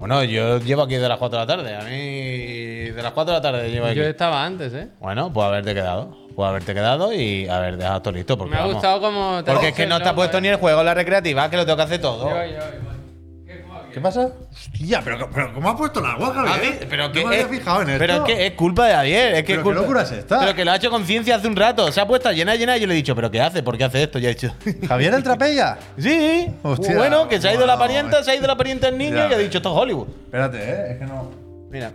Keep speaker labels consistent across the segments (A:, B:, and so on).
A: Bueno, yo llevo aquí de las 4 de la tarde. A mí de las 4 de la tarde llevo aquí.
B: Yo estaba antes, ¿eh?
A: Bueno, pues haberte quedado. Pues haberte quedado y haber dejado todo listo. Porque,
B: Me ha
A: vamos,
B: gustado como. te has
A: Porque es
B: hecho
A: que
B: el
A: no te ha
B: loco,
A: puesto
B: ¿eh?
A: ni el juego en la recreativa, que lo tengo que hacer todo.
B: Yo, yo, yo. Qué guapo.
C: ¿Qué pasa?
D: Hostia, pero, pero ¿cómo has puesto la guaja,
A: A
D: Javier?
A: ver, Ah, pero
D: no
A: que
D: me había
A: es,
D: fijado en esto.
A: Pero es que es culpa de Javier. Es que
C: ¿Pero
A: es
C: qué
A: culpa,
C: locura es esta?
A: Pero que lo ha hecho conciencia hace un rato. Se ha puesto llena, llena. Y yo le he dicho, ¿pero qué hace? ¿Por qué hace esto? Y ha dicho,
C: ¿Javier el Trapella?
A: sí.
C: Hostia.
A: bueno, que se ha ido la
C: Bueno,
A: parienta,
C: eh.
A: se ha ido la parienta del niño
C: Ya
A: y ha
C: ves.
A: dicho, esto es Hollywood.
C: Espérate, ¿eh? Es que no.
A: Mira.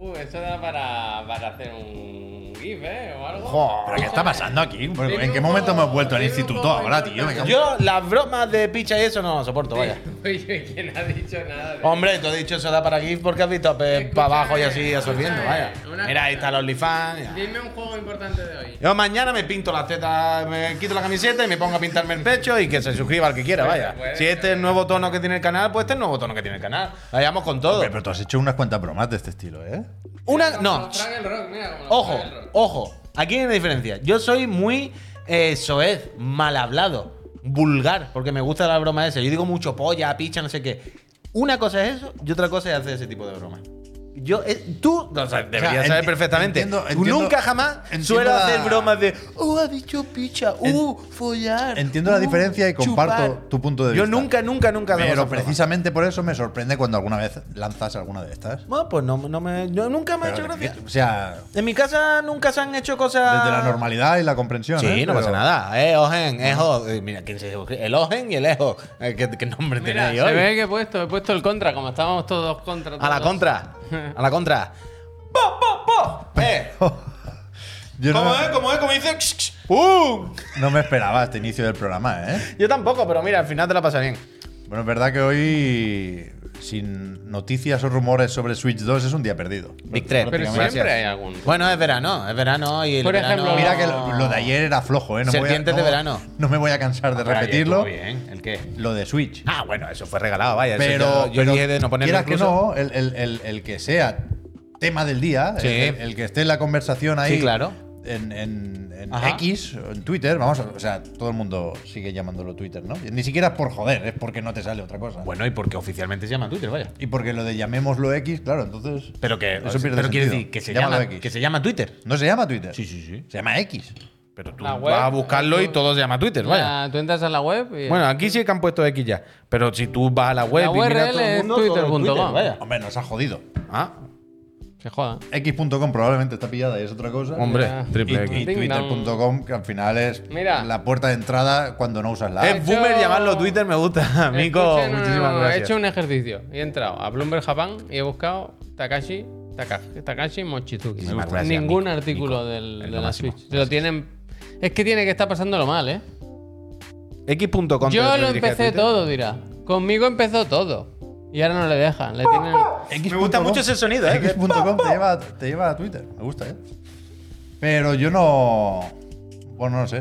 B: Uh, eso da para, para hacer un GIF, ¿eh? O algo.
D: ¿Pero qué está pasando aquí? ¿En qué momento hemos vuelto al instituto ahora, tío? Me cago-
A: Yo las bromas de picha y eso no las soporto, vaya.
B: Oye, ¿quién ha dicho nada de
A: Hombre, tú has dicho eso da para GIF porque has visto
B: Escúchame,
A: para abajo y así absorbiendo,
B: escúchame,
A: vaya.
B: una
A: Mira, ahí
B: cosa.
A: está los OnlyFans. ya.
B: Dime un juego importante de hoy.
A: Yo mañana me pinto las tetas, me quito la camiseta y me pongo a pintarme el pecho y que se suscriba al que quiera,
B: Pues,
A: vaya.
B: pues,
A: Si este es el nuevo tono que tiene el canal, pues este es el nuevo tono que tiene el canal. Vayamos con todo.
D: Hombre, Pero tú has hecho unas cuantas bromas de este estilo, ¿eh?
A: Una,
B: Como
A: no,
B: los Frank el Rock, mira, como los
A: ojo,
B: Frank el Rock.
A: ojo. Aquí hay una diferencia. Yo soy muy eh, soez, mal hablado, vulgar, porque me gusta la broma esa. Yo digo mucho polla, picha, no sé qué. Una cosa es eso y otra cosa es hacer ese tipo de bromas. Yo, eh, tú, o sea, deberías
D: enti-
A: saber perfectamente.
D: entiendo-
A: Tú
D: entiendo-
A: nunca jamás
D: entiendo
A: suelo
D: la-
A: hacer bromas de, oh, ha dicho picha, uh, follar.
C: entiendo la
A: uh,
C: diferencia y comparto
A: chupar".
C: tu punto de
A: Yo
C: vista.
A: nunca, nunca, nunca hago
D: Pero
A: esas bromas.
D: precisamente por eso me sorprende cuando alguna vez lanzas alguna de estas.
A: Bueno, pues no, no me, yo nunca me ha hecho
D: Pero,
A: gracia.
D: O sea,
A: En mi casa nunca se han hecho cosas.
D: desde la normalidad y la comprensión.
A: Sí,
D: ¿eh?
A: no
D: Pero-
A: pasa nada. Eh, Ogen, Ejo. Eh, Mira, ¿quién se El Ogen y el Ejo. Eh, ¿Qué, qué nombre
B: Mira,
A: tenéis
B: se
A: hoy?
B: ve que he puesto, he puesto el contra, como estábamos todos contra.
A: A la
B: todos.
A: contra. A la contra. ¡Po, po, po! ¡Eh!
D: Yo no,
A: ¿Cómo eh? es?
D: me-
A: ¿Cómo es? ¿Cómo dice? ¡Uh!
D: no me esperaba este inicio del programa, ¿eh?
A: Yo tampoco, pero mira, al final te la pasas bien.
D: Bueno, es verdad que hoy, sin noticias o rumores sobre Switch 2, es un día perdido.
A: Big 3.
B: Pero
D: Prácticamente.
B: siempre hay algún.
A: Bueno, es verano, es verano y el
B: Por
A: verano-
B: ejemplo,
D: Mira que lo, lo de ayer era flojo, ¿eh? No me voy a-
A: Serpientes de
D: no-
A: verano.
D: No me voy a cansar de
A: Ah, Pero ayer
D: repetirlo.
A: estuvo bien. ¿El qué?
D: Lo de Switch.
A: Ah, bueno, eso fue regalado, vaya. eso
D: pero
A: ya- yo
D: pero
A: dije de no ponerlo
D: quieras que
A: incluso.
D: no, el, el- el- el que sea tema del día,
A: Sí.
D: el, el que esté en la conversación ahí.
A: Sí, claro.
D: En, en- en
A: Ajá.
D: X, o en Twitter, vamos, o sea, todo el mundo sigue llamándolo Twitter, ¿no? Ni siquiera es por joder, es porque no te sale otra cosa.
A: Bueno, y porque oficialmente se llama Twitter, vaya.
D: Y porque lo de llamémoslo X, claro, entonces.
A: Pero que
D: Eso pierde
A: pero quiere
D: sentido.
A: decir que se
D: Llámalo
A: llama,
D: X.
A: que se llama Twitter.
D: No se llama Twitter.
A: sí, sí.
D: Se llama X.
A: Pero tú
B: La
A: vas
B: web,
A: a buscarlo y
B: tú-
A: todo se llama Twitter, pues vaya.
B: Ya, tú entras a la web y.
A: Bueno, aquí sí que han puesto X ya. Pero si tú vas a la web
B: La
A: y miras
B: URL
A: todo el
B: es
A: mundo, todo es
B: twitter.com.
A: Twitter, vaya.
D: Hombre, nos ha jodido.
A: Ah,
B: se joda.
D: X.com probablemente está pillada y es otra cosa.
A: hombre,
B: Ya.
D: Y,
A: triple
D: y
A: X.
B: Ding dong.
D: Twitter.com, que al final es
B: Mira.
D: la puerta de entrada cuando no usas la app.
A: Es boomer
B: hecho-
A: llamarlo Twitter, me gusta. Mico,
B: Ah, Escuchen, no, no,
A: muchísimas
B: no, He
A: gracias.
B: hecho un ejercicio. He entrado a Bloomberg Japan y he buscado Takashi, Taka- Takashi Mochizuki.
A: Muchísimas gracias,
B: Ningún
A: Nico,
B: artículo
A: Nico.
B: del,
A: Es
B: de
A: lo
B: la
A: máximo.
B: Switch. Lo tienen. Es que tiene que estar pasándolo mal, ¿eh?
A: X.com.
B: Yo
A: te
B: lo
A: dirige a
B: empecé
A: Twitter.
B: todo, dirá. Conmigo empezó todo. Y ahora no le dejan. Le tienen.
A: Me gusta mucho ese sonido, ¿eh?
D: X.com te lleva, te lleva a Twitter. Me gusta, ¿eh? Pero yo no. Bueno, no sé.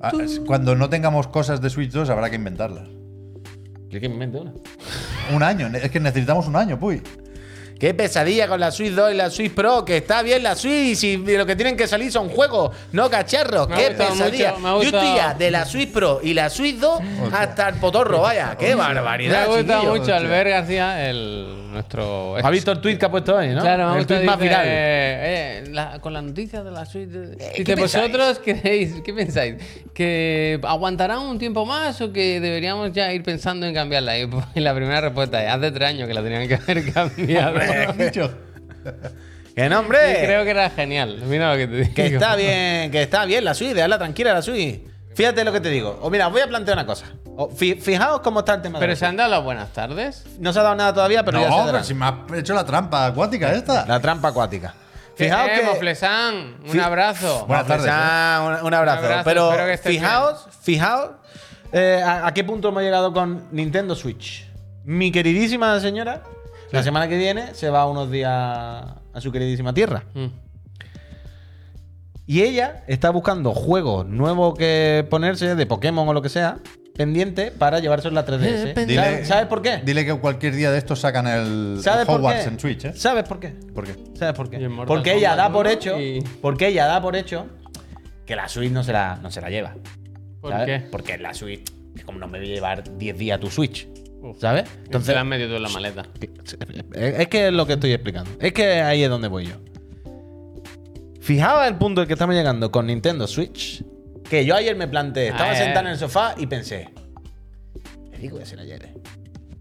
D: Ah, es- Cuando no tengamos cosas de Switch 2, habrá que inventarlas.
B: Yo que me invento una.
D: Un año, ne- es que necesitamos un año, puy.
A: Qué pesadilla con la Switch 2 y la Switch Pro, que está bien la Switch y lo que tienen que salir son juegos, no cacharros.
B: Me ha
A: Qué
B: gustado
A: pesadilla.
B: mucho, me ha
A: Yo estoy
B: gustado.
A: ya de la Switch Pro y la Switch 2 hasta el potorro, vaya. Qué
B: Me ha
A: barbaridad.
B: gustado
A: chiquillo.
B: mucho Albert García, el, nuestro.
A: ¿Has visto el tweet que ha puesto hoy, no?
B: Pues, Claro, me ha
A: el
B: gustado,
A: tweet más
B: dice,
A: viral.
B: eh, eh, la- con la noticia de la suite. eh,
A: Eh, ¿qué
B: dice,
A: pensáis?
B: ¿vosotros creéis, qué pensáis? ¿Que aguantará un tiempo más o que deberíamos ya ir pensando en cambiarla? Y, pues, la primera respuesta es: hace tres años que la tenían que haber cambiado. Y
D: ¿Qué has dicho?
A: ¡Qué
B: creo
A: nombre!
B: que era genial. Mira lo que te digo.
A: Que está bien, que está bien la Switch, déjala tranquila la Switch. Fíjate lo que te digo. O mira, os voy a plantear una cosa. O fi- fijaos cómo está el tema. de
B: Pero
A: la
B: se han dado las buenas tardes.
A: Switch. No se ha dado nada todavía, pero
D: no,
A: ya se dará.
D: pero si me has hecho la trampa acuática esta.
A: La trampa acuática. Fijaos
B: Eh,
A: que.
B: Moflesan, un
A: Fi-
B: abrazo.
D: Buenas
A: Buenas
D: tardes,
A: tardes. Pues, ah, Un, un abrazo.
B: Un abrazo,
A: Pero
B: espero que estés
A: fijaos, fijaos eh, a, a qué punto hemos llegado con Nintendo Switch. Mi queridísima señora, la semana que viene se va unos días a su queridísima tierra.
B: Mm.
A: Y ella está buscando juegos nuevos que ponerse, de Pokémon o lo que sea, pendiente para llevarse la 3DS.
B: Depende.
A: ¿Sabes- ¿Sabes por
E: ¿eh?
A: qué?
D: Dile que cualquier día de estos sacan el
A: ¿Sabes por
D: Hogwarts
A: qué?
D: en Switch, ¿eh?
A: ¿Sabes por qué?
D: ¿Por qué?
A: ¿Sabes por qué?
B: Y en Mortal
A: Porque ella
B: Kombat
A: da por
B: uno
A: hecho.
B: y-
A: Porque ella da por hecho que la Switch no se la, no se la lleva.
B: ¿Por
A: ¿sabes?
B: qué?
A: Porque la Switch. que Como no me voy a llevar 10 días tu Switch.
E: ¿Sabes?
B: Entonces
E: Entonces,
B: la has metido tú en la maleta.
E: es es que es lo que estoy explicando. Es que ahí es donde voy yo. Fijaos el punto al que estamos llegando con Nintendo Switch. Que yo ayer me planteé, estaba
B: Ah, eh.
E: sentado en el sofá y pensé. "Me digo que se la lleve".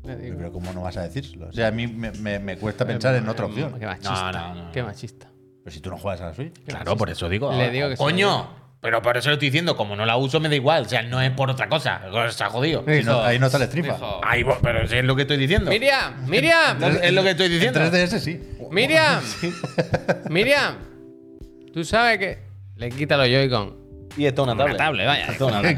D: Pero ¿cómo no vas a decirlo? O sea, a mí me, me- me
E: Eh,
D: cuesta pensar en otra opción.
B: Qué machista.
E: No, no, no.
B: Qué machista.
D: Pero si tú no juegas a la Switch.
E: Claro, por eso digo.
B: Le digo que se la
E: Coño, pero por eso lo estoy diciendo, como no la uso me da igual. O sea, no es por otra cosa. Se ha jodido.
D: Si no-
B: Dijo-
D: ahí no está la estripa.
B: dijo,
E: Ahí vo- pero si es lo que estoy diciendo.
B: Miriam, Miriam,
E: Entonces- eh, es lo que estoy diciendo.
D: En 3DS sí.
B: Miriam, Miriam. Tú sabes que le quita los Joy-Con.
E: Y esto es una tablet.
B: Una tablet, vaya.
E: Esto es una
B: Una
E: tablet.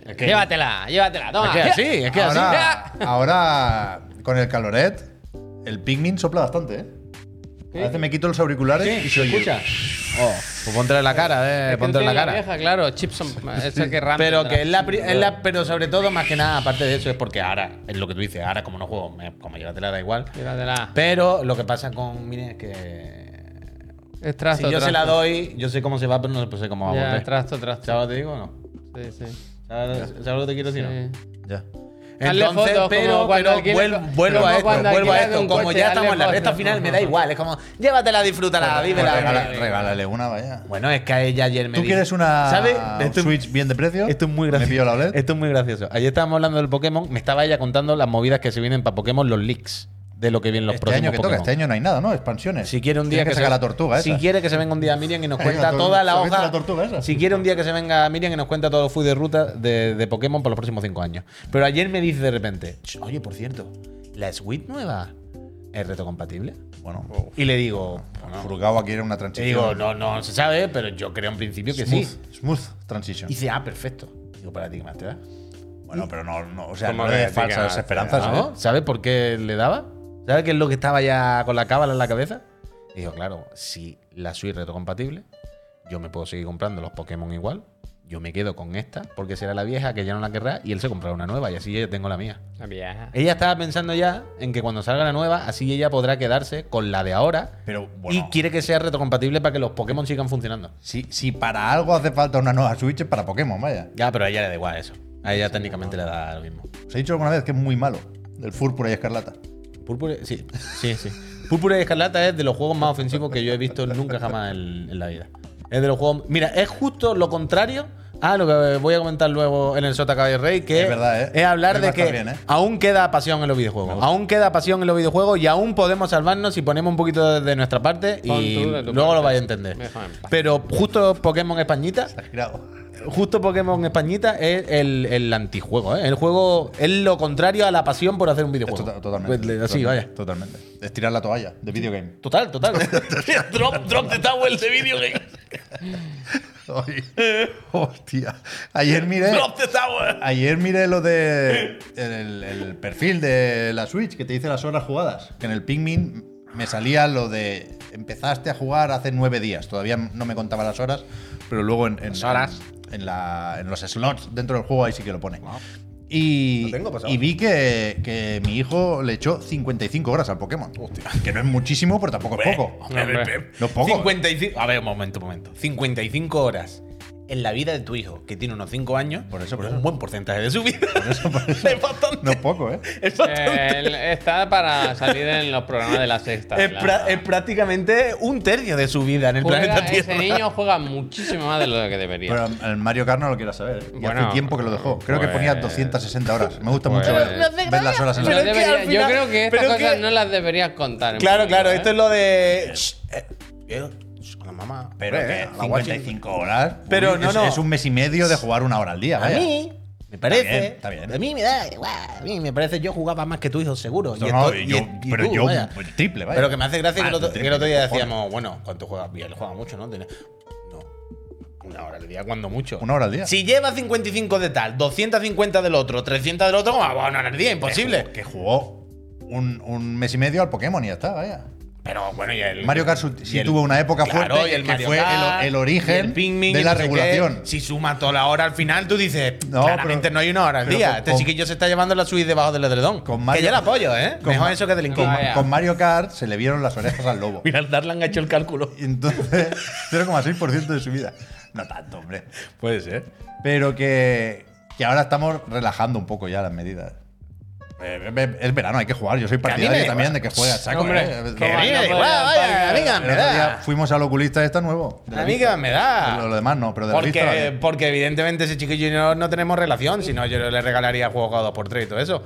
B: tablet.
E: Es que-
B: Llévatela, llévatela.
E: Es
B: Toma.
E: que así, es que así.
D: Ahora, ahora, con el caloret, el Pikmin sopla bastante, ¿eh? A veces me quito los auriculares y se oye.
E: Escucha. Oh, pues ponte en la cara, eh.
B: Es que
E: Ponte en la
B: tiene
E: cara.
B: vieja, claro, Chipson. Esa que RAM
E: Pero
B: tendrá.
E: que es la, pri- es la- pero sobre todo más que nada aparte de eso es porque ahora es lo que tú dices ahora como no juego me- como llévatela da igual
B: Llévatela.
E: pero lo que pasa con Miriam es que
B: Es trasto,
E: si yo
B: trasto.
E: se la doy yo sé cómo se va pero no sé pues, cómo va a
B: Ya,
E: volver
B: trasto, trasto.
E: ¿sabes lo que te digo o no?
B: Sí, sí.
E: ¿sabes, sabes lo que te quiero decir? o no?
B: Sí.
D: Ya.
B: Hazle
E: Entonces,
B: fotos,
E: pero,
B: como cuando
E: pero
B: alquiles-
E: vuelvo, vuelvo
B: como
E: a esto,
B: cuando
E: vuelvo a
B: alquilas de
E: esto.
B: un
E: Como
B: coche,
E: ya estamos
B: hazle
E: en la recta
B: fotos.
E: final, me da igual. Es como, llévatela, disfrútala, vívela.
D: Regala- regálale una, vaya.
E: Bueno, es que ella ayer me
D: ¿Tú
E: dijo-
D: quieres una
E: ¿Sabes? Esto-
D: Switch bien de precio?
E: Esto es muy gracioso.
D: Me ¿eh? pillo la OLED. Este
E: Esto es muy gracioso. Ayer estábamos hablando del Pokémon. Me estaba ella contando las movidas que se vienen para Pokémon, los leaks de lo que vienen los
D: Este
E: próximos
D: año que toca,
E: Pokémon.
D: este año no hay nada, ¿no? Expansiones.
E: Si quiere un día
D: Tiene
E: que,
D: que
E: se-
D: sacar la tortuga,
E: Si
D: esa.
E: quiere que se venga un día Miriam y nos
D: Hay una
E: cuenta
D: tor-
E: toda la
D: ¿se viste
E: hoja.
D: la tortuga esa?
E: Si quiere un día que se venga Miriam y nos cuenta todos los fui de ruta de, de Pokémon por los próximos cinco años. Pero ayer me dice de repente, "Ch, oye, por cierto, la Switch nueva es retrocompatible.
D: Bueno, pues,
E: Y le digo,
D: Furukawa quiere una
E: le
D: transición.
E: Oh, digo, no, no se sabe, pero yo creo en principio que
D: smooth,
E: sí.
D: smooth transition.
E: Y dice, ah, perfecto. Digo, para ti que más te da.
D: Bueno, pero no, no, o sea,
B: ¿Cómo
D: no
B: que
D: le des
B: decir que
D: falsas
B: no?
D: esperanzas,
E: ¿Sabes?
D: ¿eh?
E: ¿Sabes por qué le daba? ¿Sabes qué es lo que estaba ya con la cábala en la cabeza? Y dijo, claro, si la Switch retrocompatible, yo me puedo seguir comprando los Pokémon igual. Yo me quedo con esta, porque será la vieja que ya no la querrá, y él se comprará una nueva, y así yo tengo la mía.
B: La vieja.
E: Ella estaba pensando ya en que cuando salga la nueva, así ella podrá quedarse con la de ahora.
D: Pero, bueno.
E: Y quiere que sea retrocompatible para que los Pokémon sigan funcionando.
D: Si, si para algo hace falta una nueva Switch es para Pokémon, vaya.
E: Ya, pero a ella le da igual eso. A ella técnicamente le da lo mismo.
D: Os he dicho alguna vez que es muy malo. El Fúrpura y Escarlata.
E: Púrpura, sí, sí, sí. Púrpura y Escarlata es de los juegos más ofensivos que yo he visto nunca jamás en, en la vida. Es de los juegos. Mira, es justo lo contrario a lo que voy a comentar luego en el Sota Caballo Rey, que
D: Es verdad, ¿eh?
E: es hablar
D: Hoy va
E: de
D: a estar
E: que
D: bien, ¿eh?
E: aún queda pasión en los videojuegos. Aún queda pasión en los videojuegos y aún podemos salvarnos si ponemos un poquito de, de nuestra parte
B: Pon
E: y
B: tú de tu
E: luego lo
B: parte.
E: vais a entender.
B: Déjame en paz.
E: Pero justo Pokémon Españita
D: Exagerado.
E: Justo Pokémon Españita es el, el antijuego, ¿eh? El juego es lo contrario a la pasión por hacer un
D: Es
E: videojuego.
D: tota- totalmente.
E: Pues, Así,
D: totalmente,
E: vaya.
D: Totalmente. Es tirar la toalla de videogame.
E: Total, total. drop, drop the towel de video game.
D: Ay, Hostia. Ayer miré.
E: the towel.
D: Ayer miré lo de el, el perfil de la Switch que te dice las horas jugadas. Que en el Pikmin me salía lo de empezaste a jugar hace nueve días. Todavía no me contaba las horas, pero luego en, en-
E: horas.
D: en, la- en los slots dentro del juego ahí sí que lo pone. Y, y vi que, que mi hijo le echó 55 horas al Pokémon. Que no es muchísimo, pero tampoco es poco.
B: No, hombre.
D: No es poco.
E: 55. A ver, un momento, un momento. 55 horas en la vida de tu hijo, que tiene unos 5 años.
D: Por eso, por
E: es
D: eso.
E: un buen porcentaje de su vida. Es bastante.
D: No es poco, ¿eh?
E: Es bastante.
B: Él está para salir en los programas de la sexta.
E: Es,
B: la-
E: pra- es prácticamente un tercio de su vida en el
B: Juega-
E: planeta Tierra.
B: ese niño juega muchísimo más de lo que debería.
D: Pero el Mario Kart no lo quiero saber. ¿eh? Y
B: Bueno,
D: hace tiempo que lo dejó. Creo que ponía
B: pues-
D: 260 horas. Me gusta mucho
B: pues-
D: ver, ver las horas en
B: Pero
D: la
E: Pero es que
B: debería-
E: al
B: yo
E: final-
B: creo que estas
E: pero
B: cosas
E: que-
B: no las deberías contar. en
E: Claro,
B: público,
E: claro,
B: ¿eh?
E: esto es lo de. Shh, eh, eh, shh, con la mamá.
D: Pero
E: Eh,
D: que
E: la guachi-
D: 55 horas. uy,
E: Pero no,
D: es,
E: no.
D: es un mes y medio de jugar una hora al día.
E: A
D: vaya.
E: mí, me parece.
D: Está bien, está bien.
E: A mí me da igual. A mí me parece yo jugaba más que tu hijo, seguro.
D: Esto
E: Y
D: no,
E: esto- y
D: yo-
E: es- y
D: pero
E: tú,
D: yo
E: vaya.
D: el triple, vaya.
E: Pero que me hace gracia que el
D: Más
E: otro,
D: del
E: que el otro día
D: triple,
E: decíamos, bueno, ¿cuánto juegas? Y él juega mucho, ¿no? Tiene- no. Una hora al día, cuando mucho.
D: Una hora al día.
E: Si lleva 55 de tal, 250 del otro, 300 del otro, ¿cómo va una hora al día? Imposible.
D: Que jugó un, un mes y medio al Pokémon y ya está, vaya.
E: Pero bueno, y el.
D: Mario Kart su-
E: y
D: sí
E: el-
D: tuvo una época
E: Claro,
D: fuerte
E: y el
D: que
E: Mario
D: fue
E: Kart,
D: el, el
E: y
D: origen
E: el Pikmin,
D: de
E: y
D: la
E: no sé qué.
D: regulación.
E: si suma toda la hora al final, tú dices,
D: No,
E: claramente
D: pero-
E: no hay una hora al
D: pero
E: día.
D: con-
E: este
D: con-
E: chiquillo se está llevando la suite debajo del edredón.
D: Con Mario-
E: que yo la apoyo, ¿eh?
D: con
E: Mejor
D: Ma-
E: eso que delinquir.
D: Con,
B: Vaya.
D: con Mario Kart se le vieron las orejas al lobo.
E: Mira, el Darlan ha hecho el cálculo.
D: Y entonces, 0,6% de su vida. No tanto, hombre.
E: Puede ser.
D: Pero que, que ahora estamos relajando un poco ya las medidas. Eh, eh, Es verano, hay que jugar. Yo soy
E: a mí me
D: partidario
E: da
D: también
E: igual.
D: de que juegue a saco.
B: Hombre,
D: eh.
B: ¿cómo
D: Que
B: va?
D: ríe.
B: No puede dar,
E: amiga,
D: El otro día fuimos al oculista este nuevo. de la
E: Amiga,
D: vista.
E: me da.
D: Lo, lo demás no, pero de la vista.
E: Porque,
D: vale.
E: porque evidentemente ese chiquillo y yo no, no tenemos relación, si no yo le regalaría juegos cada 2x3 y todo eso.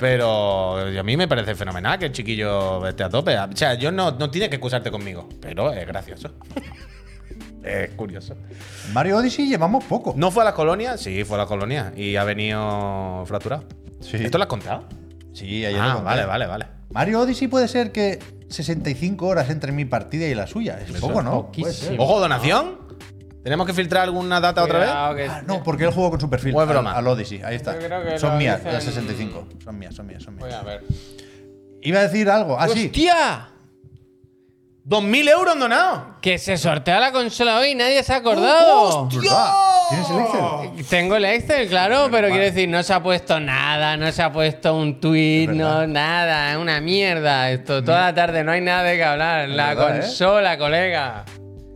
E: Pero a mí me parece fenomenal que el chiquillo esté a tope. O sea, yo no, no tienes que excusarte conmigo, pero es gracioso. es curioso.
D: Mario Odyssey llevamos poco.
E: ¿No fue a las colonias? Sí, fue a las colonias y ha venido fracturado.
D: Sí.
E: ¿Esto lo has contado?
D: Sí, ayer lo
E: Ah,
D: conté.
E: vale, vale, vale.
D: Mario Odyssey puede ser que 65 horas entre mi partida y la suya. Es
E: Eso
D: poco,
B: es
D: ¿no? Puede
B: poquísimo.
D: ser.
E: Ojo, donación. ¿Tenemos que filtrar alguna data otra vez?
B: ¿eh? Cuidado, que-
D: Ah, no, porque él jugó con su perfil.
E: O es
D: al-
E: broma.
D: Al, Odyssey, ahí está.
B: Yo creo que lo
D: Son mías,
B: dicen-
D: las 65. Son mías, son mías, son
B: Voy
D: mías.
B: a ver.
D: Iba a decir algo. Ah, sí.
B: ¡Hostia!
E: ¡2.000 euros donados!
B: Que se sortea la consola hoy, nadie
E: Oh,
B: se ha acordado.
D: ¿Verdad? ¿Tienes el Excel?
B: Tengo el Excel, claro, pero quiero decir, no se ha puesto nada, no se ha puesto un tweet,
D: Es
B: no,
D: verdad.
B: nada, es una mierda esto. Toda
E: Mm.
B: la tarde no hay nada de que hablar. La
D: verdad, ¿eh?
B: consola, colega.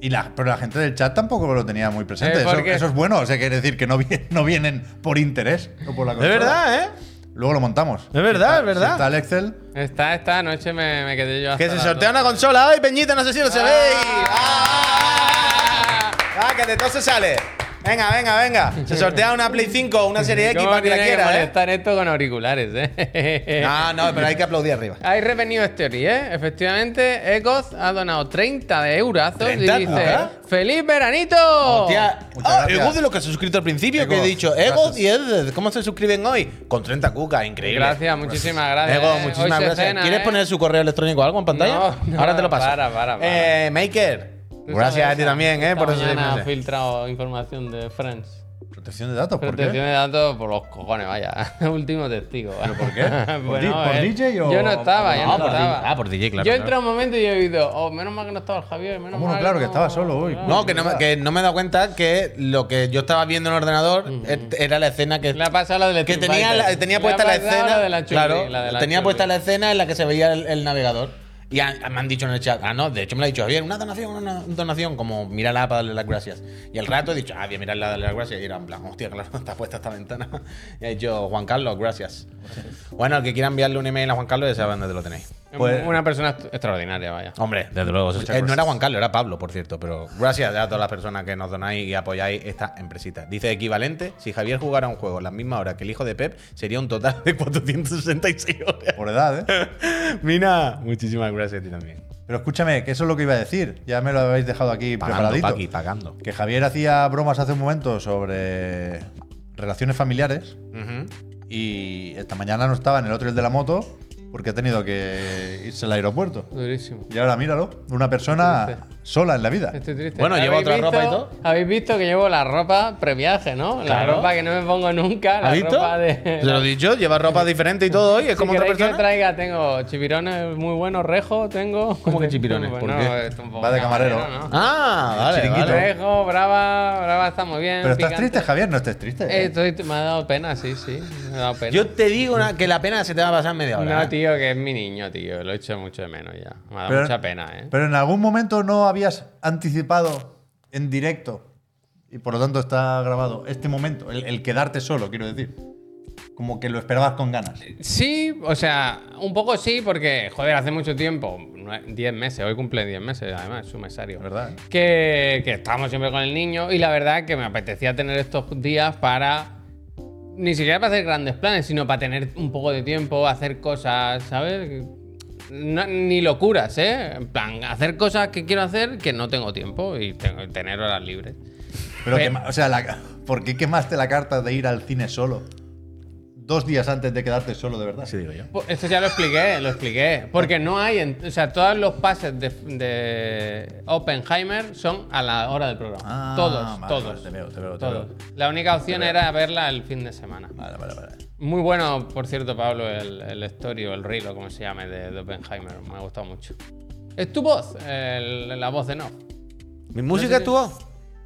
D: Y la, pero la gente del chat tampoco lo tenía muy presente.
B: Eh,
D: eso,
B: porque-
D: eso es bueno. O sea, quiere decir que no, vi- no vienen por interés o por la
E: De
D: consola.
E: verdad, ¿eh?
D: Luego lo montamos.
E: Es verdad, es verdad.
D: Si está el Excel.
B: Esta, esta noche me, me quedé yo. hasta
E: Que se
B: las
E: sortea
B: dos.
E: una consola. ¡Ay, Peñita, no sé si lo sabéis!
B: Ah.
E: ¡Ah! ¡Ah, que de todo se sale! Venga, venga, venga. Se sortea una Play 5 o una Serie X
B: ¿Cómo
E: para que la
B: tiene
E: quiera, ¿eh?
B: molestar esto con auriculares, eh?
E: No, no, pero hay que aplaudir arriba.
B: Hay revenido Theory, ¿eh? Efectivamente, Egoz ha donado 30 de eurazos y
E: 30,
B: dice:
E: ¿ah?
B: ¡Feliz veranito!
E: Hostia,
D: Muchas
E: ah,
D: gracias.
E: Egoz de los que se han suscrito al principio, que he
D: Egoz,
E: dicho,
D: gracias.
E: Egoz y Edith, ¿cómo se suscriben hoy? Con 30 cucas, increíble.
B: Gracias, muchísimas gracias.
E: Egoz,
B: eh.
E: Pues, muchísimas
B: Hoy se
E: gracias.
B: cena,
E: ¿Quieres
B: eh.
E: poner su correo electrónico o algo en pantalla?
B: No, no,
E: Ahora te lo paso.
B: para, para, para.
E: Eh, Maker,
B: Tú
E: gracias
B: sabes,
E: a ti también, ¿eh?
B: esta
E: Por eso
B: mañana ha filtrado información de Friends.
D: Protección de datos, ¿por
B: Protección
D: qué?
B: de datos por los cojones, vaya. Último testigo. por qué?
D: di- por DJ o-
B: Yo no estaba, yo
E: No,
B: no
E: por di-
B: estaba.
E: ah, por DJ, claro,
B: Yo
E: claro.
B: entré un momento y yo he oído, oh, menos mal que no estaba el Javier, menos
D: Cómo no,
B: mal.
D: claro, que estaba solo hoy.
E: No, que no, me- que no me he dado cuenta que lo que yo estaba viendo en el ordenador et- era la escena que,
B: Le ha pasado lo del
E: que
B: Street
E: tenía,
B: Fighter.
E: la- tenía
B: Le
E: puesta
B: ha
E: la
B: pasado
E: escena.
B: lo de la churri,
E: claro,
B: la de la
E: tenía
B: churri.
E: puesta la escena en la que se veía el, el navegador. Y han- me han dicho en el chat, ah, no, de hecho me lo ha dicho Javier, una donación, una donación, como mírala para darle las gracias. Y al rato he dicho, ah, bien, mirarla, darle las gracias. Y era en plan, hostia, claro, está puesta esta ventana. Y ha dicho, Juan Carlos, gracias. Bueno, el que quiera enviarle un email a Juan Carlos, ya saben dónde lo tenéis.
D: Pues-
B: Una persona est- extraordinaria, vaya.
E: Hombre, desde luego. eso sí. Eh, no era Juan Carlos, era Pablo, por cierto. Pero gracias a todas las personas que nos donáis y apoyáis esta empresita. Dice equivalente, si Javier jugara un juego a la misma hora que el hijo de Pep, sería un total de 466 horas.
D: Por edad, ¿eh?
E: Mina, muchísimas gracias a ti también.
D: Pero escúchame, que eso es lo que iba a decir. Ya me lo habéis dejado aquí
E: Pagando,
D: preparadito.
E: Paqui, pagando.
D: Que Javier hacía bromas hace un momento sobre relaciones familiares y esta mañana no estaba en el otro el de la moto porque ha tenido que irse al aeropuerto.
B: Durísimo.
D: Y ahora míralo, una persona sola en la vida.
B: Estoy triste.
E: Bueno, lleva
B: ¿Habéis
E: otra ropa y
B: visto-
E: todo?
B: Habéis visto que llevo la ropa previaje, ¿no?
E: Claro.
B: La ropa que no me pongo nunca. La
E: ¿Has visto?
B: ropa de.
E: Te lo he dicho, lleva ropa diferente y todo hoy, es
B: Si
E: como otra
B: queréis
E: persona.
B: que traiga, tengo chipirones muy buenos, rejo, tengo.
E: ¿Cómo que chipirones?
B: Pues
E: ¿Por
B: no,
E: qué?
B: es un poco
D: Va de camarero.
B: ¿no?
E: Ah, vale,
D: chiringuito.
E: vale.
B: Rejo, brava, brava está muy bien.
D: Pero estás
B: picante.
D: triste, Javier, no estés triste.
B: Eh, estoy- me ha dado pena, sí, sí. Me ha dado pena.
E: Yo te digo una- que la pena se te va a pasar en media hora. ¿eh?
B: no, tío, que es mi niño, tío. Lo he hecho mucho de menos ya. Me ha dado
D: Pero-
B: mucha pena, ¿eh?
D: Pero en algún momento no habías anticipado en directo, y por lo tanto está grabado, este momento, el, el quedarte solo, quiero decir. Como que lo esperabas con ganas.
B: Sí, o sea, un poco sí, porque, joder, hace mucho tiempo, nue- 10 meses, hoy cumple 10 meses, además, es su mesario.
D: ¿Verdad?
B: Que, que estábamos siempre con el niño y la verdad que me apetecía tener estos días para. Ni siquiera para hacer grandes planes, sino para tener un poco de tiempo, hacer cosas, ¿sabes? No- ni locuras, ¿eh? En plan, hacer cosas que quiero hacer que no tengo tiempo y tengo, tener horas libres.
D: Pero,
B: Pe-
D: quema- o sea, la- ¿por qué quemaste la carta de ir al cine solo? Dos días antes de quedarte solo, de verdad.
E: Sí, digo yo.
B: Po- Pues, Esto ya lo expliqué, lo expliqué. Porque no hay. en- o sea, todos los pases de, de Oppenheimer son a la hora del programa.
D: Ah,
B: todos,
D: vale,
B: todos.
D: vale, te veo, te veo, te
B: todos.
D: veo.
B: La única opción era verla el fin de semana.
D: Vale, vale, vale.
B: Muy bueno, por cierto, Pablo, el, el story o el reel o como se llame de, de Oppenheimer. Me ha gustado mucho. Es tu voz, el- la voz de no.
E: ¿Mi música estuvo?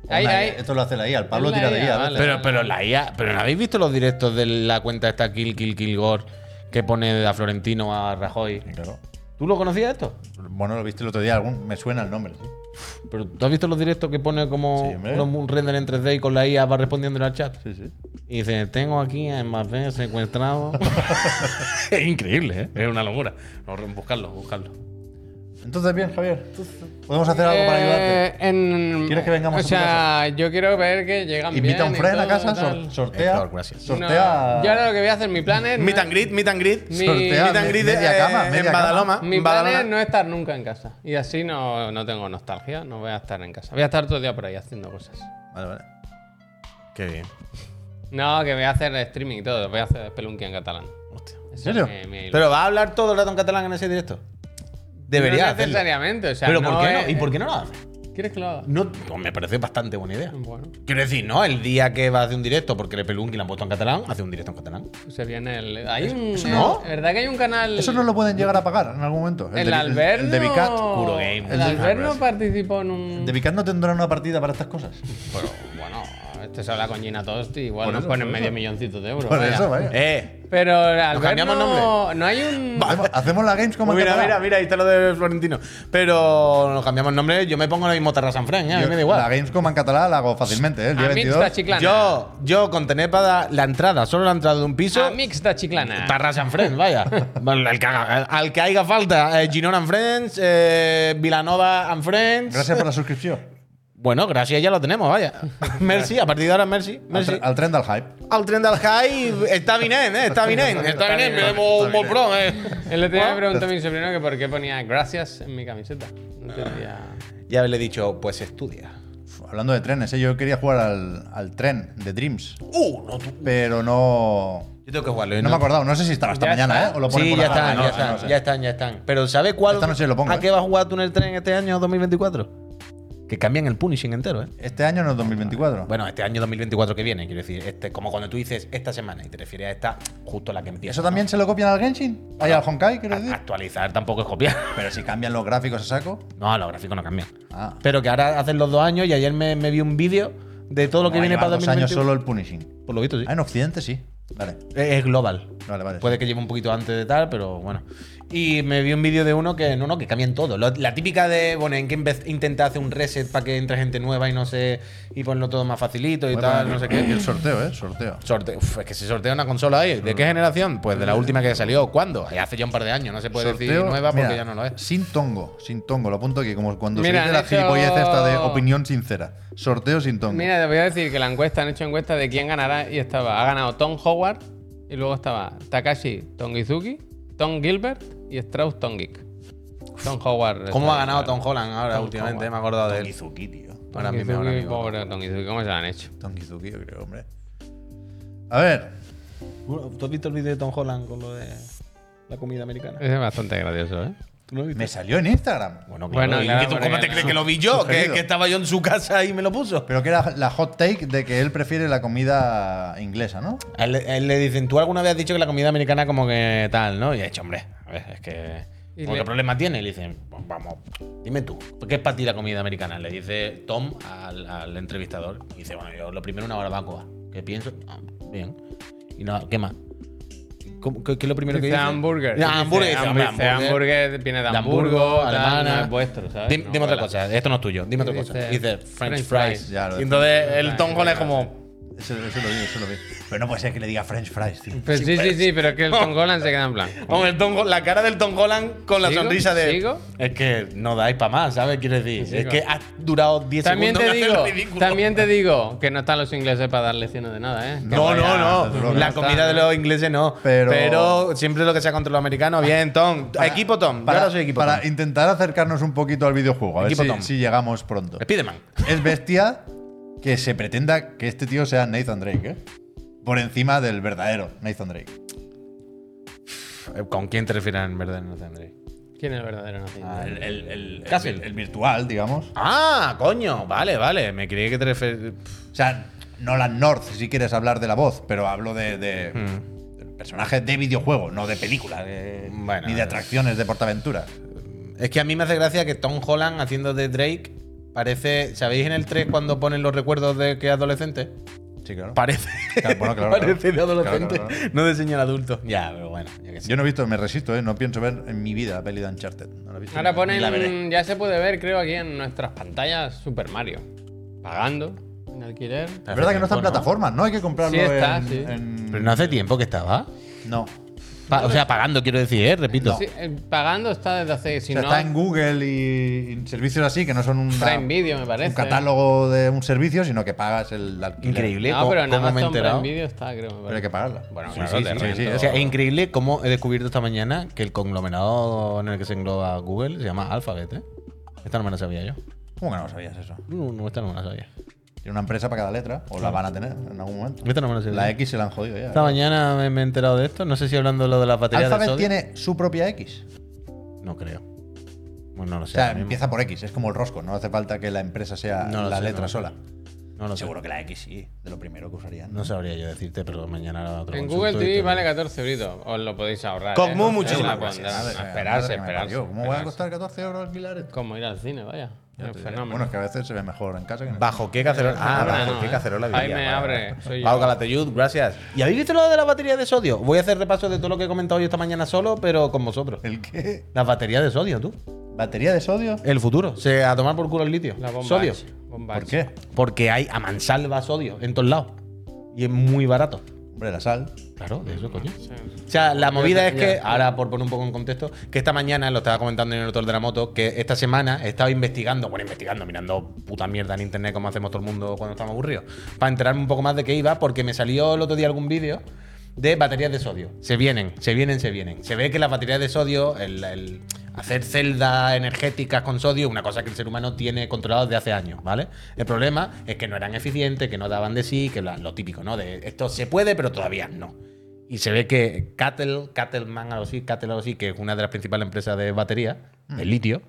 B: Ahí,
D: Una-
B: ahí.
D: Esto lo hace la IA, el Pablo
B: Es la
D: tira de
B: IA,
D: IA. a
B: vale.
D: veces.
E: Pero, pero la IA, pero ¿no habéis visto los directos de la cuenta esta Kill Kill Kill Gore que pone a Florentino a Rajoy?
D: Claro.
E: ¿Tú lo conocías esto?
D: Bueno, lo viste el otro día, algún, me suena el nombre. sí.
E: Pero tú has visto los directos que pone como
D: Sí, hombre.
E: los- un render en 3D y con la IA va respondiendo al chat.
D: Sí, sí.
E: Y dice, tengo aquí a Mbappé secuestrado. es increíble, ¿eh? Es una locura. No, buscarlo, buscarlo.
D: Entonces, bien, Javier. Podemos hacer algo para ayudarte.
B: Eh, en-
D: ¿Quieres que vengamos a
B: O
D: tu
B: sea, yo quiero ver que llegan bien.
D: Invita a un
B: y
D: friend a
B: todo,
D: casa,
B: tal.
D: sor- sortea.
E: Héctor, Eh, gracias.
D: Sortea.
B: No, yo ahora lo que voy a hacer, mi plan es.
A: Meet
B: no-
A: and greet, meet and greet.
B: Mi-
D: Sortea
A: Meet and
D: me-
A: greet de,
D: media cama,
A: eh,
D: media
A: en
D: cama.
A: Badaloma.
B: Mi
A: en
B: plan es
A: Badalona.
B: no estar nunca en casa. Y así no, no tengo nostalgia, no voy a estar en casa. Voy a estar todo el día por ahí haciendo cosas.
D: Vale, vale.
A: Qué bien.
B: No, que voy a hacer streaming y todo. Voy a hacer Spelunky en catalán.
D: Hostia.
B: ¿En
D: serio?
E: ¿Pero va a hablar todo el rato en catalán en ese directo? Debería
B: no
E: hacerlo.
B: necesariamente, o sea,
E: ¿Pero por qué
B: es-
E: no? ¿Y por qué no lo hace?
B: ¿Quieres que lo haga?
E: No, pues me parece bastante buena idea.
B: Bueno,
E: Quiero decir, no, el día que va a hacer un directo, porque le Pelunqui la han puesto en catalán, hace un directo en catalán.
B: sería en pues el. Hay un.
D: eso no?
B: eh, ¿Verdad que hay un canal?
D: Eso no lo pueden llegar a pagar en algún momento.
B: El,
D: de-
B: Alberno.
D: El de Vicat.
E: puro game.
B: El,
D: El de- pues.
B: Alberno participó en un.
D: De Vicat no tendrán una partida para estas cosas.
B: Pero, bueno, este se habla con Gina Tosti, igual
D: Por
B: nos
D: eso,
B: ponen
D: por
B: medio
D: eso.
B: milloncito de euros.
D: Por
B: vaya.
D: eso, vaya.
E: ¡Eh!
B: Pero Alberno.
E: cambiamos nombre?
B: No hay un.
D: Hacemos, hacemos la Games como en
E: mira, mira,
D: catalán.
E: mira, ahí está lo de Florentino. Pero nos cambiamos el nombre, yo me pongo la mismo Terra San Fran, ¿eh? a mí
D: Yo-
E: me da
D: La
E: igual.
D: Gamescom en catalán la hago fácilmente, ¿eh? El día
B: A mixta
D: 22.
B: chiclana.
E: Yo, yo con tener para la entrada, solo la entrada de un piso.
B: A mixta chiclana.
E: Terra San Fran, vaya. Bueno, el que haga- al que haga falta, eh, Girona and Friends, eh, Vilanova and Friends.
D: Gracias por la suscripción.
E: Bueno, gracias, ya lo tenemos, vaya. Merci, a partir de ahora, Merci.
D: Al,
E: merci.
D: tre- al tren del hype.
E: Al tren del High está bien, eh, está bien, está bien, vemos un pro, eh.
B: El otro día me preguntó mi sobrino que por qué ponía gracias en mi camiseta. No entendía.
E: Ya le he dicho, pues estudia.
D: Uf, Hablando de trenes, ¿eh? yo quería jugar al, al tren de Dreams,
E: Uh, no, tú.
D: pero no.
E: Yo tengo que jugarlo. ¿eh?
D: No me he acordado, no sé si estará hasta
B: Ya
D: mañana,
B: está.
D: ¿eh? O lo ponen
E: Sí,
D: por
E: ya
D: la tarde,
E: están,
D: no
E: ya
D: sé, no
E: están,
D: sé.
E: ya están, ya están. Pero ¿sabes cuál?
D: Esta noche lo pongo,
E: ¿A
D: eh.
E: qué va a jugar tú en el tren este año 2024? Que cambian el punishing entero, eh.
D: Este año no es 2024.
E: Bueno, este año 2024 que viene, quiero decir, este, como cuando tú dices esta semana y te refieres a esta, justo la que empieza.
D: ¿Eso
E: ¿no?
D: también se lo copian al Genshin? ¿Hay al Honkai, quiero
E: A-
D: decir?
E: Actualizar tampoco es copiar.
D: Pero si cambian los gráficos a saco.
E: No, los gráficos no cambian.
D: Ah.
E: Pero que ahora hacen los dos años y ayer me, me vi un vídeo de todo lo que
D: No,
E: viene
D: lleva
E: para
D: dos años
E: 2024.
D: solo el Punishing.
E: Por lo visto, sí.
D: Ah, en Occidente sí. Vale,
E: Es es global.
D: vale, vale.
E: Puede que lleve un poquito antes de tal, pero bueno. Y me vi un vídeo de uno que no, no, que cambian todo. Lo- la típica de, bueno, en que en vez- intenta hacer un reset para que entre gente nueva y no sé, y ponerlo todo más facilito y
D: Voy a
E: tal,
D: poner
E: no sé
D: aquí
E: qué.
D: El sorteo, ¿eh? Sorteo.
E: Sorte- Uf, es que se sortea una consola ahí. ¿De qué generación? Pues de la última que salió. ¿Cuándo? Ya Hace ya un par de años. No se puede decir
D: Sorteo,
E: nueva porque
D: mira,
E: ya no lo es.
D: Sin tongo, sin tongo. Lo apunto aquí, como cuando
B: Mira,
D: se
B: han
D: dice la
B: hecho-
D: gilipollez esta de opinión sincera. Sorteo sin tongo.
B: Mira, te voy a decir que la encuesta, han hecho encuesta de quién ganará y estaba. Ha ganado Tom Howard y luego estaba Takashi Tongizuki, Tom Gilbert y Strauss Tongic. Tom Howard.
E: ¿Cómo ha
B: está-
E: ganado Tom Holland ahora
B: Tom
E: últimamente?
B: Howard.
E: Me he acordado de él.
D: Tongizuki, tío.
E: Ahora
B: Tongizuki,
E: mismo, ahora mismo.
B: Pobre Tongizuki, ¿cómo se lo han hecho?
D: Tongizuki, yo creo, hombre. A ver.
E: ¿Tú has visto el vídeo de Tom Holland con lo de la comida americana?
B: Ese Es bastante gracioso, ¿eh?
D: Me salió en Instagram.
E: Bueno, claro.
B: Bueno,
E: ¿y
B: claro,
E: que tú
B: porque
E: ¿Cómo te
B: no.
E: crees que lo vi yo? Que,
D: Sugerido.
E: que estaba yo en su casa y me lo puso.
D: Pero que era la hot take de que él prefiere la comida inglesa, ¿no?
E: A él, a él le dicen, tú alguna vez has dicho que la comida americana como que tal, ¿no? Y ha dicho, hombre, a ver, es que...
B: Y
E: ¿Qué
B: le-
E: problema tiene? Y le dicen, "Pues vamos, dime tú, ¿qué es para ti la comida americana? Le dice Tom al, al entrevistador. Y dice, bueno, yo lo primero una barbacoa. ¿Qué pienso? "Ah, bien. Y no, ¿qué más? ¿Cómo- qué, qué es lo primero que
B: Dice
E: dice?
B: hamburger.
E: Ya, hamburger.
B: Dice,
E: dice, hombre,
B: hamburger, hamburger viene de
E: De
B: Hamburgo,
E: Hamburgo,
B: tal,
E: alemana.
B: no es vuestro, ¿sabes?
E: Dime,
B: No
E: dime otra
B: cuela.
E: cosa, esto no es tuyo, dime otra
B: Dice,
E: cosa. Dice French,
B: French
E: fries.
B: fries.
D: Ya, lo
E: Y
D: de
E: entonces
B: fries,
E: el Tom
B: ya,
E: Holland
B: ya,
E: es como,
D: Eso, eso lo vi, eso lo vi. Pero no puede ser que le diga French fries, tío.
B: Pues sí, sí, sí, pero que el Tom Holland se queda en blanco.
E: Hombre, el Tom Ho- la cara del Tom Holland con la
B: ¿Sigo?
E: sonrisa de.
B: ¿Sigo?
E: Es que no dais para más, ¿sabes? Quiero decir,
B: Sí,
E: es
B: sigo.
E: que has durado 10
B: También
E: segundos.
B: te,
E: en hacer
B: digo,
E: el ridículo.
B: también te digo que no están los ingleses para dar lecciones de nada, ¿eh? Que
E: No,
B: vaya-
E: no,
D: desde
E: no.
D: luego que
E: La
B: no
E: comida de
B: está, ¿no?
E: los ingleses no. Pero,
D: Pero-
E: siempre lo que sea contra los americanos, bien, Tom. equipo Tom. Yo
D: Para,
E: ahora soy equipo
D: para
E: Tom.
D: intentar acercarnos un poquito al videojuego, a ver
E: Equipo
D: si,
E: Tom.
D: si llegamos pronto.
E: Spiderman.
D: Es bestia que se pretenda que este tío sea Nathan Drake, ¿eh? Por encima del verdadero Nathan Drake.
E: Eh, ¿Con quién te refieres en verdad? No tendré.
B: ¿Quién es el verdadero nazi?
D: Ah, El, el- el-
E: Casi.
D: el- el virtual, digamos.
E: Ah, coño. Vale, vale. Me creí que te refieres.
D: O sea, Nolan North, si quieres hablar de la voz, pero hablo de, de Hmm. personajes de videojuego, no de película, de-
E: Bueno,
D: ni de atracciones de Portaventura.
E: Es que a mí me hace gracia que Tom Holland haciendo de Drake parece. ¿Sabéis en el 3 cuando ponen los recuerdos de que es adolescente?
D: Sí, claro.
E: Parece.
D: Claro, bueno, claro,
E: parece
D: claro.
E: de adolescente,
D: Claro, claro,
E: no de señor adulto. Ya, pero bueno. yo qué sé.
D: Yo no he visto, me resisto, ¿eh? No pienso ver en mi vida la peli de Uncharted. No la he visto.
B: Ahora
D: ni- ni la veré.
B: ponen, ya se puede ver, creo, aquí en nuestras pantallas Super Mario. Pagando en alquiler.
D: Es verdad que no está en
E: Bueno.
D: plataformas, ¿no? Hay que comprarlo
B: Sí está,
D: en,
B: sí.
D: en-
E: Pero no hace tiempo que estaba.
D: No.
E: Pa- o sea, pagando, quiero decir, ¿eh? repito.
B: Sí, eh, pagando está desde hace, si
D: O sea,
B: no,
D: está en Google y en servicios así, que no son una-
B: Prime Video, me parece. ¿eh?
D: un catálogo de un servicio, sino que pagas el alquiler.
E: Increíble,
B: No,
E: cómo-
B: pero en
E: cómo me he
B: Amazon Prime
E: enterado.
B: Video está, creo. me
D: Pero hay que
B: parece.
D: pagarla.
B: Bueno,
D: Sí,
B: claro,
D: sí,
B: te
D: sí,
B: rento.
D: sí,
E: O
D: eso.
E: sea, es increíble cómo he descubierto esta mañana que el conglomerado en el que se engloba Google se llama Alphabet, ¿eh? Esta no me la sabía yo.
D: ¿Cómo que no sabías eso?
E: No, no, esta no me la sabía.
D: Tiene una empresa para cada letra, o la van a tener en algún momento.
E: Esta no me la sabía.
D: La X se la han jodido ya.
E: Esta mañana me, me he enterado de esto. No sé si hablando de lo de las baterías de
D: Alphabet
E: sodio.
D: tiene su propia X.
E: No creo. Bueno, no lo
D: O
E: sé.
D: sea,
E: ahora mismo.
D: empieza por X, es como el rosco, no hace falta que la empresa sea
E: No lo
D: la
E: sé,
D: letra
E: no.
D: sola.
E: No lo sé.
D: Seguro que la X sí, de lo primero que usarían.
E: No sabría yo decirte, pero mañana otro
B: En
E: consulto
B: Google
E: y
B: TV
E: te-
B: vale 14 euritos. Os lo podéis ahorrar. ¿eh?
A: Con muy
B: Es
A: muchísimas
B: una
A: gracias.
B: bondad.
D: Madre mía, madre
B: Esperarse,
D: que me
B: esperarse.
D: parió. ¿Cómo va a
B: esperarse.
D: costar 14 euros alquilar esto?
B: Como ir al cine, vaya.
D: Ya
B: Es un
D: te diré.
B: fenómeno.
D: Bueno, es que a veces se ve mejor en casa que en el-
A: Bajo qué cacerola. Ah,
B: Ahora
A: bajo
B: no,
A: qué
B: ¿eh?
A: cacerola
B: Ahí
A: vivía.
B: me
A: Vale,
B: abre,
A: vale.
B: soy yo.
A: Pau Calatayud, gracias.
E: ¿Y habéis visto lo de las baterías de sodio? Voy a hacer repaso de todo lo que he comentado yo esta mañana solo, pero con vosotros.
D: ¿El qué?
E: Las baterías de sodio, tú.
D: ¿Batería de sodio?
E: El futuro. Se a tomar por culo el litio.
B: La bomba.
E: sodio.
B: H, bomba
D: ¿Por
B: H.
D: qué?
E: Porque hay a mansalva sodio en todos lados. Y es muy barato.
D: Hombre, la sal.
E: Claro, de eso, coño.
B: Sí.
E: O sea, la movida
B: Ya,
E: es que,
B: ya.
E: ahora por poner un poco en contexto, que esta mañana, lo estaba comentando en el autor de la moto, que esta semana he estado investigando, bueno, investigando, mirando puta mierda en internet como hacemos todo el mundo cuando estamos aburridos, para enterarme un poco más de qué iba, porque me salió el otro día algún vídeo de baterías de sodio. Se vienen, se vienen, se vienen. Se ve que las baterías de sodio, el, el hacer celdas energéticas con sodio, una cosa que el ser humano tiene controlado desde hace años, ¿vale? El problema es que no eran eficientes, que no daban de sí, que la- lo típico, ¿no? De esto se puede, pero todavía no. Y se ve que Cattle, Cattleman, algo así, Cattle, algo así, que es una de las principales empresas de batería,
D: Mm.
E: de litio,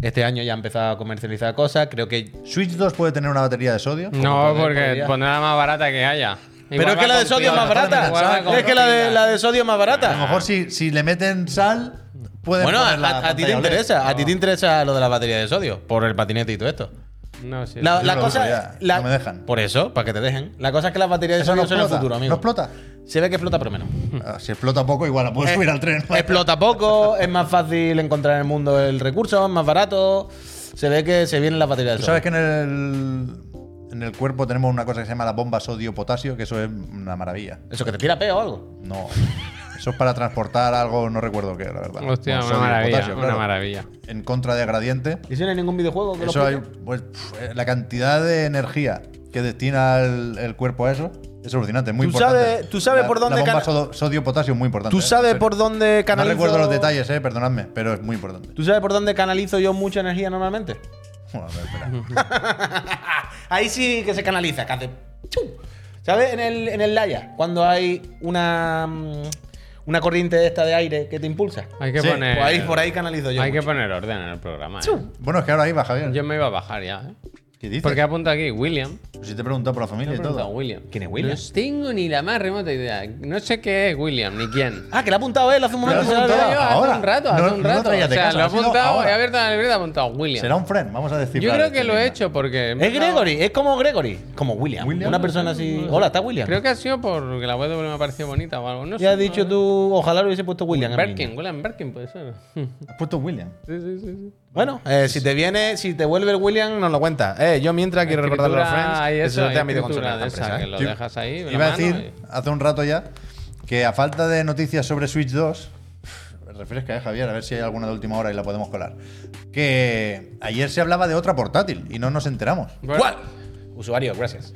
E: este año ya ha empezado a comercializar cosas. Creo que.
D: ¿Switch 2 puede tener una batería de sodio?
B: No,
E: Podría-
B: porque
E: podría.
B: pondrá la más barata que haya.
E: Pero es que la de sodio es más barata. Es que la de, la de sodio es más
D: A lo
E: barata.
D: mejor si, si le meten sal, pueden
E: Bueno, a,
D: poner la
E: a- a ti te
D: pantalla OLED.
E: interesa, a ti te interesa lo de la batería de sodio, por el patinete y todo esto.
B: No, sí.
E: La,
D: yo
E: la
D: lo
E: cosa
D: uso ya,
E: la-
D: no me dejan.
E: Por eso, para que te dejen. La cosa es que las baterías de
D: Eso
E: sodio
D: no
E: son el
D: explota.
E: futuro, amigo.
D: ¿No explota?
E: Se ve que explota, pero menos.
D: Ah, si explota poco, igual la puedo subir al tren.
E: Eh, Explota poco, es más fácil encontrar en el mundo el recurso, es más barato. Se ve que se vienen las baterías de
D: Tú
E: sodio.
D: sabes que en el, en el cuerpo tenemos una cosa que se llama la bomba sodio-potasio, que eso es una maravilla.
E: Eso que te tira peo o algo.
D: No. Eso es para transportar algo, no recuerdo qué, la verdad.
B: Hostia,
D: Con
B: una
D: sodio y
B: maravilla.
D: potasio,
B: una
D: claro.
B: maravilla.
D: En contra de gradiente.
E: ¿Y si no hay ningún videojuego que
D: Eso
E: lo
D: hay,
E: explique?
D: pues, pf, la cantidad de energía que destina el, el cuerpo a eso es alucinante, es muy
E: Tú
D: importante.
E: sabes- tú sabes
D: La-
E: por dónde
D: la bomba
E: cana-
D: sodo- sodio-potasio es muy importante.
E: ¿Tú
D: eh,
E: sabes
D: en
E: por
D: serio.
E: dónde
D: No
E: canalizo?
D: recuerdo los detalles, eh, perdonadme, pero es muy importante.
E: ¿Tú sabes por dónde canalizo yo mucha energía normalmente?
D: Bueno, a ver, espera.
E: Ahí sí que se canaliza, que hace. ¡chum! ¿Sabes? En el, en el Laia, cuando hay una. mm, Una corriente esta de aire que te impulsa.
B: Hay que
D: Sí,
B: poner.
E: Pues ahí, por ahí canalizo yo.
B: hay que
E: mucho.
B: poner orden en el programa. ¿eh?
D: Bueno, es que ahora ahí va Javier.
B: Yo me iba a bajar ya. ¿eh?
D: ¿Qué dices? Pues
B: Porque apunta aquí William.
D: Si te he preguntado por la familia
B: Me
D: y
B: ha preguntado
D: todo.
B: William.
E: ¿Quién es William?
B: No tengo ni la más remota idea. No sé qué es William ni quién.
E: Ah, que lo ha apuntado él hace un
D: Pero
E: momento. y se
D: lo ha
E: lo
B: Yo
D: apuntado.
E: había olvidado.
B: hace
D: ahora.
B: un rato,
D: No-
B: hace un
D: no lo
B: rato.
D: traías
B: o
D: de
B: sea,
D: casa,
B: lo he
D: ha sido
B: apuntado,
D: ahora.
B: he abierto la libreta y he apuntado William.
D: Será un friend, vamos a decir.
B: Yo creo que lo he hecho porque.
E: Es Gregory, es como Gregory. Como William.
D: William,
E: Una persona así. Hola, está William.
B: Creo que ha sido porque la web me ha parecido bonita o algo. No sé.
E: Ya has
B: no,
E: dicho
B: no.
E: tú, ojalá lo hubiese puesto William. en el niño.
B: Birkin, William Birkin puede ser. sí,
D: Has puesto William.
B: sí, sí. sí.
E: Bueno, eh, si te viene, si te vuelve el William, nos lo cuenta. Eh, yo mientras quiero recordarle a los
B: Escritura,
E: friends
B: hay
E: que se
B: eso,
E: sortea
B: hay
E: mi
B: escritura
E: videoconsola
B: de
E: de esta
B: esa,
E: empresa,
B: que
E: ¿eh.
B: lo
D: Sí.
B: dejas ahí. en la
D: Iba a
B: mano
D: decir hace un rato ya que a falta de noticias sobre Switch 2, refresca, eh, Javier, a ver si hay alguna de última hora y la podemos colar. Que ayer se hablaba de otra portátil y no nos enteramos.
B: y- Bueno,
E: ¿Cuál? Usuario, gracias.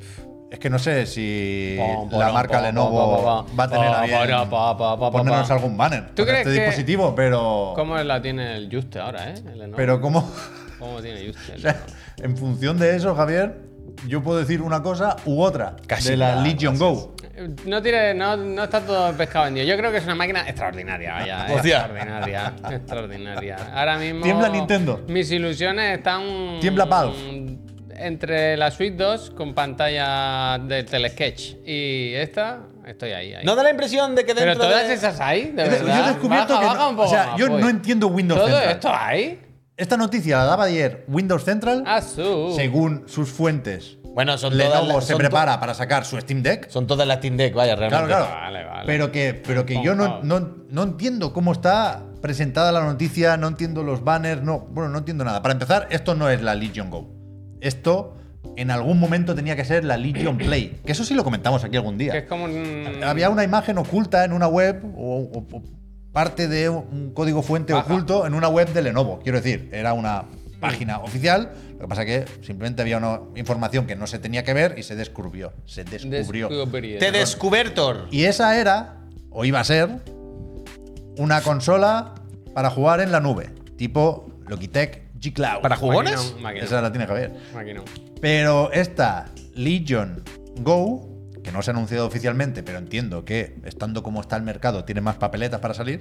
D: Es que no sé si
B: Pom,
D: la
B: pom,
D: marca
B: pom,
D: Lenovo
B: pom, pom, pom.
D: va a tener a
B: Pom,
D: bien
B: pom, pom, pom, pom, pom.
D: ponernos algún banner
B: ¿Tú
D: para
B: crees
D: este
B: que-
D: dispositivo, pero
B: ¿Cómo la tiene el Juste ahora, eh? El Lenovo.
D: pero como
B: ¿Cómo tiene Juste?
D: O sea, en función de eso, Javier, yo puedo decir una cosa u otra
E: Casi
D: de la
E: nada,
D: Legion Go.
B: No, tire, no, no está todo pescado vendido. Yo creo que es una máquina extraordinaria, vaya. eh,
E: Hostia.
B: Extraordinaria, extraordinaria. Ahora mismo.
D: Tiembla Nintendo.
B: Mis ilusiones están.
D: Tiembla Valve.
B: Entre la Switch 2 con pantalla de telesketch y esta, estoy ahí. ahí.
E: No da la impresión de que
B: Pero
E: dentro
B: todas
E: de-
B: esas hay, de
D: Yo
B: verdad.
D: he descubierto
B: Baja,
D: que no-
B: baja un poco
D: o sea,
B: más,
D: yo
B: voy.
D: no entiendo Windows
B: ¿Todo
D: Central.
B: esto hay?
D: Esta noticia la daba ayer Windows Central,
B: Azul.
D: según sus fuentes
E: Bueno, Ah, son todas
D: Lenovo
E: las-
D: se
E: son to-
D: prepara para sacar su Steam Deck.
E: Son todas las Team Deck, vaya,
D: Claro,
E: realmente.
D: claro.
B: Vale, vale.
D: Pero que, pero que yo no, no, no entiendo cómo está presentada la noticia, no entiendo los banners, no, bueno, no entiendo nada. Para empezar, esto no es la Legion Go. Esto en algún momento tenía que ser la Legion Play. Que eso sí lo comentamos aquí algún día.
B: Que es como un.
D: Había una imagen oculta en una web o, o- o parte de un código fuente
B: Baja.
D: oculto en una web de Lenovo. Quiero decir, era una página oficial. Lo que pasa que simplemente había una información que no se tenía que ver y se descubrió. Se descubrió.
B: Descubrió.
E: Te descubierto.
D: Y esa era, o iba a ser, una consola para jugar en la nube, tipo Logitech G Cloud.
E: ¿Para jugones?
B: Maquinón, maquinón,
D: Esa la tiene Javier.
B: maquinón.
D: Pero esta Legion Go, que no se ha anunciado oficialmente, pero entiendo que estando como está el mercado tiene más papeletas para salir,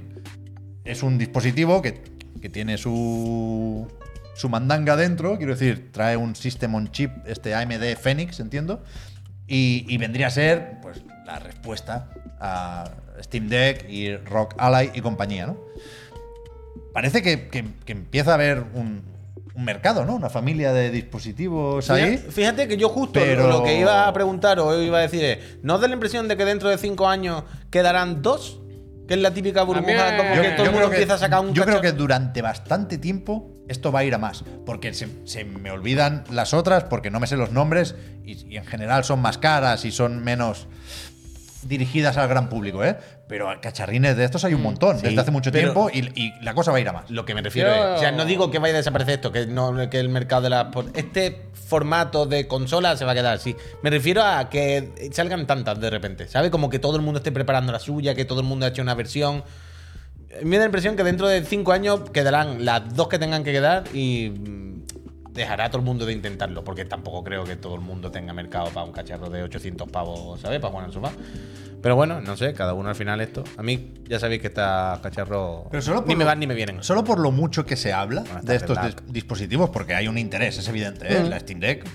D: es un dispositivo que, que tiene su, su mandanga dentro, quiero decir, trae un System on Chip, este AMD Phoenix, entiendo, y, y vendría a ser pues, la respuesta a Steam Deck y Rock Ally y compañía, ¿no? Parece que, que- que empieza a haber un, un mercado, ¿no? Una familia de dispositivos ahí.
E: Fíjate- Fíjate que yo justo
D: Pero-
E: lo que iba a preguntar o iba a decir es, ¿no os da la impresión de que dentro de cinco años quedarán dos? Que es la típica burbuja,
B: También.
E: como que
B: Yo-
E: todo el mundo empieza a sacar un
D: yo creo que
E: cacharro.
D: durante bastante tiempo esto va a ir a más. Porque se, se me olvidan las otras, porque no me sé los nombres y, y en general son más caras y son menos dirigidas al gran público, ¿eh? Pero cacharrines de estos hay un montón desde hace mucho
E: Mm, pero-
D: tiempo y, y la cosa va a ir a más.
E: Lo que me refiero
B: Yo-
E: es. O sea, no digo que vaya a desaparecer esto, que, no, que el mercado de las. por- Este formato de consola se va a quedar así. Me refiero a que salgan tantas de repente, ¿sabes? Como que todo el mundo esté preparando la suya, que todo el mundo ha hecho una versión. Me da la impresión que dentro de cinco años quedarán las dos que tengan que quedar y mm, dejará a todo el mundo de intentarlo, porque tampoco creo que todo el mundo tenga mercado para un cacharro de 800 pavos, ¿sabes? Para jugar en el sofá. Pero bueno, no sé, cada uno al final esto. A mí ya sabéis que estos cacharros
D: Pero solo por
E: ni me
D: lo-
E: van ni me vienen.
D: Solo por lo mucho que se habla
E: Buenas
D: de
E: tardes,
D: estos
E: Dark.
D: dis- dispositivos, porque hay un interés, es evidente.
B: Mm.
D: ¿eh? La Steam Deck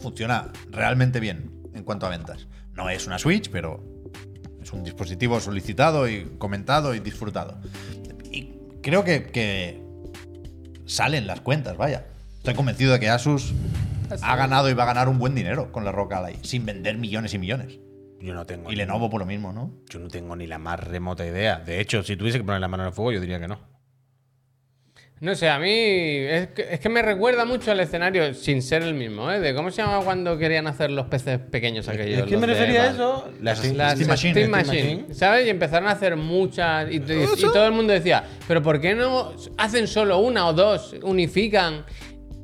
D: funciona realmente bien en cuanto a ventas. No es una Switch, pero es un dispositivo solicitado y comentado y disfrutado. Y creo que, que salen las cuentas, vaya. Estoy convencido de que Asus ha ganado y va a ganar un buen dinero con la Roca Ally, sin vender millones y millones.
E: Yo no tengo.
D: Y
E: ni-
D: Lenovo por lo mismo, ¿no?
E: Yo no tengo ni la más remota idea. De hecho, si tuviese que poner la mano en el fuego, yo diría que no.
B: No sé, a mí es que, es que me recuerda mucho al escenario, sin ser el mismo, ¿eh? De cómo se llamaba cuando querían hacer los peces pequeños aquellos.
E: ¿Quién me
B: los de
E: refería a
B: Valve.
E: eso?
D: Las-
B: Las
D: Steam
B: Steam
D: Machine, Steam
B: Machine,
E: Machine.
B: ¿sabes? Y empezaron a hacer muchas. Y, te- y todo el mundo decía, ¿pero por qué no hacen solo una o dos? Unifican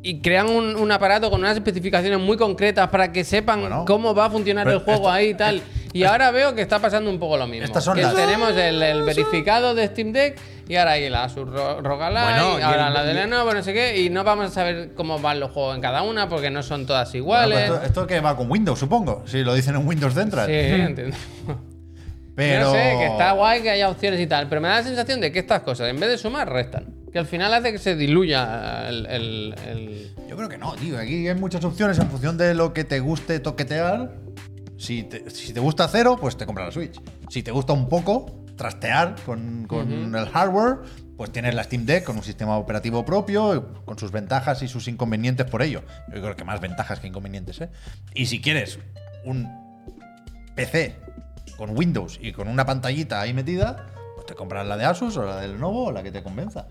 B: y crean un, un aparato con unas especificaciones muy concretas para que sepan
D: Bueno,
B: cómo va a funcionar el
D: pero
B: juego
D: esto-
B: ahí y tal. Y ahora veo que está pasando un poco lo mismo.
D: Estas son
B: que
D: las-
B: tenemos el, el verificado de Steam Deck y ahora hay la Asus Ro- ROG Ally,
E: Bueno,
B: y
E: y
B: ahora
E: el-
B: la de Lenovo, no sé qué, y no vamos a saber cómo van los juegos en cada una porque no son todas
D: Bueno,
B: iguales.
D: pues esto, esto que va con Windows, supongo. Si lo dicen en Windows Central.
B: Sí, entiendo.
D: Pero.
B: No sé, que está guay que haya opciones y tal, pero me da la sensación de que estas cosas, en vez de sumar, restan. Que al final hace que se diluya el. el- el-
D: Yo creo que no, tío. Aquí hay muchas opciones en función de lo que te guste toquetear. Si te, si te gusta cero, pues te compras la Switch. Si te gusta un poco, trastear con, con el hardware, pues tienes la Steam Deck con un sistema operativo propio, con sus ventajas y sus inconvenientes por ello. Yo creo que más ventajas que inconvenientes, ¿eh? Y si quieres un PC con Windows y con una pantallita ahí metida, pues te compras la de Asus o la del Novo o la que te convenza.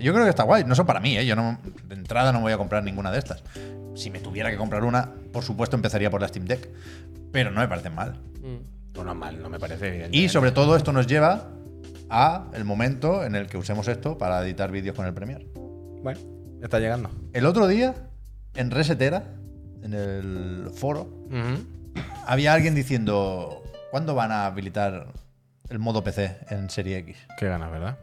D: Yo creo que está guay. No son para mí, ¿eh? Yo no, de entrada no voy a comprar ninguna de estas. Si me tuviera que comprar una, por supuesto empezaría por la Steam Deck. Pero no me parecen mal.
E: No, no mal, no me parece evidente.
D: Y sobre todo esto nos lleva a el momento en el que usemos esto para editar vídeos con el Premiere.
E: Bueno, está llegando.
D: El otro día, en Resetera, en el foro, había alguien diciendo, ¿cuándo van a habilitar el modo PC en Serie X?
E: Qué ganas, ¿verdad?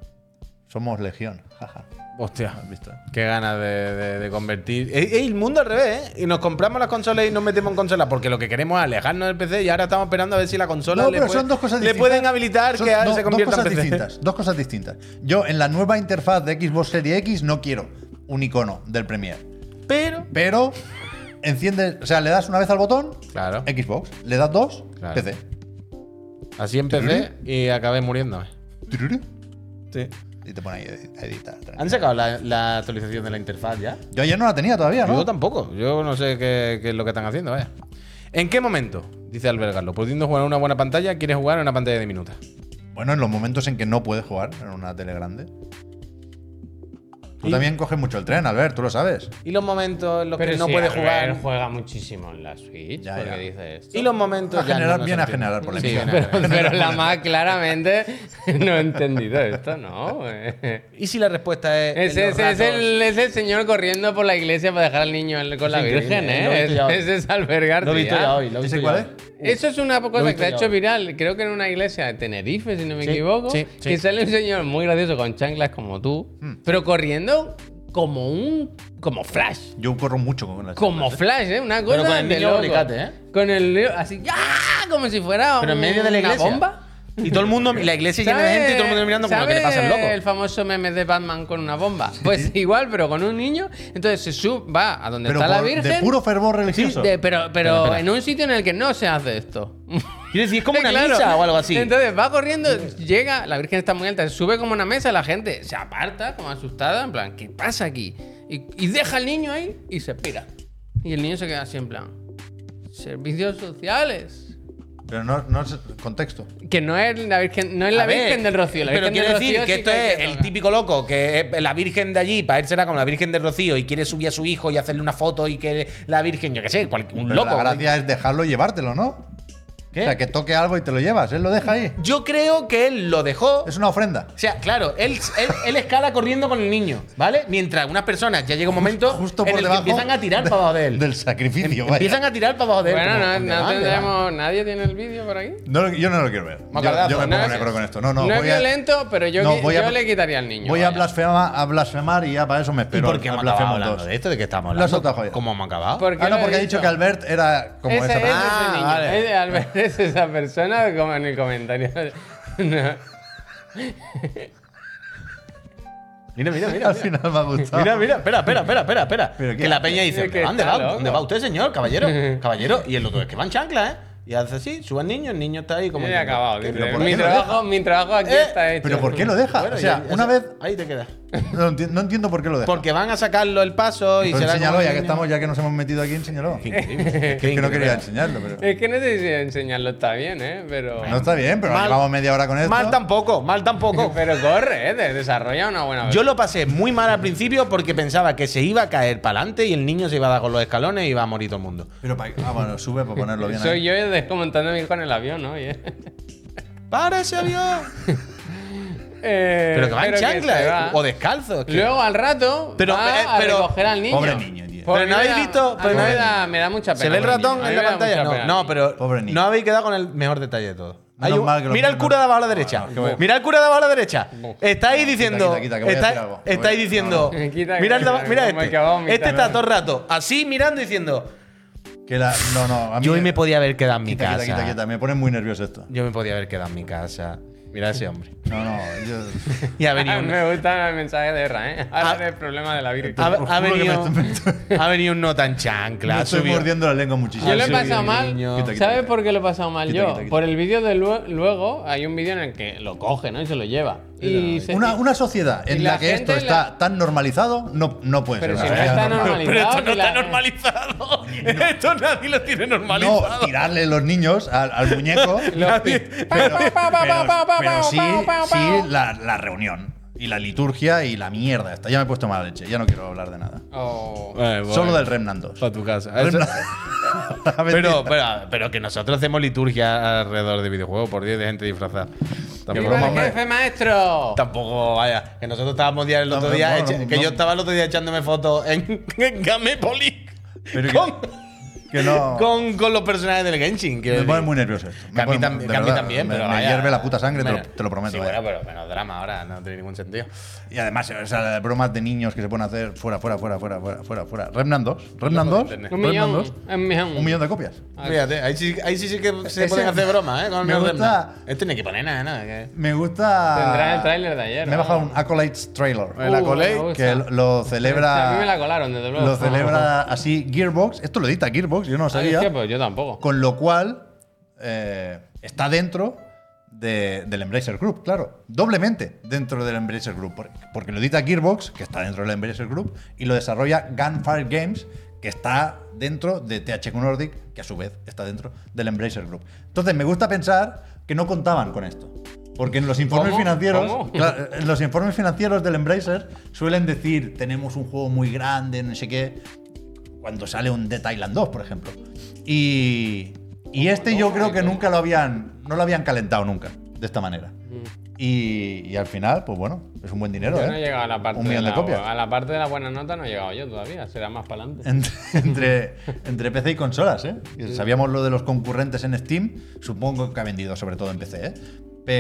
D: Somos legión, jaja.
E: Hostia.
D: ¿Has visto?
E: Qué ganas de, de- de convertir. Es el mundo al revés, ¿eh? Y nos compramos las consolas y nos metemos en consolas porque lo que queremos es alejarnos del PC y ahora estamos esperando a ver si la consola
D: No,
E: le,
D: pero
E: puede-
D: son dos cosas
E: le
D: distintas.
E: pueden habilitar
D: Son
E: que
D: do-
E: se convierta
D: dos
E: en
D: cosas
E: PC.
D: distintas. Dos cosas distintas. Yo en la nueva interfaz de Xbox Series X no quiero un icono del Premiere,
E: Pero.
D: pero enciendes, o sea, le das una vez al botón,
E: Claro.
D: Xbox, le das dos,
E: Claro.
D: PC.
E: Así empecé y acabé muriéndome.
D: Tururú.
E: Sí.
D: Y te pone ahí a editar.
E: ¿Han sacado la, la actualización de la interfaz ya?
D: Yo ayer no la tenía todavía,
A: Yo
D: ¿no?
A: tampoco. Yo no sé qué, qué es lo que están haciendo, vaya. ¿En qué momento? Dice albergarlo. Pudiendo jugar en una buena pantalla, quieres jugar en una pantalla de minutos.
D: Bueno, en los momentos en que no puedes jugar en una tele grande. Tú también coges mucho el tren, Albert, tú lo sabes.
A: Y los momentos en los
B: Pero
A: que no
B: si
A: puedes
B: Albert
A: jugar.
B: juega muchísimo en la Switch,
D: Ya,
B: porque
D: ya.
B: dice esto.
A: Y los momentos.
D: A
A: ya
D: generar,
A: no se
D: viene a
A: entiende.
D: generar
A: Sí,
D: polémica.
A: viene a generar.
B: Pero la más claramente no he entendido esto, ¿no? Es,
A: Y si la respuesta es. en
B: ese-
A: los
B: ese- es
A: ratos-
B: el, es el señor corriendo por la iglesia para dejar al niño en- con la
E: increíble,
B: Virgen,
E: ¿eh? Lo he
B: ¿eh?
E: visto ya hoy.
B: Es- Ese es albergar.
E: Lo he visto ya hoy. Lo he
D: ¿Ese
E: visto
D: cuál
E: ya
D: es?
E: hoy.
B: Eso es una cosa que
E: visto
B: se ha
E: ya
B: hecho
E: hoy.
B: viral, creo que en una iglesia de Tenerife, si no me
A: Sí,
B: equivoco,
A: sí, sí.
B: que sale un señor muy gracioso con chanclas como tú,
E: Hmm.
B: pero corriendo como un como flash.
D: Yo corro mucho con las
B: Como flash, ¿eh? Una cosa
E: Pero con el
B: de
E: niño
B: loco.
E: alicate, ¿eh?
B: Con el niño así, ¡ya! Como si fuera
E: Pero en medio de
B: una
E: la iglesia.
B: bomba.
E: Y todo el mundo, la iglesia llena de
B: ¿Sabe-
E: gente y todo el mundo mirando como que le pasa al
B: sabe
E: loco.
B: El famoso meme de Batman con una bomba. Pues igual, pero con un niño. Entonces se sube, va a donde
D: Pero
B: está la
D: por-
B: Virgen.
D: de puro fervor
B: Sí,
D: religioso.
B: de- pero, pero
E: Espera, espera.
B: en un sitio en el que no se hace esto.
E: Quiero decir, es como una
B: Claro.
E: misa o algo así.
B: Entonces va corriendo, llega, la Virgen está muy alta, sube como una mesa, la gente se aparta como asustada, en plan, ¿qué pasa aquí? Y, y deja al niño ahí y se pira. Y el niño se queda así en plan, servicios sociales.
D: Pero no, no es contexto.
B: Que no es la Virgen, no es la
E: A ver,
B: Virgen del Rocío. La
E: pero
B: Virgen
E: quiero
B: del
E: decir
B: Rocío
E: que
B: sí
E: esto
B: hay
E: es
B: que
E: el
B: tocar.
E: típico loco, que es la virgen de allí, para él será como la virgen del Rocío y quiere subir a su hijo y hacerle una foto y que la virgen, yo qué sé, cual- un
D: Pero
E: loco.
D: la gracia es dejarlo y llevártelo, ¿no?
E: ¿Qué?
D: O sea, que toque algo y te lo llevas. Él lo deja ahí.
E: Yo creo que él lo dejó.
D: Es una ofrenda.
E: O sea, claro, él, él, él escala corriendo con el niño, ¿vale? Mientras unas personas ya llega un momento
D: Justo
E: en
D: por
E: el que
D: debajo.
E: empiezan a tirar para abajo de él.
D: Del sacrificio, vaya.
E: em, empiezan a tirar para abajo de él.
B: Bueno,
E: como,
B: no,
E: ¿dónde
B: no
E: va? ¿Dónde va?
B: tendremos. Nadie tiene el vídeo por aquí.
D: No lo- yo no lo quiero ver. Yo,
B: Mocardazo,
D: yo me
B: no
D: pongo
B: es-
D: negro con esto. No, no.
B: No es
D: voy a-
B: violento, pero yo,
D: No,
B: qui-
D: voy a-
B: yo le quitaría al niño.
D: Voy a
B: vaya.
D: blasfemar, a blasfemar y ya para eso me espero.
E: ¿Y por qué
D: a
E: hemos acabado
D: Blasphemous
E: hablando
D: 2.
E: de esto? ¿De qué estamos
D: Lo has
E: hablando?
D: soltado, joder.
E: ¿Cómo hemos acabado?
B: ¿Por qué
D: Ah,
B: lo
D: no,
B: he
D: porque ha dicho
B: dicho?
D: que Albert era como
B: Ese-
D: esa
B: ese es el
D: persona.
A: Ah,
B: niño.
A: vale.
B: Ese, Albert es esa persona, como en el comentario. No.
E: Mira, mira, mira.
D: Al final me ha gustado.
E: Mira, mira, espera, espera, espera, espera, espera.
D: Pero qué
E: que la
D: hace.
E: peña dice,
B: Es que
E: ¿dónde
B: está
E: va?
B: loco.
E: ¿Dónde va usted, señor? Caballero, caballero. Y el otro es que van chancla, ¿eh? Y hace así, sube al niño, el niño está ahí como...
B: Yo ya he
E: diciendo,
B: acabado.
E: ¿qué?
B: dice,
D: pero por
B: mi,
D: qué lo
B: trabajo, mi trabajo aquí
E: Eh,
B: está hecho.
D: Pero ¿por qué lo deja?
E: Bueno,
D: o
E: y
D: sea,
E: ahí-
D: una vez.
E: Ahí te quedas.
D: No, enti- no entiendo por qué lo deja.
E: Porque van a sacarlo el paso y
D: Pero
E: será
D: enséñalo,
E: como-
D: ya que estamos, ya que nos hemos metido aquí, enséñalo.
E: Increíble.
D: Es que no quería enseñarlo, pero.
B: Es que no sé si enseñarlo está bien, ¿eh? Pero,
D: No está bien, pero
E: Mal-
D: llevamos media hora con esto.
E: Mal tampoco, mal tampoco.
B: pero corre, ¿eh? de- Desarrolla una buena
E: Yo lo pasé muy mal al principio porque pensaba que se iba a caer para adelante y el niño se iba a dar con los escalones y iba a morir todo el mundo.
D: Pero pa- ah, bueno, sube para ponerlo bien.
B: Soy
D: ahí.
B: yo descomentando a mi hijo en el avión, ¿no? Oye.
E: ¡Para ese avión!
B: Eh,
E: Pero que va en chancla,
B: se
E: ¿eh?
B: va.
E: o descalzo. es que-
B: Luego al rato
E: Pero,
B: va
E: eh, pero-
B: a recoger al niño.
D: Pobre niño, tío.
B: Porque
E: Pero
B: me
E: no habéis
B: da-
E: visto-
B: a
E: pero
B: mí
E: no
B: me
E: habéis-
B: da, me da mucha pena.
E: ¿Se ve el
B: por
E: ratón
B: niño. A mí
E: en la
B: me da mucha
E: pantalla? No,
B: pena.
E: no, pero
D: Pobre niño.
E: no habéis quedado con el mejor detalle de todo. Hay
D: Menos
E: un-
D: mal que lo
E: mira el
D: pongo-
E: cura de abajo a la derecha.
D: Bueno, es que voy-
E: Mira el cura de abajo a la derecha.
B: Bu.
E: Está ahí
D: No, quita,
E: diciendo.
D: quita, quita, que voy a
E: está-
D: decir algo.
E: Está ahí
D: Voy-
E: diciendo.
B: no, no. Quita,
E: Mira, el
B: quita,
E: de-
B: que
E: mira
B: me
E: este.
B: he acabado mitad,
E: Este está
B: ¿no?
E: todo el rato así mirando y diciendo.
D: Que la- no, no, a mí- eh,
E: Yo hoy me podía haber quedado en mi
D: Quita,
E: casa.
D: quita, quita, quita. Me pone muy nervioso esto.
E: Yo me podía haber quedado en mi casa. Mira a ese hombre.
D: No, no. Yo,
E: Y ha
B: Ah,
E: venido un,
B: Me gusta el mensaje de Erra, ¿eh?
E: Ah.
B: Habla del problema de la Virgen.
E: ha,
D: Os juro
E: ha
D: que me
E: venido,
D: estoy- me estoy-
E: ha venido un no tan chancla.
D: me
E: ha
D: estoy
E: subido-
D: mordiendo la lengua muchísimo.
B: Yo lo he
E: Sí,
B: pasado
E: sí,
B: mal.
E: niño.
D: Quita, quita,
B: ¿Sabes
D: quita.
B: por qué lo he pasado mal
D: Quita,
B: yo?
D: quita, quita.
B: Por el vídeo de lue- luego, hay un vídeo en el que lo coge, ¿no? Y se lo lleva. Y se-
D: Una, una sociedad
B: Y
D: en
B: la
D: la, que esto
B: gente
D: está
B: la-
D: tan normalizado no, no puede
B: Pero
D: ser.
B: si
D: una
B: no
D: sociedad
B: está
D: normal.
B: normalizado. que la-
E: normalizado. Esto nadie lo tiene
D: No, tirarle los niños al, al muñeco.
B: Lo-
D: Pero,
B: Pa, pa, pa,
D: pero-
B: pa, pa, pa,
D: pero
B: pa,
D: sí,
B: pa, pa, pa.
D: sí la, la reunión y la liturgia y la mierda. Esta. Ya me he puesto mala leche, ya no quiero hablar de nada.
B: Oh.
D: Solo del Remnant 2.
A: Para tu casa. Eso-
D: Remnant- La
A: pero,
D: bendita.
A: pero, pero que nosotros hacemos liturgia alrededor de videojuegos por 10 de gente disfrazada. Tampoco,
B: ¡Viva el
D: hombre.
B: jefe maestro!
E: Tampoco, vaya, que nosotros estábamos día el otro
D: No,
E: día,
D: no,
E: eche-
D: no,
E: que
D: no.
E: yo estaba el otro día echándome fotos en, en Gamepoli
D: Pero que-
E: con,
D: que no-
E: con, con los personajes del Genshin. quiero
D: me
E: decir.
D: pone muy nervioso esto.
E: Que
D: Me
E: a mí,
D: pone-
E: tam-
D: de
E: que a mí
D: verdad,
E: también,
D: me,
E: pero
D: me
E: vaya.
D: hierve la puta sangre, te lo,
E: Bueno,
D: te lo prometo.
E: Sí,
D: vaya.
E: bueno, pues. pero menos drama ahora, no tiene ningún sentido.
D: Y además, o sea, las bromas de niños que se pueden hacer fuera, fuera, fuera, fuera, fuera, fuera, fuera. Remnant 2, Remnant 2,
A: internet.
B: Un
D: Remnant
B: millón.
D: 2,
B: Un millón.
D: un millón de copias.
E: Fíjate, ahí sí, ahí sí, sí que se
D: Ah, Ese-
E: pueden hacer bromas, ¿eh? Con
D: Me
E: el
D: gusta-
E: Remnant. Esto ni que poner nada, ¿no? Que-
D: Me gusta.
B: Tendrá el tráiler de ayer,
D: Me he bajado
B: vamos.
D: un Acolytes trailer.
B: El Uh, Accolade. me gusta.
D: Que lo
B: A mí me la
D: celebra.
B: colaron, desde luego.
D: Lo celebra así Gearbox. Esto lo edita Gearbox, yo no lo
B: Ah, es que,
D: sabía.
B: pues yo tampoco.
D: Con lo cual, eh, está dentro de- del Embracer Group, claro. Doblemente dentro del Embracer Group. por- Porque lo edita Gearbox, que está dentro del Embracer Group, y lo desarrolla Gunfire Games, que está dentro de THQ Nordic, que a su vez está dentro del Embracer Group. Entonces, me gusta pensar que no contaban con esto. Porque en los informes
B: ¿Cómo?
D: financieros.
B: ¿Cómo?
D: Claro, eh, los informes financieros del Embracer suelen decir: tenemos un juego muy grande, no sé qué cuando sale un The Thailand 2, por ejemplo. Y, y este yo creo que nunca lo habían, no lo habían calentado nunca, de esta manera. Y, y al final, pues bueno, es un buen dinero,
B: Yo
D: ¿eh?
B: Mm. no he llegado a la parte,
D: un millón
B: de,
D: de,
B: la,
D: copias.
B: a la parte de la buena nota, no he llegado yo todavía, será más para adelante.
D: Entre, entre, entre PC y consolas, ¿eh? Y Sabíamos lo de los concurrentes en Steam, supongo que ha vendido sobre todo en PC, ¿eh?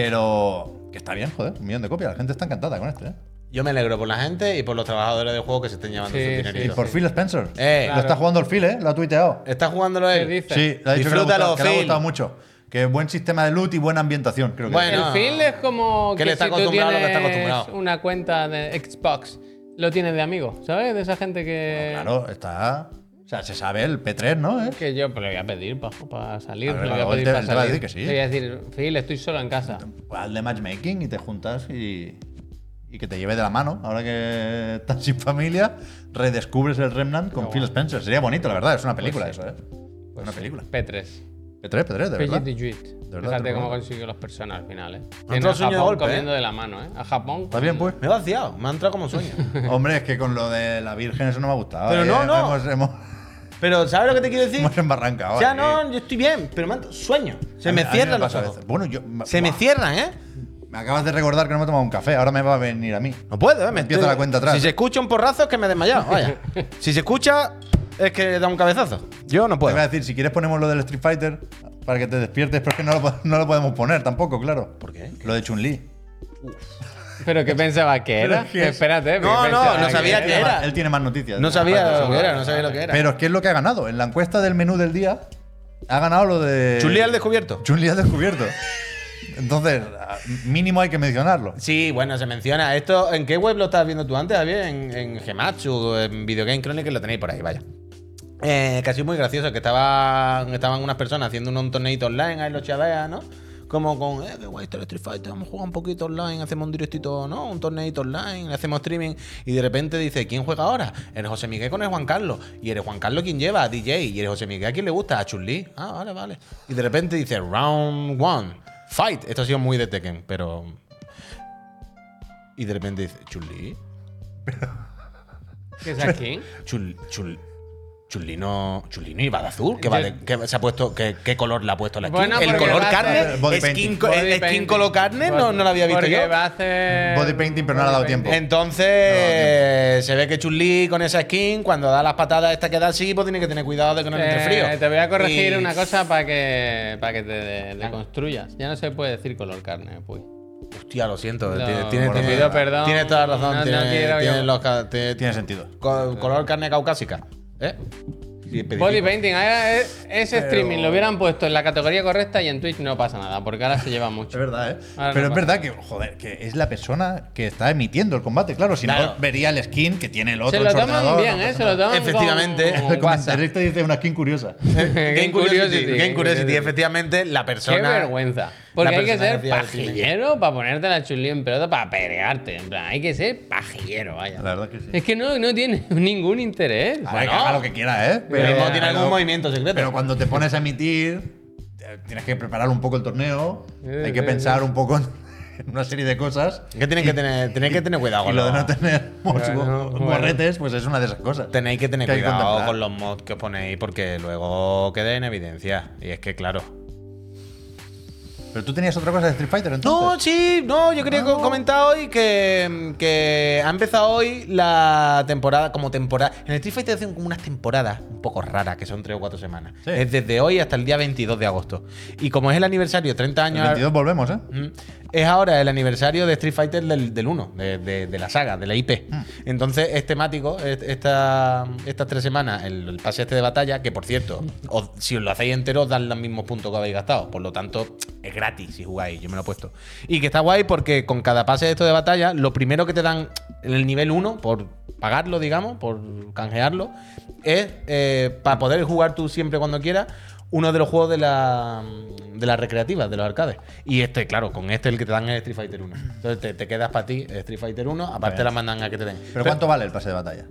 D: Pero que está bien, joder, un millón de copias, la gente está encantada con este, ¿eh?
E: Yo me alegro por la gente y por los trabajadores del juego que se estén llevando
B: Sí,
E: su
B: sí,
D: Y
E: dinerito.
D: por Phil Spencer.
E: Eh,
D: Lo está
B: claro.
D: jugando el Phil, ¿eh? Lo ha tuiteado.
E: ¿Estás jugándolo él?
B: ¿Qué dice?
D: Sí, le ha dicho que le ha
E: Disfrútalo,
D: gustado- que le ha
E: Phil.
D: gustado mucho. Que buen sistema de loot y buena ambientación, creo que
E: Bueno,
B: El
E: no.
B: feel es como
E: Que él está
B: si tú
E: acostumbrado a lo que está
B: tienes
E: acostumbrado.
B: una cuenta de Xbox, lo tienes de amigo, ¿sabes? De esa gente
E: eh,
B: que...
D: Claro, está. O sea, se sabe el P3, ¿no? ¿Eh?
B: Que yo pues, le voy a pedir para salir.
D: A ver,
B: le voy a
D: Raúl
B: pedir
D: te-
B: para
D: te va a
B: salir.
D: decir que sí.
B: Le voy a decir, Phil, estoy solo en casa.
D: Pues hazle matchmaking y te juntas y. Y que te lleve de la mano. Ahora que estás sin familia, redescubres el Remnant con Phil Spencer. Sería bonito, la verdad. Es
E: Pues
D: una película eso, ¿eh? una película.
B: P3.
D: P3, P3, de
B: Fidget
D: verdad.
B: Digit.
D: verdad,
B: Fíjate
D: te
B: cómo
D: prometo.
B: consiguió los personas al final, ¿eh?
E: entrado
B: Tiene a
E: sueño de
B: Japón
E: golpe,
B: comiendo
E: ¿eh?
B: de la mano, ¿eh? A Japón.
D: Está bien, pues.
E: Me he vaciado, me ha entrado como sueño.
D: Hombre, es que con lo de la Virgen eso no me ha gustado.
E: Pero
D: ¿eh?
E: no, no.
D: Hemos, hemos,
E: Pero, ¿sabes lo que te quiero decir?
D: hemos embarrancado.
E: O sea,
D: ¿eh?
E: no, yo estoy bien, pero me han- sueño. Se
D: A mí-
E: me
D: a mí
E: cierran los
D: pasa a
E: ojos.
D: veces. Bueno, yo.
E: Se me
D: Buah,
E: cierran, ¿eh?
D: Me acabas de recordar que no me he tomado un café. Ahora me va a venir a mí.
E: No puedo, ¿eh? Me
D: Empieza la cuenta atrás.
E: Si se escucha un porrazo es que me he desmayado, vaya. si se escucha es que da un cabezazo. Yo no
D: Te
E: puedo.
D: voy a decir, si quieres ponemos lo del Street Fighter para que te despiertes, pero es que no lo, po- no lo podemos poner tampoco, claro.
E: ¿Por qué?
D: Lo de Chun-Li.
B: ¿Pero qué pensaba que era?
D: pues. es que-
B: Espérate.
E: No,
B: ¿qué
E: no,
B: pensaba
E: no sabía
D: Él
E: que
D: tiene
E: era.
D: más- Él tiene más noticias.
E: No sabía lo
D: Seguro.
E: que era, no sabía lo que era.
D: Pero es que es lo que ha ganado. En la encuesta del menú del día ha ganado lo de...
E: Chulí al descubierto.
D: Chun-Li al descubierto. Entonces, a- mínimo hay que mencionarlo.
E: Sí, bueno, se menciona. Esto, ¿En qué web lo estabas viendo tú antes, Javier? En, en Gematsu, en Video Game Chronicle, lo tenéis por ahí, vaya. Eh, que ha sido muy gracioso, que estaba, estaban unas personas haciendo un torneito online, ahí los chavales, ¿no? Como con, eh, qué guay está el Street Fighter, vamos a jugar un poquito online, hacemos un directito, ¿no? Un torneito online, hacemos streaming. Y de repente dice, ¿quién juega ahora? Eres José Miguel con el Juan Carlos. Y eres Juan Carlos quien lleva a DJ. Y eres José Miguel a quien le gusta, a Chun-Li. Ah, vale, vale. Y de repente dice, round one, fight. Esto ha sido muy de Tekken, pero y de repente dice, Chulí,
B: ¿Qué es aquí?
E: chul, chul, chulino, chulino iba de azul, que, va de- que se ha puesto, que, ¿qué color le ha puesto la skin?
B: Bueno,
E: el
B: porque
E: color
B: va a
E: carne,
D: hacer body
E: skin,
D: painting.
E: co- el skin color carne, no, no lo había visto
B: Porque
E: yo.
B: va a hacer...
D: Body painting, pero no le ha dado
B: body
D: tiempo.
E: Entonces, se ve que Chulí con esa skin, cuando da las patadas esta que da así, pues tiene que tener cuidado de que no le entre
B: Eh,
E: frío.
B: Te voy a corregir
E: Y-
B: una cosa para que, para que te de- deconstruyas. Ya no se puede decir color carne, pues.
E: Hostia, lo siento,
B: No,
E: tiene, tiene,
B: te
E: tiene-
B: pido perdón.
E: tiene toda la razón,
B: No, no
E: tiene,
B: quiero
E: tiene
B: yo.
E: los ca- te-
D: Tiene sentido.
E: co- color carne caucásica, ¿eh? Y
B: Body painting, ahora es, ese streaming lo hubieran puesto en la categoría correcta y en Twitch no pasa nada, porque ahora se lleva
D: Es
B: mucho.
D: verdad, ¿eh?
E: Ah,
B: Ahora
D: Pero
B: no
D: es
B: pasa.
D: verdad que, joder, que es la persona que está emitiendo el combate. Claro, si
E: Claro.
D: no vería el skin que tiene el otro.
B: Se
D: en
B: lo
D: su
B: toman
D: ordenador,
B: bien,
D: no
B: ¿eh?
D: pasa
B: Se lo toman
E: Efectivamente.
B: con-
D: nada.
B: con
D: El
B: WhatsApp.
D: comentarista dice una skin curiosa.
E: Game Curiosity, Game Curiosity,
B: Curiosity.
E: efectivamente, la persona.
B: Qué vergüenza. Porque
E: la
B: hay que
E: persona
B: ser
E: decía al cine.
B: pajillero para ponerte la chulí en pelota para pelearte. En plan, hay que ser pajillero, vaya.
D: La verdad que sí.
B: Es que no, no tiene ningún interés.
D: A ver, que haga lo que quiera, ¿eh?
E: Pero mismo tiene
D: pero-
E: algún movimiento secreto.
D: Pero cuando te pones a emitir, te- tienes que preparar un poco el torneo,
B: Eh,
D: hay que
B: eh,
D: pensar un poco en en una serie de cosas.
E: Es que tienen que tener, tenéis que tener cuidado
D: Y
E: con
D: lo de
E: los-
D: no tener mos-
B: Bueno,
D: mo-
B: bueno.
D: morretes, pues es una de esas cosas.
E: Tenéis que tener
D: que hay que
E: cuidado
D: contemplar.
E: con los mods que os ponéis porque luego queda en evidencia. Y es que, claro.
D: Pero tú tenías otra cosa de Street Fighter,
E: No,
D: entonces.
E: sí, no, yo quería co- comentar hoy que, que ha empezado hoy la temporada, como temporada. En el Street Fighter hacen como unas temporadas un poco raras, que son 3 o 4 semanas.
D: Sí.
E: Es desde hoy hasta el día 22 de agosto. Y como es el aniversario, 30
D: El
E: años.
D: 22 volvemos, ¿eh?
E: Mm. Es ahora el aniversario de Street Fighter del, del 1, de, de- de la saga, de la IP. Entonces es temático es- esta- estas tres semanas, el, el pase este de batalla, que por cierto, os- si os lo hacéis entero, os dan los mismos puntos que habéis gastado. Por lo tanto, es gratis si jugáis, yo me lo he puesto. Y que está guay porque con cada pase de esto de batalla, lo primero que te dan en el nivel 1, por eh, pagarlo, digamos, por canjearlo, es para poder jugar tú siempre cuando quieras uno de los juegos de la, de las recreativas, de los arcades. Y este, claro, con este el que te dan es Street Fighter 1. Entonces te, te quedas para ti Street Fighter 1, aparte la mandanga que te den.
D: ¿Pero cuánto vale el pase de batalla?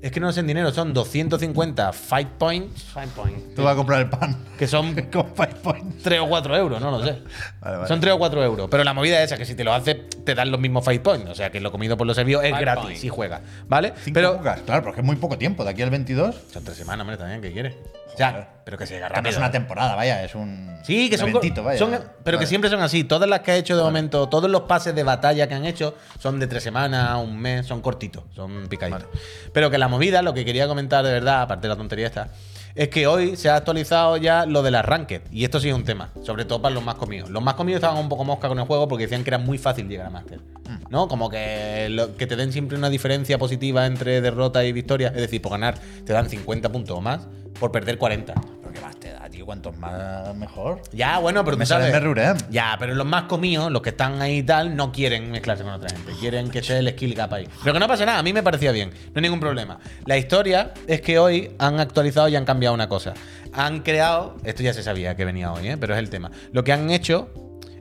E: Es que no es en dinero, son 250 fight points,
B: Fine point.
D: Tú vas a comprar el pan
E: que son
D: con Five Points.
E: 3 o 4 euros, no lo sé.
D: Vale, vale.
E: Son 3 o 4 euros. Pero la movida es esa, que si te lo hace, te dan los mismos fight points. O sea, que lo comido por los servidos es
B: Five
E: gratis
B: points.
E: si juegas. ¿Vale?
D: Cinco
E: Pero
D: cucas, claro, porque es muy poco tiempo. De aquí al 22.
E: son 3 semanas, hombre, también, ¿qué quieres? Ya, pero que se llega
D: que no
E: rápido.
D: es una temporada, vaya, es un.
E: Sí, que
D: un
E: son,
D: eventito, vaya.
E: son- e- pero
D: Vale.
E: que siempre son así. Todas las que ha hecho de momento, todos los pases de batalla que han hecho son de tres semanas, un mes, son cortitos, son picaditos. Pero que la movida, lo que quería comentar de verdad, aparte de la tontería esta, es que hoy se ha actualizado ya lo de las ranked. Y esto sí es un tema, sobre todo para los más comidos. Los más comidos estaban un poco mosca con el juego porque decían que era muy fácil llegar a Master.
D: Mm.
E: ¿No? Como que, lo- que te den siempre una diferencia positiva entre derrota y victoria. Es decir, por ganar te dan 50 puntos o más, por perder 40.
D: Pero qué más te da, tío. Cuantos más, mejor.
E: Ya, bueno, pero
D: Me
E: tú
D: sale
E: sabes.
D: Merurem.
E: Ya, pero los más comidos, los que están ahí y tal, no quieren mezclarse con otra gente. Quieren que sea el skill gap ahí. Pero que no pasa nada, a mí me parecía bien. No hay ningún problema. La historia es que hoy han actualizado y han cambiado una cosa. Han creado. Esto ya se sabía que venía hoy, ¿eh? pero es el tema. Lo que han hecho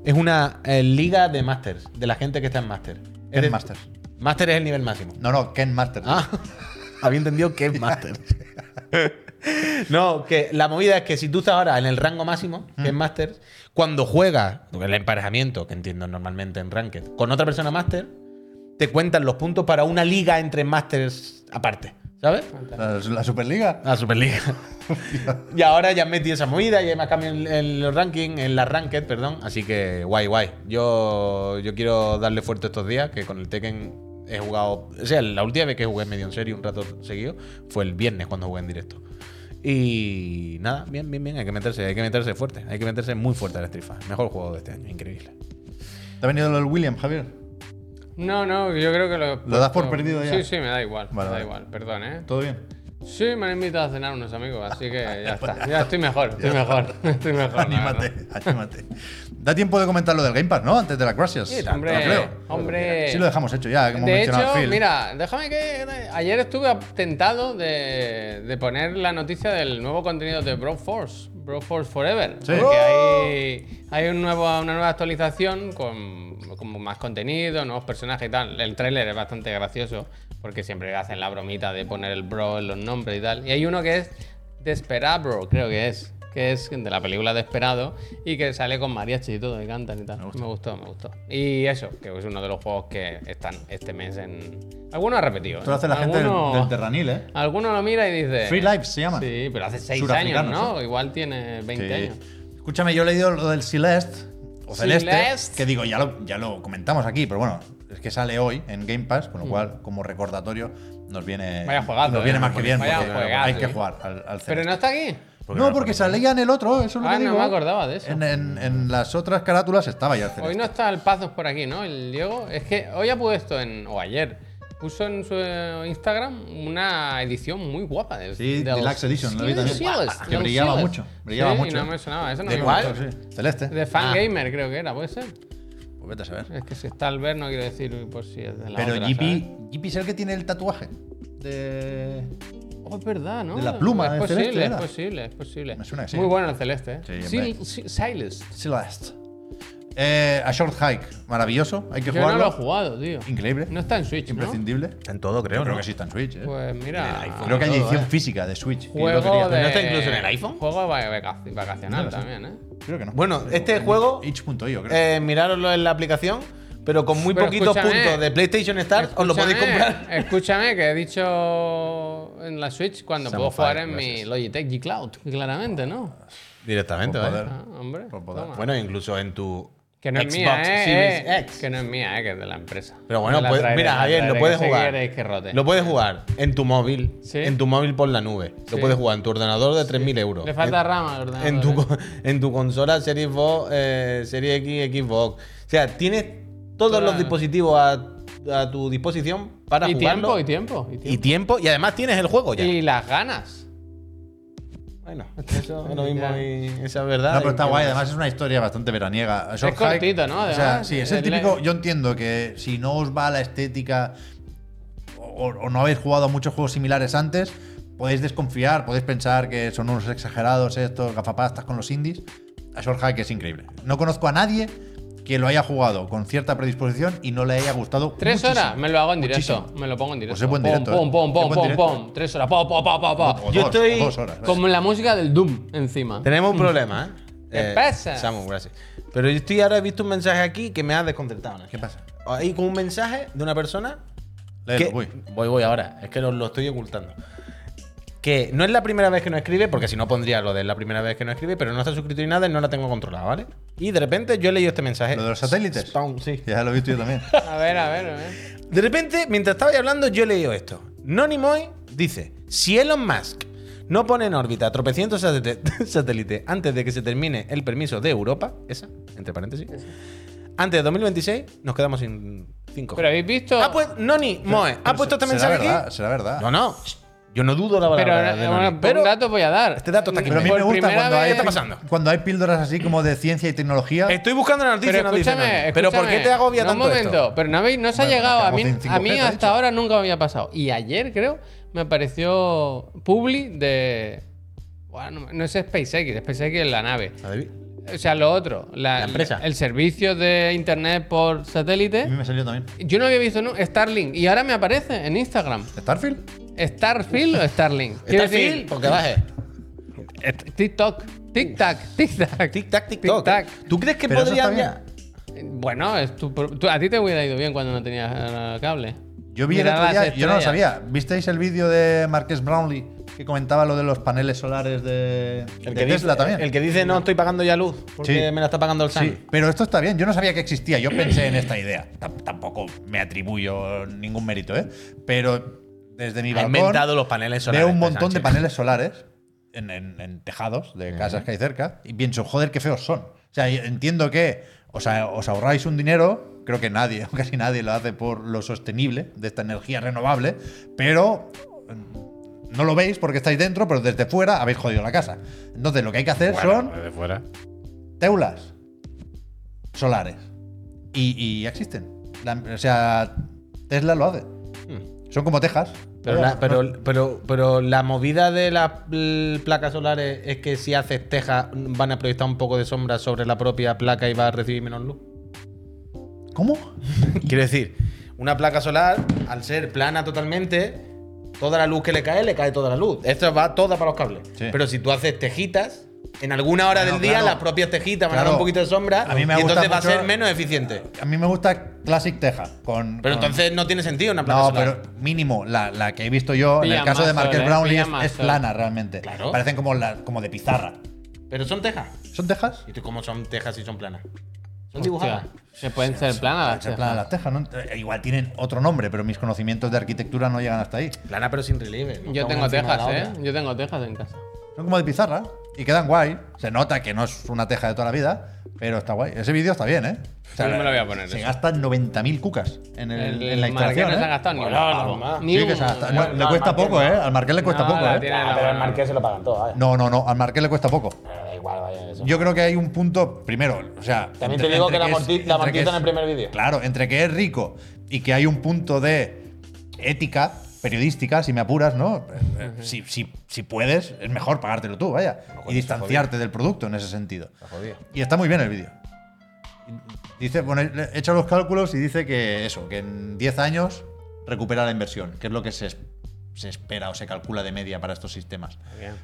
E: es una eh, liga de masters, de la gente que está en master.
D: Ken
E: de-
D: Masters.
E: Master es el nivel máximo.
D: No, no, Ken Masters.
E: Ah, había entendido que es Master. No, que la movida es que si tú estás ahora en el rango máximo, que es Master, cuando juegas el emparejamiento, que entiendo normalmente en Ranked, con otra persona Master, te cuentan los puntos para una liga entre Masters aparte, ¿sabes?
D: La, la Superliga.
E: La Superliga. y ahora ya han metido esa movida y hay más cambios en, en los rankings, en las ranked, perdón. Así que guay, guay. Yo, yo quiero darle fuerte estos días, que con el Tekken he jugado. O sea, la última vez que jugué medio en serio un rato seguido fue el viernes cuando jugué en directo. Y nada, bien, bien, bien. Hay que meterse, hay que meterse fuerte. Hay que meterse muy fuerte a la Street Fighter. Mejor juego de este año, increíble.
D: ¿Te ha venido el William, Javier?
B: No, no, yo creo que lo. he
D: ¿Lo das por
B: puesto-
D: perdido ya?
B: Sí, sí, me da igual.
D: Vale,
B: me da
D: vale.
B: igual, perdón, ¿eh?
D: ¿Todo bien?
B: Sí, me han invitado a cenar unos amigos, así que ya está. Ya estoy mejor, estoy mejor. Estoy mejor. la verdad.
D: anímate, anímate. Da tiempo de comentar lo del Game Pass, ¿no? Antes de las gracias.
B: Hombre, hombre.
D: Sí lo dejamos hecho ya, que hemos
B: De
D: mencionado
B: hecho,
D: a Phil.
B: mira, déjame que. Ayer estuve tentado de, de poner la noticia del nuevo contenido de Broforce, Broforce Forever.
D: Sí.
B: Porque hay, hay un nuevo, una nueva actualización con, con más contenido, nuevos personajes y tal. El tráiler es bastante gracioso porque siempre hacen la bromita de poner el bro en los nombres y tal. Y hay uno que es Desperabro, creo que es. Que es de la película Desperado y que sale con mariachi y todo, y cantan y tal. Me, gustó, me gustó. Y eso, que es uno de los juegos que están este mes en. Algunos ha repetido. ¿eh?
D: Esto lo hace la gente del,
B: Alguno-
D: del Terranil, ¿eh?
B: Alguno lo mira y dice.
D: Free Lives se llama.
B: Sí, pero hace 6 años,
D: Surafricanos,
B: ¿no? Igual tiene 20 años.
D: Sí. Escúchame, yo he leído lo del Celeste. O Celeste.
B: Celeste.
D: Que digo, ya lo, ya lo comentamos aquí, pero bueno, es que sale hoy en Game Pass, con lo cual, como recordatorio, nos viene,
B: Mm. Vaya juegazo,
D: nos
B: eh.
D: viene más que bien.
B: Vaya
D: porque
B: juegazo,
D: hay que
B: eh.
D: jugar al, al
B: Pero
D: Celeste.
B: no está aquí.
D: no, porque salía en el otro, eh, eso es lo
B: Ah,
D: que
B: no
D: digo.
B: me acordaba de eso.
D: En, en- en las otras carátulas estaba ya el Celeste.
B: Hoy no está el Pazos por aquí, ¿no? El Diego. Es que hoy ha puesto en. O ayer. Puso en su eh, Instagram una edición muy guapa del.
D: Sí,
B: del
D: Deluxe Edition, lo vi
B: Steel
D: también.
B: Seals,
D: Que
B: del
D: brillaba
B: Seals.
D: mucho, brillaba
B: Sí,
D: mucho.
B: No me sonaba, eso no
D: De Ah.
B: me
E: ¿Cuál?
B: acuerdo.
D: momento, sí. Celeste.
B: De Fangamer, creo que era, puede ser.
D: Pues vete a saber.
B: Es que si está el ver, no quiero decir uy, por si es de la
D: Pero
B: otra, ¿sabes?
D: GP, GP es el que tiene el tatuaje. De.
B: Oh, es verdad, ¿no?
D: De la pluma
B: Es
D: de
B: posible,
D: celeste
B: es
D: era.
B: posible, es posible.
D: Me suena que sí.
B: Muy bueno el celeste, ¿eh?
D: Sí,
B: Sil-
D: hombre.
B: Si- Silas.
D: Celeste. Eh, a Short Hike, maravilloso. Hay que
B: Yo no
D: jugarlo.
B: lo he jugado, tío.
D: Increíble.
B: No está en Switch, ¿no?
D: Imprescindible.
E: En todo,
D: Yo creo que sí está en Switch, eh.
B: Pues mira,
D: creo que hay edición física de Switch. que yo lo
B: juego
D: quería.
B: de...
E: ¿No está incluso en el iPhone?
B: Juego va- vaca- vacacional también, ¿eh?
D: Creo que no.
E: Bueno, este
D: En
E: juego-
D: Itch.io, creo.
E: Eh, mirároslo en la aplicación, pero con muy
B: Pero
E: poquitos
B: escúchame.
E: puntos de PlayStation Star os lo podéis
B: Escúchame,
E: comprar.
B: Escúchame, que he dicho en la Switch cuando
D: Samo
B: puedo jugar
D: Fire,
B: en mi
D: gracias.
B: Logitech G Cloud, claramente, ¿no?
E: Directamente,
D: Por
E: ¿vale?
D: poder.
B: Ah, hombre.
D: Por poder.
B: toma.
E: Pues, Bueno, incluso en tu
B: Que no es
E: Xbox
B: mía, eh,
E: Series
B: eh.
E: X.
B: Que no es mía, eh, que es de la empresa.
E: Pero bueno,
B: Me la
E: pues-
B: traeré,
E: mira,
B: me la
E: Javier,
B: traeré,
E: lo puedes
B: que si
E: jugar.
B: quieres que rote.
E: Lo puedes jugar en tu móvil,
B: Sí.
E: en tu móvil por la nube.
B: Sí.
E: Lo puedes jugar en tu ordenador de 3.000 euros.
B: Le falta
E: en,
B: rama, ¿verdad?
E: en tu, co- en tu consola Series, Vo- eh, Series X, Xbox. O sea, tienes todos
B: Toda-
E: los dispositivos a, a tu disposición para
B: y
E: jugarlo.
B: tiempo, y tiempo, y
E: y
B: tiempo.
E: tiempo, y además tienes el juego ya.
B: Y las ganas.
E: bueno, eso es lo mismo
B: Ya.
E: y esa es verdad.
D: No, pero está
E: Y-
D: guay, además es una historia bastante veraniega. Short Hike,
B: cortito, ¿no?
D: o sea,
B: Además,
D: sí, es el
B: el-
D: típico. Yo entiendo que si no os va la estética o, o no habéis jugado a muchos juegos similares antes, podéis desconfiar, podéis pensar que son unos exagerados estos gafapastas con los indies. A Short que es increíble. No conozco a nadie que lo haya jugado con cierta predisposición y no le haya gustado.
B: Tres
D: muchísimo.
B: horas, me lo hago en directo.
D: Muchísimo.
B: Me lo pongo en directo.
D: Pues es buen
B: Pum,
D: directo,
B: pum,
D: ¿eh?
B: pum, pum,
D: Es buen
B: pum,
D: directo.
B: pum. Tres horas, pa, pa, pa, pa,
D: O-
B: pa.
D: o
E: Yo
D: dos,
E: estoy
D: o dos horas.
B: Como la música del Doom encima.
E: Tenemos un problema, ¿eh?
B: ¿Qué
E: Eh,
B: pasa?
E: Samu, gracias. Pero yo estoy ahora he visto un mensaje aquí que me ha desconcertado. Nacho.
D: ¿Qué pasa?
E: Hay como un mensaje de una persona
D: Léelo,
E: que-
D: voy.
E: Voy, voy ahora. Es que lo, lo estoy ocultando. Que no es la primera vez que no escribe, porque si no pondría lo de la primera vez que no escribe, pero no está suscrito ni nada y no la tengo controlada, ¿vale? Y de repente yo he leído este mensaje.
D: ¿Lo de los satélites?
E: Spawn, sí.
D: Ya lo he visto yo también.
B: A ver, a ver, a ver.
E: De repente, mientras estaba hablando, yo he leído esto. Nonimoy dice: Si Elon Musk no pone en órbita tropecientos satel- satélites antes de que se termine el permiso de Europa, esa, entre paréntesis, antes de 2026, nos quedamos sin 5
B: Pero habéis visto.
E: Ah, pues, Noni, Moe, ha puesto este
D: será
E: mensaje aquí.
D: verdad, será verdad.
E: No, no. Yo no dudo la
B: Pero
E: palabra. de
B: eh,
E: Nani,
B: bueno,
E: pero
B: un dato voy a dar.
E: este dato está aquí
D: Pero a mí
E: Por
D: me gusta
B: primera
D: cuando hay,
B: vez-
E: ¿Qué está pasando? Este.
D: cuando hay píldoras así como de ciencia y tecnología.
E: estoy buscando la noticia
B: Pero
E: y no dice
B: escúchame,
E: Nani. Pero ¿por qué
B: escúchame.
E: te agobia
B: No,
E: tanto
B: Un momento,
E: esto?
B: pero no, habéis, no se ha
D: Bueno,
B: llegado. A
D: quedamos
B: mí,
D: en 5G,
B: a mí
D: te he
B: hasta
D: dicho.
B: ahora nunca me había pasado. Y ayer, creo, me apareció Publi de. Bueno, no- no es SpaceX, SpaceX es la nave. O sea, lo otro, la,
E: La empresa. Mm.
B: el servicio de internet por satélite.
D: A mí me salió también.
B: Yo no había visto nu- Starlink y ahora me aparece en Instagram.
D: ¿Starfield?
B: ¿Starfield o Starlink? Quiero
E: Está
B: decir,
E: fin, porque baje. Este.
B: est- TikTok. Tic-tac, tic-tac.
E: Tic tac, tic tac. ¿Tú crees que
D: Pero eso está
E: podrían ya?
B: Bueno, es tu pro- tú- a ti te hubiera ido bien cuando no tenías eh, cable.
D: Yo vi
B: Mirar
D: el
B: las
D: otro día, yo no lo
B: estrellas.
D: sabía. ¿Visteis el vídeo de Marques Brownlee que comentaba lo de los paneles solares de, de Tesla también?
E: el que dice no estoy pagando ya luz porque
D: Sí.
E: me la está pagando el Sun.
D: Sí, pero esto está bien. Yo no sabía que existía. Yo pensé en esta idea. Tam- tampoco me atribuyo ningún mérito, ¿eh? Pero desde mi
E: Ha
D: balcón
E: inventado los paneles solares.
D: veo un
E: este
D: montón de
E: Sánchez.
D: paneles solares en, en- en tejados de casas que hay cerca y pienso, joder, qué feos son. O sea, yo entiendo que os, a- os ahorráis un dinero. Creo que nadie, o casi nadie, lo hace por lo sostenible de esta energía renovable, pero mm, no lo veis porque estáis dentro, pero desde fuera habéis jodido la casa. Entonces, lo que hay que hacer son
E: eh.
A: Bueno, desde fuera.
D: teulas solares. Y, y ya existen. La- o sea, Tesla lo hace. Son como tejas.
E: Hmm. Pero la, pero, pero, pero la movida de las pl- placas solares es que si haces teja van a proyectar un poco de sombra sobre la propia placa y va a recibir menos luz.
D: ¿Cómo?
E: Quiero decir, una placa solar, al ser plana totalmente, toda la luz que le cae, le cae toda la luz. Esto va toda para los cables.
D: Sí.
E: Pero si tú haces tejitas, en alguna hora
D: Bueno,
E: del día
D: claro.
E: las propias tejitas van a dar
D: Claro.
E: un poquito de sombra
D: A mí me
E: y
D: gusta
E: entonces va a
D: mucho-
E: ser menos eficiente.
D: A mí me gusta Classic Teja. Con,
E: Pero
D: con-
E: entonces no tiene sentido una placa
D: Ah. No,
E: solar.
D: pero mínimo, la, la que he visto yo, en
B: Pilla
D: el caso
B: más
D: de Marques
B: sol, ¿eh?
D: Brownlee,
B: Pilla
D: es,
B: más
D: es
B: sol.
D: plana realmente.
E: Claro.
D: Parecen como, la- como de pizarra.
E: Pero son tejas.
D: ¿Son tejas?
E: ¿Y tú cómo son tejas si son planas? Son dibujadas.
B: Hostia, se pueden ser planas las
D: Se planan
B: cejas.
D: las tejas, ¿no? Eh, Igual tienen otro nombre, pero mis conocimientos de arquitectura no llegan hasta ahí.
E: Plana pero sin relieve. no
B: Yo
E: está
B: tengo
E: una encima de
B: tejas,
E: la
B: ¿eh?
E: otra.
B: Yo tengo tejas en casa.
D: Son como de pizarra y quedan guay. Se nota que no es una teja de toda la vida, pero está guay. Ese vídeo está bien, ¿eh? O
B: Yo no me lo voy a poner
D: Se
B: eso.
D: gastan 90.000 cucas en,
B: El-
D: el- en la
B: el Marqués
D: instalación.
B: no se
D: ¿eh?
B: ha gastado ni un
E: Bueno,
B: pavo.
E: normal.
B: Ni
D: Sí, que
B: un-
D: se gasta-
B: no,
D: no, le cuesta
E: Marqués
D: poco,
E: no.
D: ¿eh? Al Marqués le cuesta
B: No,
D: poco,
B: la
D: ¿eh?
B: tiene-
E: Ah, pero el marqués se lo pagan todo, vaya.
D: No, no, no. Al Marqués le cuesta poco.
E: Pero da igual, vaya eso.
D: Yo creo que hay un punto, primero, o sea.
E: También te digo que la
D: es-
E: amorti- la
D: entre
E: amortiza
D: que es-
E: en el primer vídeo.
D: Claro, entre que es rico y que hay un punto de ética periodística, si me apuras, ¿no? Eh, eh, Si, si- si puedes, es mejor pagártelo tú, vaya. Y distanciarte del producto en ese sentido.
E: jodido.
D: Y está muy bien el vídeo. Dice, bueno, he hecho los cálculos y dice que eso, que en 10 años recupera la inversión, que es lo que se, es- se espera o se calcula de media para estos sistemas.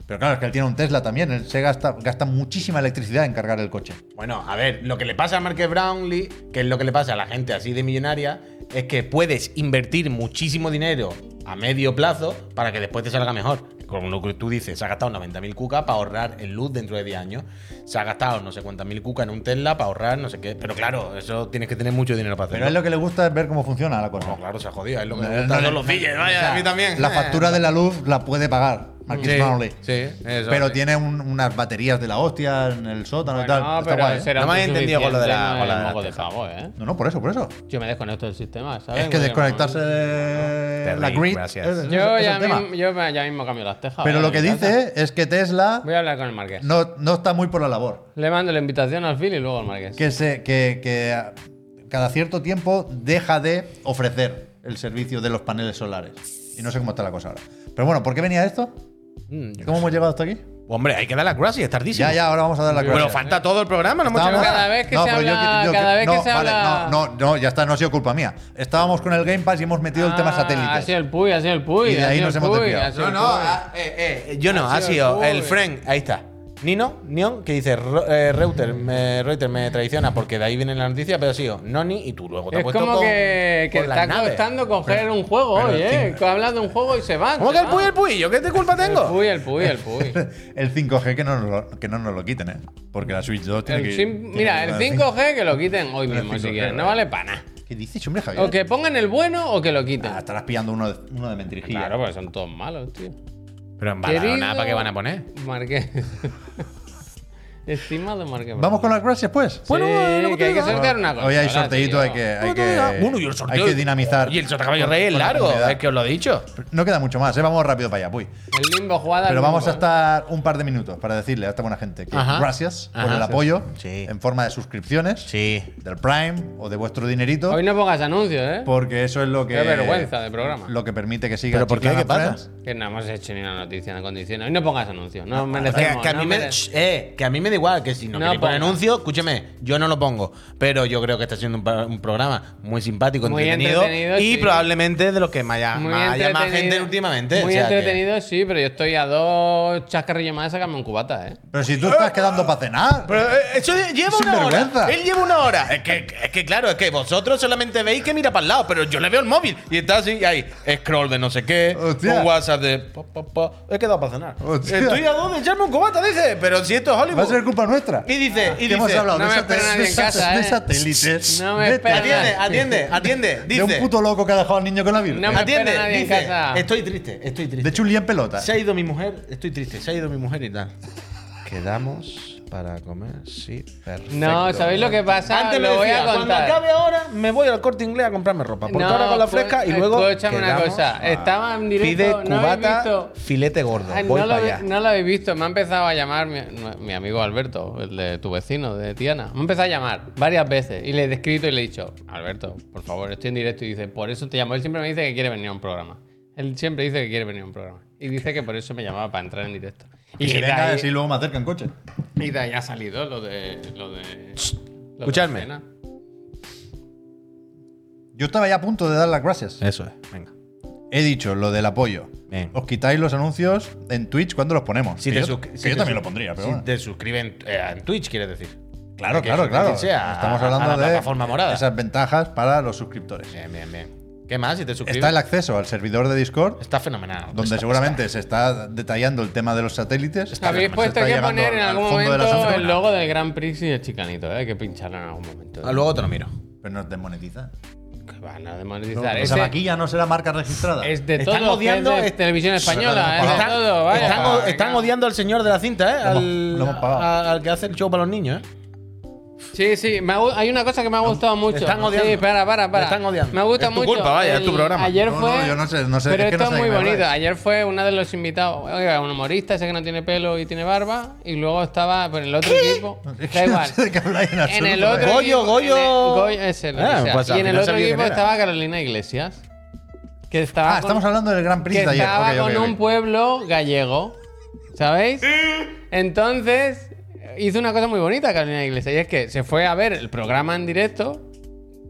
D: Pero claro, es que él tiene un Tesla también, él se gasta, gasta muchísima electricidad en cargar el coche.
E: Bueno, a ver, lo que le pasa a Marques Brownlee, que es lo que le pasa a la gente así de millonaria, es que puedes invertir muchísimo dinero a medio plazo para que después te salga mejor. Como lo que tú dices, se ha gastado 90.000 cucas para ahorrar en luz dentro de 10 años. Se ha gastado no sé cuántas mil cucas en un Tesla para ahorrar no sé qué. Pero claro, eso tienes que tener mucho dinero para
D: Pero
E: hacerlo.
D: a él lo que le gusta es ver cómo funciona la cosa.
E: No, claro, se ha jodido. Es lo que
D: No,
E: me
D: no
E: gusta.
D: le-
E: No, los billes, vaya,
D: o sea,
E: a mí también.
D: La factura de la luz la puede pagar Marquis
A: Sí,
D: Brownlee.
A: sí, eso.
D: Pero tiene un- unas baterías de la hostia en el sótano y
B: Bueno,
D: tal. Está
B: pero
D: guay, ¿eh?
B: será
A: No me había entendido con lo de la-
B: autosuficiente,
A: con la de
B: no
A: la
B: es moco de
A: teja.
B: pavo, ¿eh?
D: No, no, por eso, por eso.
B: Yo me desconecto del sistema, ¿sabes?
D: Es que
B: Porque-
D: desconectarse de la
A: Terrible,
D: grid.
A: gracias.
D: es- es-
B: Yo
D: es
B: ya,
D: el tema.
B: mismo, yo me- ya mismo cambio las tejas.
D: Pero
B: ahora
D: lo que
B: en mi casa.
D: dice es que Tesla
B: Voy a hablar con el Marqués.
D: no, no está muy por la labor.
B: Le mando la invitación al Phil y luego al Marqués.
D: Que, se, que, que ah, cada cierto tiempo deja de ofrecer el servicio de los paneles solares. Y no sé cómo está la cosa ahora. Pero bueno, ¿por qué venía esto?
A: Mm, yo-
D: ¿Cómo hemos llegado hasta aquí?
A: Hombre, hay que dar las gracias, es tardísimo.
D: Ya, ya, ahora vamos a dar la
A: Pero
D: clase.
A: falta todo el programa, no hemos
D: Estábamos-
A: hecho nada.
B: Cada vez que se
D: pero
B: habla- cada vez que
D: no,
B: se
D: vale,
B: habla-
D: No, no, no, ya está, no ha sido culpa mía. Estábamos con el Game Pass y hemos metido el tema
B: Ah, Ha sido
D: satélite.
B: el Puy, ha sido el Puy.
D: Y de
B: ha
D: ahí
B: sido
D: nos
B: el
D: hemos
B: Puy,
D: desviado.
B: ha sido
A: No,
B: el
A: no,
B: Puy.
A: ah, eh, eh, yo no,
B: Ha
A: ha
B: sido
A: sido el
B: Kobe.
A: friend, ahí está. Nino, Nion, que dice Ro- eh, Reuter, me, Reuter me traiciona porque de ahí viene la noticia, pero ha sido Noni y tú luego Pues te
B: Es
A: has puesto
B: como
A: con-
B: que, que
A: con las
B: está
A: naves.
B: costando coger un juego
D: pero
B: hoy, ¿eh?
D: encima-
B: Que hablas de un juego y se van.
A: ¿Cómo
B: se
A: que el
B: van.
A: Puy, el Puy? ¿Yo qué te culpa
B: El
A: tengo?
B: Puy, el Puy, el Puy.
D: El 5G que no, nos lo, que no nos lo quiten, ¿eh? Porque la Switch 2 tiene
B: El
D: que.
B: sim-
D: tiene
B: mira,
D: que-
B: el 5G que lo quiten hoy
D: El
B: mismo si
D: 5G,
B: quieren. No
D: ¿verdad?
B: vale para nada.
D: ¿Qué dices, hombre, Javier?
B: O que pongan el bueno o que lo quiten.
D: Ah, estarás pillando uno de, uno de mentirijilla.
B: Claro, porque son todos malos, tío.
A: Pero en
B: Querido-
A: Badalona, ¿para qué van a poner?
B: Marqués. Estimado Marqués.
D: Vamos con las gracias, pues.
B: Bueno,
A: eh, lo que
B: que hay
A: te
B: que
A: diga.
B: sortear una cosa.
D: Hoy hay sorteíto, hay que, hay que.
A: bueno, y el sorteo.
D: Hay que dinamizar.
A: Y el Sotacaballo
D: con-
A: Rey es
D: con la
A: largo,
D: comunidad.
A: es que os lo he dicho.
D: No queda mucho más, ¿eh? Vamos rápido para allá, voy.
B: El limbo jugada. al
D: Pero vamos a
B: limbo.
D: estar un par de minutos para decirle a esta buena gente que
A: Ajá.
D: gracias por
A: Ajá.
D: el apoyo
E: Sí.
D: en forma de suscripciones
E: Sí.
D: del Prime o de vuestro dinerito,
B: Hoy no pongas anuncios, ¿eh?
A: Pues-
D: porque eso es lo que
B: Qué vergüenza de programa.
D: lo que permite que siga.
E: ¿Pero por qué?
D: Chiclana
E: ¿Qué pasa?
D: Friends.
B: Que no hemos hecho ni una noticia en condiciones. Hoy no pongas anuncios. No merecemos.
E: Que, que a
B: no
E: mí me,
B: mere-
E: Shh, eh, que a mí me da igual, que si no,
B: No
E: queréis poner
B: ponga.
E: anuncio, escúcheme, yo no lo pongo. Pero yo creo que está siendo un, pa- un programa muy simpático,
B: Muy
E: entretenido,
B: entretenido,
E: y
B: sí.
E: probablemente de los que más haya,
B: Muy
E: más, haya más
B: entretenido.
E: gente últimamente.
B: Muy
E: o sea que-
B: entretenido, sí, pero yo estoy a dos chascarrillos más de sacarme un cubata, ¿eh?
D: Pero si tú estás quedando para cenar.
E: Pero eh, eso lleva
D: Sin
E: una hora.
D: vergüenza.
E: Él lleva una hora. Es que, es que claro, es que vosotros solamente veis que mira para el lado, pero yo le veo el móvil y está así, ahí, scroll de no sé qué,
D: Hostia.
E: un WhatsApp de. pa, pa, pa. He quedado para cenar.
D: Hostia.
E: Estoy a dos de echarme un cubata, dice, pero si esto es
D: Va a ser
E: Hollywood.
D: culpa nuestra.
E: Y dice, y
D: Que hemos
E: dice.
D: hablado
B: no
D: de,
B: me
D: sat-
B: espera nadie
D: de
B: en
D: sat-
B: casa,
D: de
B: ¿eh?
D: satélites.
B: No me
D: de-
B: espera
E: Atiende,
B: nadie.
E: atiende, atiende.
D: De
E: Dice.
D: un puto loco que ha dejado al niño con la virgen.
B: No me-
E: atiende,
B: espera nadie en
E: dice.
B: casa.
E: Estoy triste, estoy triste.
D: de hecho, un lía en pelota.
E: se ha ido mi mujer, estoy triste, se ha ido mi mujer y tal. Quedamos para comer, sí, perfecto.
B: No, ¿sabéis lo que pasa?
E: Antes me
B: lo voy
E: decía,
B: a
E: cuando
B: contar.
E: acabe ahora, me voy al corte inglés a comprarme ropa. Porque
B: No,
E: ahora con la
B: pues,
E: fresca y luego.
B: Escúchame una
E: quedamos,
B: cosa. Estaba en directo.
E: Pide
B: no habéis
E: cubata,
B: visto.
E: filete gordo.
B: Ay,
E: voy
B: no, lo,
E: para
B: habéis-
E: allá.
B: no lo habéis visto, me ha empezado a llamar mi, mi amigo Alberto, el de tu vecino, de Tiana. Me ha empezado a llamar varias veces y le he descrito y le he dicho, Alberto, por favor, estoy en directo y dice, por eso te llamo. Él siempre me dice que quiere venir a un programa. Él siempre dice que quiere venir a un programa. Y dice que por eso me llamaba para entrar en directo. Y,
D: Y que
B: de,
D: venga
B: ahí,
D: así luego me acerca en coche.
B: y de ahí ha salido lo de... Lo de lo de
A: escuchadme.
B: Tiana.
D: Yo estaba ya a punto de dar las gracias.
A: Eso es, venga.
D: He dicho lo del apoyo.
A: Bien.
D: Os quitáis los anuncios en Twitch cuando los ponemos.
E: Si
D: Que
E: te
D: yo,
E: sus-
D: que
E: si
D: yo
E: te
D: también
E: sus-
D: lo pondría, pero
E: si
D: bueno.
E: te suscriben eh, en Twitch, quieres decir.
D: Claro,
E: que
D: claro,
E: se
D: claro.
E: suscribirse a-
D: Estamos
E: a
D: hablando
E: la
D: de
E: plataforma morada.
D: esas ventajas para los suscriptores.
E: Bien, bien, bien. ¿Qué más? Si te suscribes.
D: Está el acceso al servidor de Discord,
E: Está fenomenal.
D: donde seguramente se está detallando el tema de los satélites.
B: Habéis
D: Se
B: puesto
D: está
B: pues que
D: llegando
B: poner en
D: al
B: algún
D: fondo del
B: momento
D: asunto.
B: el logo del Gran Prix y el chicanito, ¿eh? hay que pincharlo en algún momento.
E: Ah, Luego te lo miro.
D: Pero nos desmonetiza.
B: Que van a desmonetizar.
D: Esa
B: Ese-
D: maquilla no será marca registrada.
B: Es de
E: Están
B: todo,
E: odiando-
B: que es de
E: es-
B: televisión española, es de
E: Están,
B: todo, vaya.
E: están o-
B: Venga.
E: están odiando al señor de la cinta, ¿eh?
D: Lo hemos-
E: Al,
D: lo hemos pagado.
E: a- al que hace el show para los niños, ¿eh?
B: Sí, sí, me ha gu- hay una cosa que me ha gustado mucho.
E: están odiando.
B: Sí, para, para, para.
E: Me están odiando.
B: Me gusta
A: Es tu
B: mucho.
A: culpa, vaya, es tu programa.
B: Ayer
D: No,
B: fue.
D: no, yo no sé, no sé,
B: Pero
D: es que
B: esto
D: no sé
B: es muy
D: ni qué me
B: bonito.
D: habláis.
B: Ayer fue uno de los invitados, oiga, un humorista, ese que no tiene pelo y tiene barba, y luego estaba por el otro equipo.
D: Es que
B: eh. Da
D: no
B: igual.
D: sé de qué habláis en
B: En
D: absoluto,
B: el otro
D: ¿eh?
E: Goyo,
B: equipo-
E: Goyo.
B: en el- Goyo, ese, lo que
E: Ah,
B: sea.
E: pues, al
B: y en el
E: final
B: otro
E: sabía quién
B: equipo
E: era.
B: estaba Carolina Iglesias, que estaba
D: Ah,
B: con-
D: estamos hablando del Gran Prix
B: que
D: de ayer.
B: estaba
D: Ok, ok,
B: con
D: ok.
B: un pueblo gallego, ¿sabéis? Entonces hizo una cosa muy bonita Carolina Iglesias y es que se fue a ver el programa en directo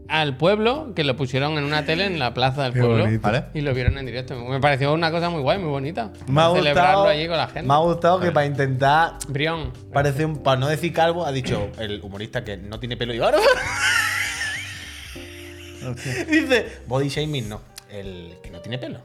B: al pueblo que lo pusieron en una tele en la plaza del pueblo
D: ¿Vale?
B: y lo vieron en directo. Me pareció una cosa muy guay, muy bonita.
E: Me ha
B: Celebrarlo
E: gustado,
B: allí con la gente.
E: me ha gustado que para intentar
B: Brión.
E: Parece un, para no decir calvo, ha dicho el humorista que no tiene pelo y barba. Dice, body shaming no, el que no tiene pelo.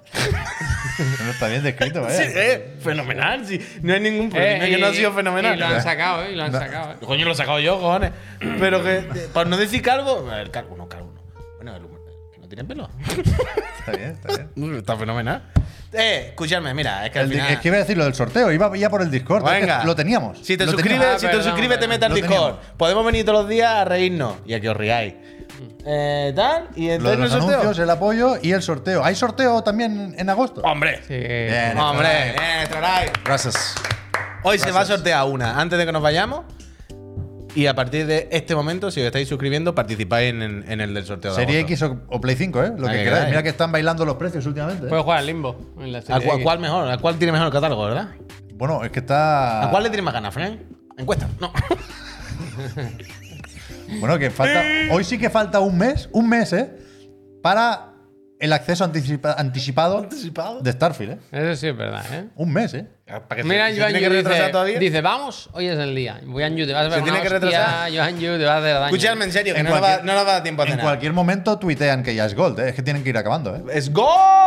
D: No está bien descrito, ¿eh?
E: Sí, eh, fenomenal, sí. No hay ningún
B: Eh,
E: problema, que no ha sido fenomenal.
B: Y lo han sacado, ¿eh? Y lo han sacado, ¿eh?
E: Coño, lo he sacado yo, cojones. Pero que, eh, para no decir calvo, el calvo no, calvo no. Bueno, el, humor- el que no tiene pelo.
D: Está bien, está bien.
E: Está fenomenal. Eh, escuchadme, mira, es que al
D: El di-
E: final...
D: es que iba a decir lo del sorteo, iba ya por el Discord. es que
E: Venga.
D: Lo teníamos.
E: Si te
D: Lo
E: suscribes,
D: teníamos.
B: Ah,
E: si
B: perdón,
E: te suscribes te
B: perdón.
E: metes al
D: Lo
E: Discord.
D: teníamos.
E: Podemos venir todos los días a reírnos y a que os riáis. Eh, tal, y
D: Lo de los
E: entonces en el sorteo.
D: anuncios, el apoyo y el sorteo. ¿Hay sorteo también en agosto?
B: Oh,
E: Hombre,
B: Sí.
D: Bien,
E: hombre,
D: Efraín.
E: eh, Efraín.
D: Gracias.
E: Hoy se va a sortear una. Antes de que nos vayamos, Y a
A: partir
E: partir
A: de este momento, si os estáis suscribiendo, participáis en, en- en el del sorteo de
D: Serie
A: agosto.
D: X o, o Play 5, ¿eh? Lo
A: Ah,
D: que
A: que
D: queráis.
A: queráis.
D: Mira que están bailando los precios últimamente. ¿eh?
B: Puedes jugar al limbo en la
E: ¿A
B: serie
E: cuál,
B: X.
E: cuál mejor? ¿A cuál tiene mejor el catálogo, verdad?
D: Bueno, es que está.
E: ¿A cuál le tiene más ganas, Frank? Encuesta. No.
D: Bueno, que falta. Hoy sí que falta un mes, un mes, ¿eh? Para el acceso anticipa- anticipado, de Starfield, ¿eh?
B: Eso sí es verdad, ¿eh?
D: Un mes, ¿eh?
E: Ah,
B: Mira,
A: se
B: Joan
A: tiene que
B: Yu
A: retrasar
B: dice,
A: todavía?
B: dice, vamos, hoy es el día. Voy a Yu, te vas a ver
A: Se
B: una
A: tiene que
B: hostia,
A: retrasar.
B: Joan Yu, te vas a hacer daño.
A: Escuchadme, en serio, que
D: En
A: no, nos va,
D: cualquier-
A: no nos va a dar tiempo a hacer
D: En
A: nada.
D: cualquier momento tuitean que ya es Gold, ¿eh? Es que tienen que ir acabando, ¿eh?
A: ¡Es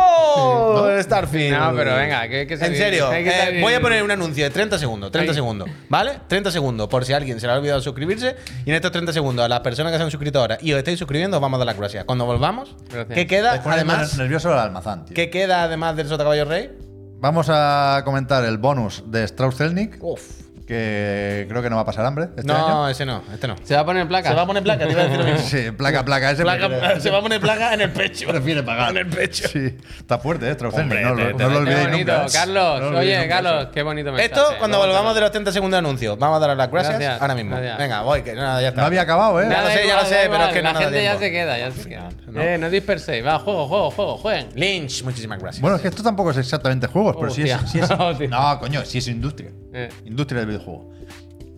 A: gol! Starfield.
B: No, pero venga, que- que
A: En
B: salir-
A: serio,
B: hay que
A: eh,
B: salir-
A: voy a poner un anuncio de 30 segundos, 30
B: Ahí.
A: segundos, ¿vale? 30 segundos, por si a alguien se le ha olvidado suscribirse. Y en estos 30 segundos, a las personas que se han suscrito ahora y os estáis suscribiendo, os vamos a dar las gracias. Cuando volvamos,
B: Gracias.
A: ¿qué queda?
D: Les pone
A: Además,
D: nervioso el almazán, tío.
A: ¿qué queda además del Sota Caballo Rey?
D: Vamos a comentar el bonus de Strauss-Zelnick,
A: Uf.
D: que creo que no va a pasar hambre este
A: no,
D: año.
A: ese no, este no.
B: Se va a poner placa.
E: Se va a poner placa, te iba a decir lo mismo.
D: Sí, placa, placa. Ese
E: Placa-
D: prefiere-
E: se va a poner placa en el pecho.
D: prefiere pagar.
E: En el pecho.
D: Sí, está fuerte, ¿eh? Strauss-Zelnick.
A: Hombre,
D: No, lo-
A: te- te-
D: no lo
A: te-
B: Qué
D: olvidéis
B: bonito,
D: nunca. ¿eh?
B: Carlos.
D: No lo olvidéis
B: oye,
D: nunca,
B: Carlos,
D: eso.
B: qué bonito mensaje.
A: Esto, cuando
B: Luego te
A: volvamos
B: lo-
A: de los 30 segundos de anuncio, vamos a dar las gracias,
B: Gracias,
A: ahora mismo.
B: gracias.
A: Venga, voy, que nada, ya está.
D: No había acabado, ¿eh?
B: Nada,
A: lo sé, ya
B: igual,
A: lo sé,
B: da
A: pero
B: igual,
A: es que no
B: La
A: nos da
B: gente ya
A: tiempo.
B: se queda, ya se queda. Eh, no disperséis. Va, juego, juego, juego, jueguen.
A: Lynch, muchísimas gracias.
D: Bueno, es que esto tampoco es exactamente juegos, pero sí
B: Hostia.
D: es, sí es-
B: Hostia.
D: No, coño, sí es industria.
B: Eh.
D: Industria del videojuego.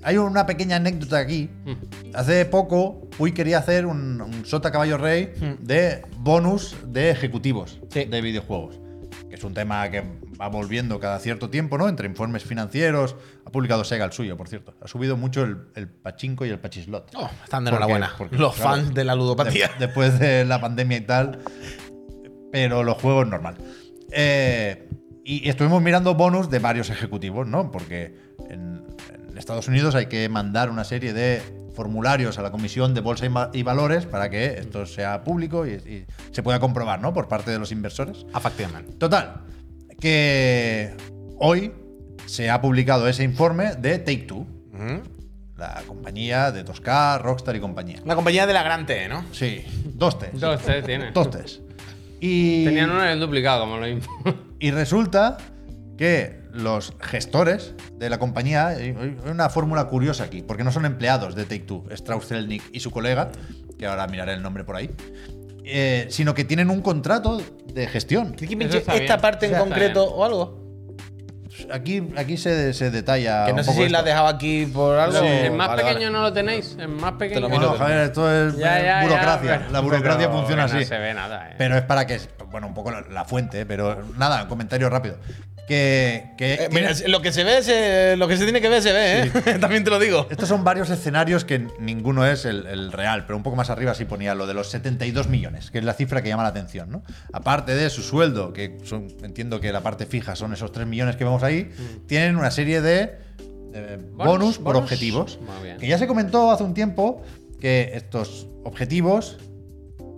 D: Hay una pequeña anécdota aquí. Hace poco, Puy quería hacer un, un Sota Caballo Rey de bonus de ejecutivos de videojuegos. Que es un tema que va volviendo cada cierto tiempo, ¿no? Entre informes financieros. Ha publicado Sega el suyo, por cierto. Ha subido mucho el, el pachinko y el pachislot.
A: Oh, están de
D: Porque-
A: enhorabuena.
D: porque,
A: los
D: claro,
A: fans de la ludopatía.
D: de- después de la pandemia y tal. Pero los juegos normal. Eh, y estuvimos mirando bonus de varios ejecutivos, ¿no? Porque en, en Estados Unidos hay que mandar una serie de formularios a la Comisión de Bolsa y, Ma- y Valores para que esto sea público y, y se pueda comprobar, ¿no? Por parte de los inversores.
A: Efectivamente.
D: Total, que hoy se ha publicado ese informe de Take Two, la compañía de 2K, Rockstar y compañía.
A: La compañía de la gran T, ¿no?
D: Sí, dos Ts.
B: Dos, tres tiene.
D: Dos Ts. Y,
B: Tenían uno en el duplicado, como lo mismo.
D: y resulta que los gestores de la compañía, hay hay una fórmula curiosa aquí, porque no son empleados de Take Two, Strauss-Zelnick y su colega, que ahora miraré el nombre por ahí, eh, sino que tienen un contrato de gestión.
E: Ricky
B: Eso
E: Pinche,
B: está
E: esta
B: bien.
E: parte en
B: Eso está
E: concreto
B: bien.
E: o algo.
D: Aquí, aquí se, se detalla.
E: Que
D: Ah, un
E: no sé
D: poco
E: si
D: esto.
E: la has dejado aquí por algo.
D: Sí.
E: o-
B: El más
E: Vale, vale.
B: pequeño no lo tenéis. El más pequeño.
E: lo
D: No, no, Javier, esto es
B: Ya,
D: eh,
B: ya, ya,
D: burocracia.
B: pero-
D: la burocracia
B: pero
D: funciona
B: que
D: así.
B: No se ve nada, eh.
D: Pero es para que. Bueno, un poco la, la fuente, eh, pero nada, comentario rápido. Que. que
E: Eh,
D: tiene-
E: mira, lo que se ve, se- lo que se tiene que ver, se ve, ¿eh? También te lo digo.
D: Estos son varios escenarios que ninguno es el, el real, pero un poco más arriba sí ponía lo de los 72 millones, que es la cifra que llama la atención, ¿no? Aparte de su sueldo, que son- entiendo que la parte fija son esos 3 millones que vemos ahí, tienen una serie de eh, bonus
B: Mm.
D: por
B: bonus.
D: objetivos,
B: Muy bien.
D: que ya se comentó hace un tiempo que estos objetivos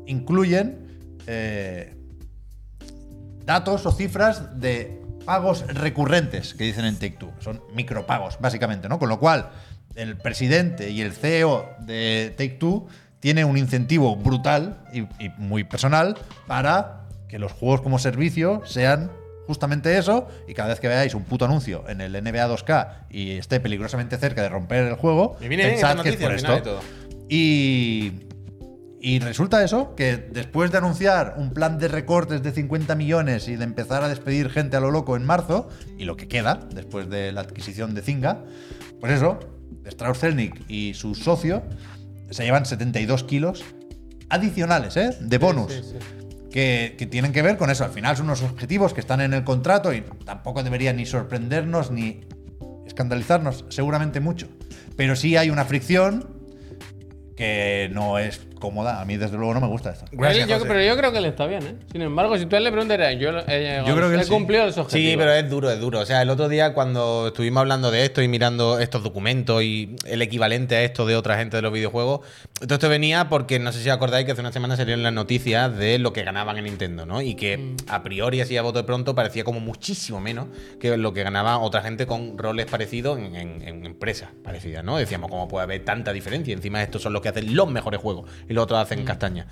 D: incluyen eh, datos o cifras de pagos recurrentes que dicen en Take-Two. Son micropagos, básicamente, ¿no? Con lo cual, el presidente y el CEO de Take-Two tiene un incentivo brutal y, y muy personal para que los juegos como servicio sean justamente eso y cada vez que veáis un puto anuncio en el NBA 2K y esté peligrosamente cerca de romper el juego,
E: Me viene bien esta
D: pensad que es
E: noticia
D: por
E: al final
D: esto.
E: de todo.
D: Y y resulta eso, que después de anunciar un plan de recortes de 50 millones y de empezar a despedir gente a lo loco en marzo, y lo que queda después de la adquisición de Zynga, pues eso, Strauss-Zelnick y su socio se llevan 72 kilos adicionales, ¿eh? De bonus.
B: sí, sí.
D: Que, que tienen que ver con eso. Al final son unos objetivos que están en el contrato y tampoco debería ni sorprendernos ni escandalizarnos, seguramente mucho. Pero sí hay una fricción que no es cómoda. A mí, desde luego, no me gusta esto.
A: Gracias,
B: Él, yo-
A: José.
B: pero yo creo que le está bien, ¿eh? Sin embargo, si tú a él le preguntarías, yo, eh, lo- he llegado-
D: Yo creo que él
B: he
D: sí.
B: cumplido los objetivos.
E: Sí, pero es duro, es duro. O sea, el otro día cuando estuvimos hablando de esto y mirando estos documentos y el equivalente a esto de otra gente de los videojuegos, todo esto venía porque no sé si acordáis que hace una semana salieron las noticias de lo que ganaban en Nintendo, ¿no? Y
D: Mm.
E: que a priori, así a voto de pronto, parecía como muchísimo menos que lo que ganaba otra gente con roles parecidos en, en- en empresas parecidas, ¿no? Decíamos, ¿cómo puede haber tanta diferencia? Encima estos son los que hacen los mejores juegos. Y y los otros hacen castaña.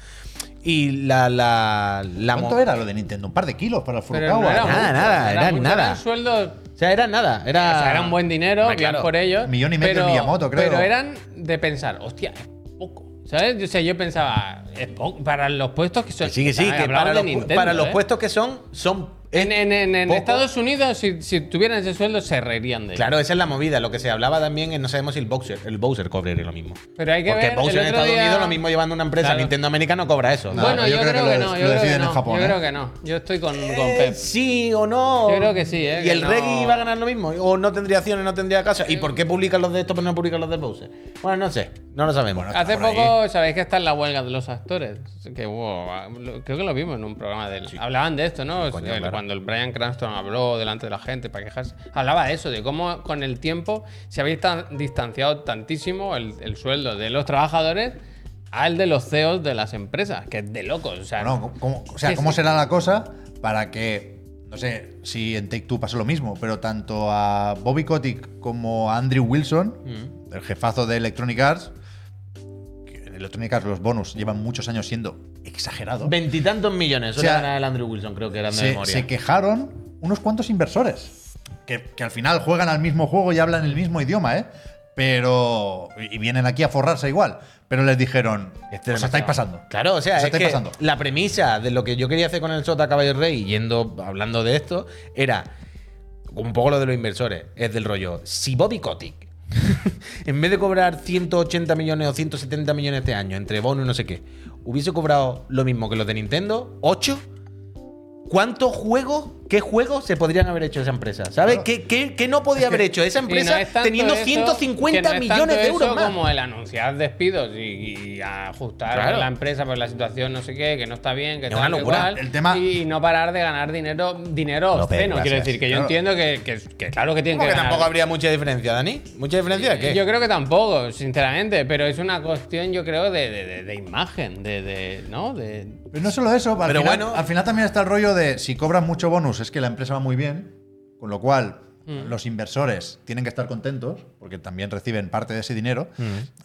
E: Y la. la, la
D: Mm. ¿Cuánto
E: mo-
D: era lo de Nintendo? Un par de kilos para el
B: Pero no
D: Furukawa.
B: era
D: ¿no?
E: nada,
B: mucho,
E: nada, era
B: mucho,
E: nada.
B: eran sueldos
E: O sea, era nada. Era,
B: O sea, Ah, era un buen dinero,
A: Hombre,
B: bien
A: claro.
B: por ellos.
D: Millón y medio en Miyamoto, creo.
B: Pero eran de pensar, hostia, es poco. ¿Sabes? O sea, yo pensaba, es poco para los puestos que son.
E: Que sí, que sí,
B: Hablamos
E: que para,
B: de
E: los,
B: Nintendo,
E: para los
B: ¿eh?
E: puestos que son, son. es
B: En, en- en- en
E: poco.
B: Estados Unidos, si, si tuvieran ese sueldo, se reirían de ellos.
E: Claro, esa es la movida. Lo que se hablaba también es no sabemos si el Bowser, el Bowser cobraría lo mismo.
B: Pero hay que
E: Porque
B: ver. el
E: Bowser en
B: otro
E: Estados
B: día-
E: Unidos lo mismo llevando una empresa.
B: Claro.
E: Nintendo América no cobra eso.
D: No,
B: bueno,
D: pero
B: yo, creo, que,
D: lo-
B: no.
D: lo
B: Yo, creo que,
D: deciden en
B: no
D: Japón,
B: yo
D: ¿eh?
B: creo que no. Yo estoy con, con
E: Eh,
B: Pep.
E: sí o no.
B: Yo creo que sí, ¿eh?
E: Y
B: Que
E: el
B: no-
E: Reggie iba a ganar lo mismo. O no tendría acciones, no tendría casa. ¿Y por qué publican los de estos pero no publican los de Bowser? Bueno, no sé. No lo sabemos.
D: Bueno,
B: Hace
D: por ahí.
B: poco, sabéis que está en la huelga de los actores. Que hubo- lo- creo que lo vimos en un programa de él. Hablaban de esto, ¿no?
E: coño,
B: El-
E: claro.
B: Cuando el Brian Cranston habló delante de la gente para quejarse. Hablaba de eso, de cómo con el tiempo se había tan- distanciado tantísimo el, el sueldo de los trabajadores al de los CEOs de las empresas, que es de locos. O sea,
D: Bueno, ¿cómo- o sea,
B: Sí,
D: ¿cómo
B: sí.
D: será la cosa para que, no sé si en Take Two pasa lo mismo, pero tanto a Bobby Kotick como a Andrew Wilson, el jefazo de Electronic Arts, que en Electronic Arts los bonus llevan muchos años siendo exagerados,
E: Veintitantos millones. Eso
D: O sea,
E: le gana el Andrew Wilson, creo que eran de
D: se,
E: memoria.
D: se quejaron unos cuantos inversores, que, que al final juegan al mismo juego y hablan el mismo idioma, ¿eh? Pero. Y vienen aquí a forrarse igual. Pero les dijeron. os estáis pasando.
E: Claro, o sea,
D: Os
E: es
D: estáis
E: que
D: pasando.
E: la premisa de lo que yo quería hacer con el Sota Caballo Rey, yendo hablando de esto, era como un poco lo de los inversores, es del rollo, si Bobby Kotick en vez de cobrar 180 millones o 170 millones este año entre bono y no sé qué, hubiese cobrado lo mismo que los de Nintendo, 8 ¿Cuántos juegos, qué juegos se podrían haber hecho esa empresa? ¿Sabes? ¿Qué, qué- qué no podía haber hecho esa
B: Y no
E: empresa
B: es tanto
E: teniendo
B: eso- que
E: 150
B: no es tanto
E: millones de euros
B: eso
E: más?
B: como el anunciar despidos y, y ajustar
E: Claro.
B: la empresa por la situación no sé qué, que no está bien, que
E: Es
B: tal,
E: una
B: que
E: locura.
B: cual,
D: El tema-
B: y no parar de ganar dinero dinero
E: López,
B: obsceno. Quiero
E: gracias.
B: decir que yo
D: Claro.
B: entiendo que, que- que claro que tienen
E: Como
B: que
E: que
B: ganar.
E: tampoco habría mucha diferencia, Dani. ¿Mucha diferencia de qué?
B: Yo creo que tampoco, sinceramente, pero es una cuestión, yo creo, de, de- de- de imagen, de, de- ¿no? De,
D: Pero no solo eso, al,
E: Pero
D: final,
E: bueno.
D: al final también está el rollo de si cobran mucho bonus es que la empresa va muy bien, con lo cual los inversores tienen que estar contentos porque también reciben parte de ese dinero,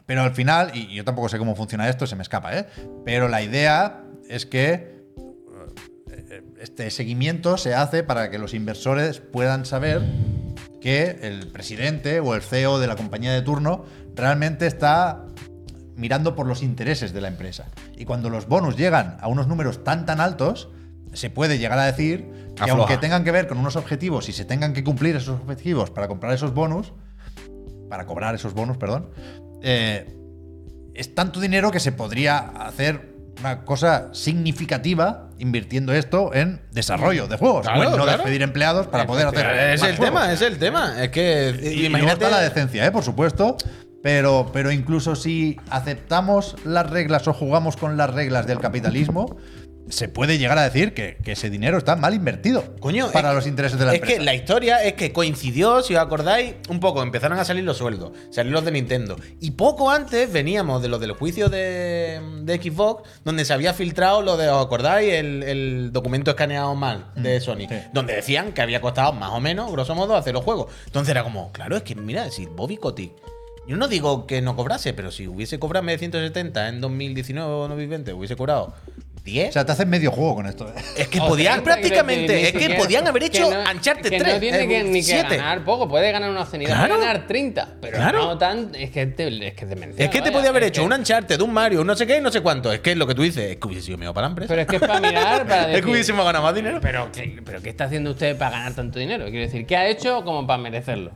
D: pero al final, y yo tampoco sé cómo funciona esto, se me escapa, ¿eh? pero la idea es que eh, este seguimiento se hace para que los inversores puedan saber que el presidente o el CEO de la compañía de turno realmente está mirando por los intereses de la empresa. Y cuando los bonus llegan a unos números tan tan altos, se puede llegar a decir que
E: Afloja.
D: aunque tengan que ver con unos objetivos y se tengan que cumplir esos objetivos para comprar esos bonus, para cobrar esos bonus, perdón, eh, es tanto dinero que se podría hacer una cosa significativa invirtiendo esto en desarrollo de juegos,
E: Claro,
D: o en no
E: claro.
D: despedir empleados para poder hacer
E: Es
D: más
E: el
D: juegos.
E: tema, es el tema. Es que
D: Y
E: eh, imagínate
D: imagínate la decencia, ¿eh? por supuesto. Pero, pero incluso si aceptamos las reglas o jugamos con las reglas del capitalismo, se puede llegar a decir que, que ese dinero está mal invertido
E: Coño,
D: para
E: es-
D: los intereses de la
E: es
D: empresa.
E: que la historia es que coincidió, si os acordáis, un poco. Empezaron a salir los sueldos, salir los de Nintendo. Y poco antes veníamos de los del juicio de, de Xbox, donde se había filtrado lo de, ¿os acordáis? El, el documento escaneado mal de Sony.
D: Mm, sí.
E: Donde decían que había costado más o menos, grosso modo, hacer los juegos. Entonces era como, claro, es que mira, si Bobby Kotick. Yo no digo que no cobrase, pero si hubiese cobrado en vez de 170 en 2019 o 2020, hubiese cobrado 10.
D: O sea, te haces medio juego con esto. ¿eh?
E: Es que
B: O 30,
E: podían
B: quiero
E: prácticamente,
B: decir,
E: es
B: ni
E: que
B: siquiera-
E: podían haber hecho
B: que no-
E: Uncharted
B: que
E: 3.
B: no tiene que,
E: eh,
B: ni que
E: siete.
B: ganar poco, puede ganar una obscenidad,
E: Claro.
B: puede ganar 30, pero
E: Claro.
B: no tan, es que es de- es que es demencial,
E: Es que te
B: vaya,
E: podía haber
B: es
E: hecho
B: que-
E: un Uncharted, un Mario, un no sé qué y no sé cuánto. Es que es lo que tú dices, es que hubiese sido mejor para la empresa.
B: Pero es que es para mirar, para
E: es
B: decir,
E: que hubiésemos ganado más dinero.
B: Pero ¿qué, pero ¿qué está haciendo usted para ganar tanto dinero? Quiero decir, ¿qué ha hecho como para merecerlo?